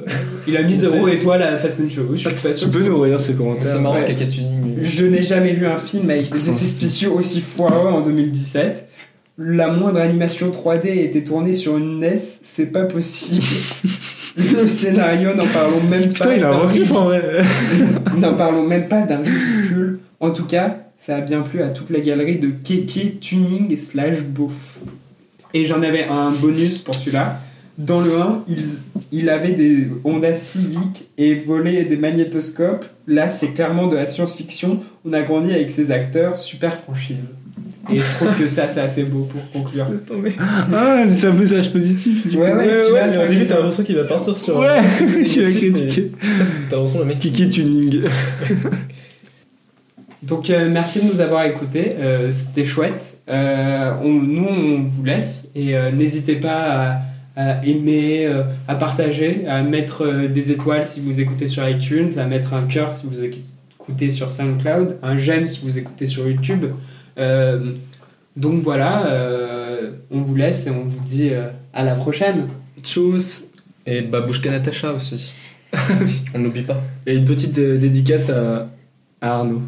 Speaker 1: il a mis 0 étoile à Fast and Furious. Je suis pas sûr
Speaker 6: Tu peux nous relire ces commentaires
Speaker 4: c'est marrant,
Speaker 1: Ouais.
Speaker 4: kéké tuning.
Speaker 1: Je n'ai jamais vu un film avec des effets spéciaux aussi foireux en 2017. La moindre animation 3D était tournée sur une NES, c'est pas possible. Le scénario, n'en parlons même pas.
Speaker 6: Putain, il a inventif en vrai
Speaker 1: N'en parlons même pas d'un ridicule. En tout cas, ça a bien plu à toute la galerie de Keke Tuning slash Beauf. Et j'en avais un bonus pour celui-là. Dans le 1, ils, il avait des Honda Civic et volait des magnétoscopes. Là, c'est clairement de la science-fiction. On a grandi avec ces acteurs, super franchise. Et je trouve que ça, c'est assez beau pour conclure.
Speaker 6: Ah, mais c'est un message positif du
Speaker 1: Ouais,
Speaker 6: coup.
Speaker 1: ouais, celui-là,
Speaker 4: mais
Speaker 1: c'est
Speaker 4: au début, t'as
Speaker 1: un-
Speaker 4: l'impression qu'il va partir sur.
Speaker 6: Ouais,
Speaker 4: un-
Speaker 6: qui a critiqué.
Speaker 4: T'as l'impression le mec
Speaker 6: Kiki Tuning.
Speaker 1: Donc euh, merci de nous avoir écoutés, euh, c'était chouette. Euh, on- nous on vous laisse et euh, n'hésitez pas à, à aimer, euh, à partager, à mettre euh, des étoiles si vous écoutez sur iTunes, à mettre un cœur si vous écoutez sur SoundCloud, un j'aime si vous écoutez sur YouTube. Euh, donc voilà, euh, on vous laisse et on vous dit euh, à la prochaine.
Speaker 6: Tchuss
Speaker 4: Et bah, Babouchka Natacha aussi. On n'oublie pas.
Speaker 6: Et une petite euh, dédicace à, à Arnaud.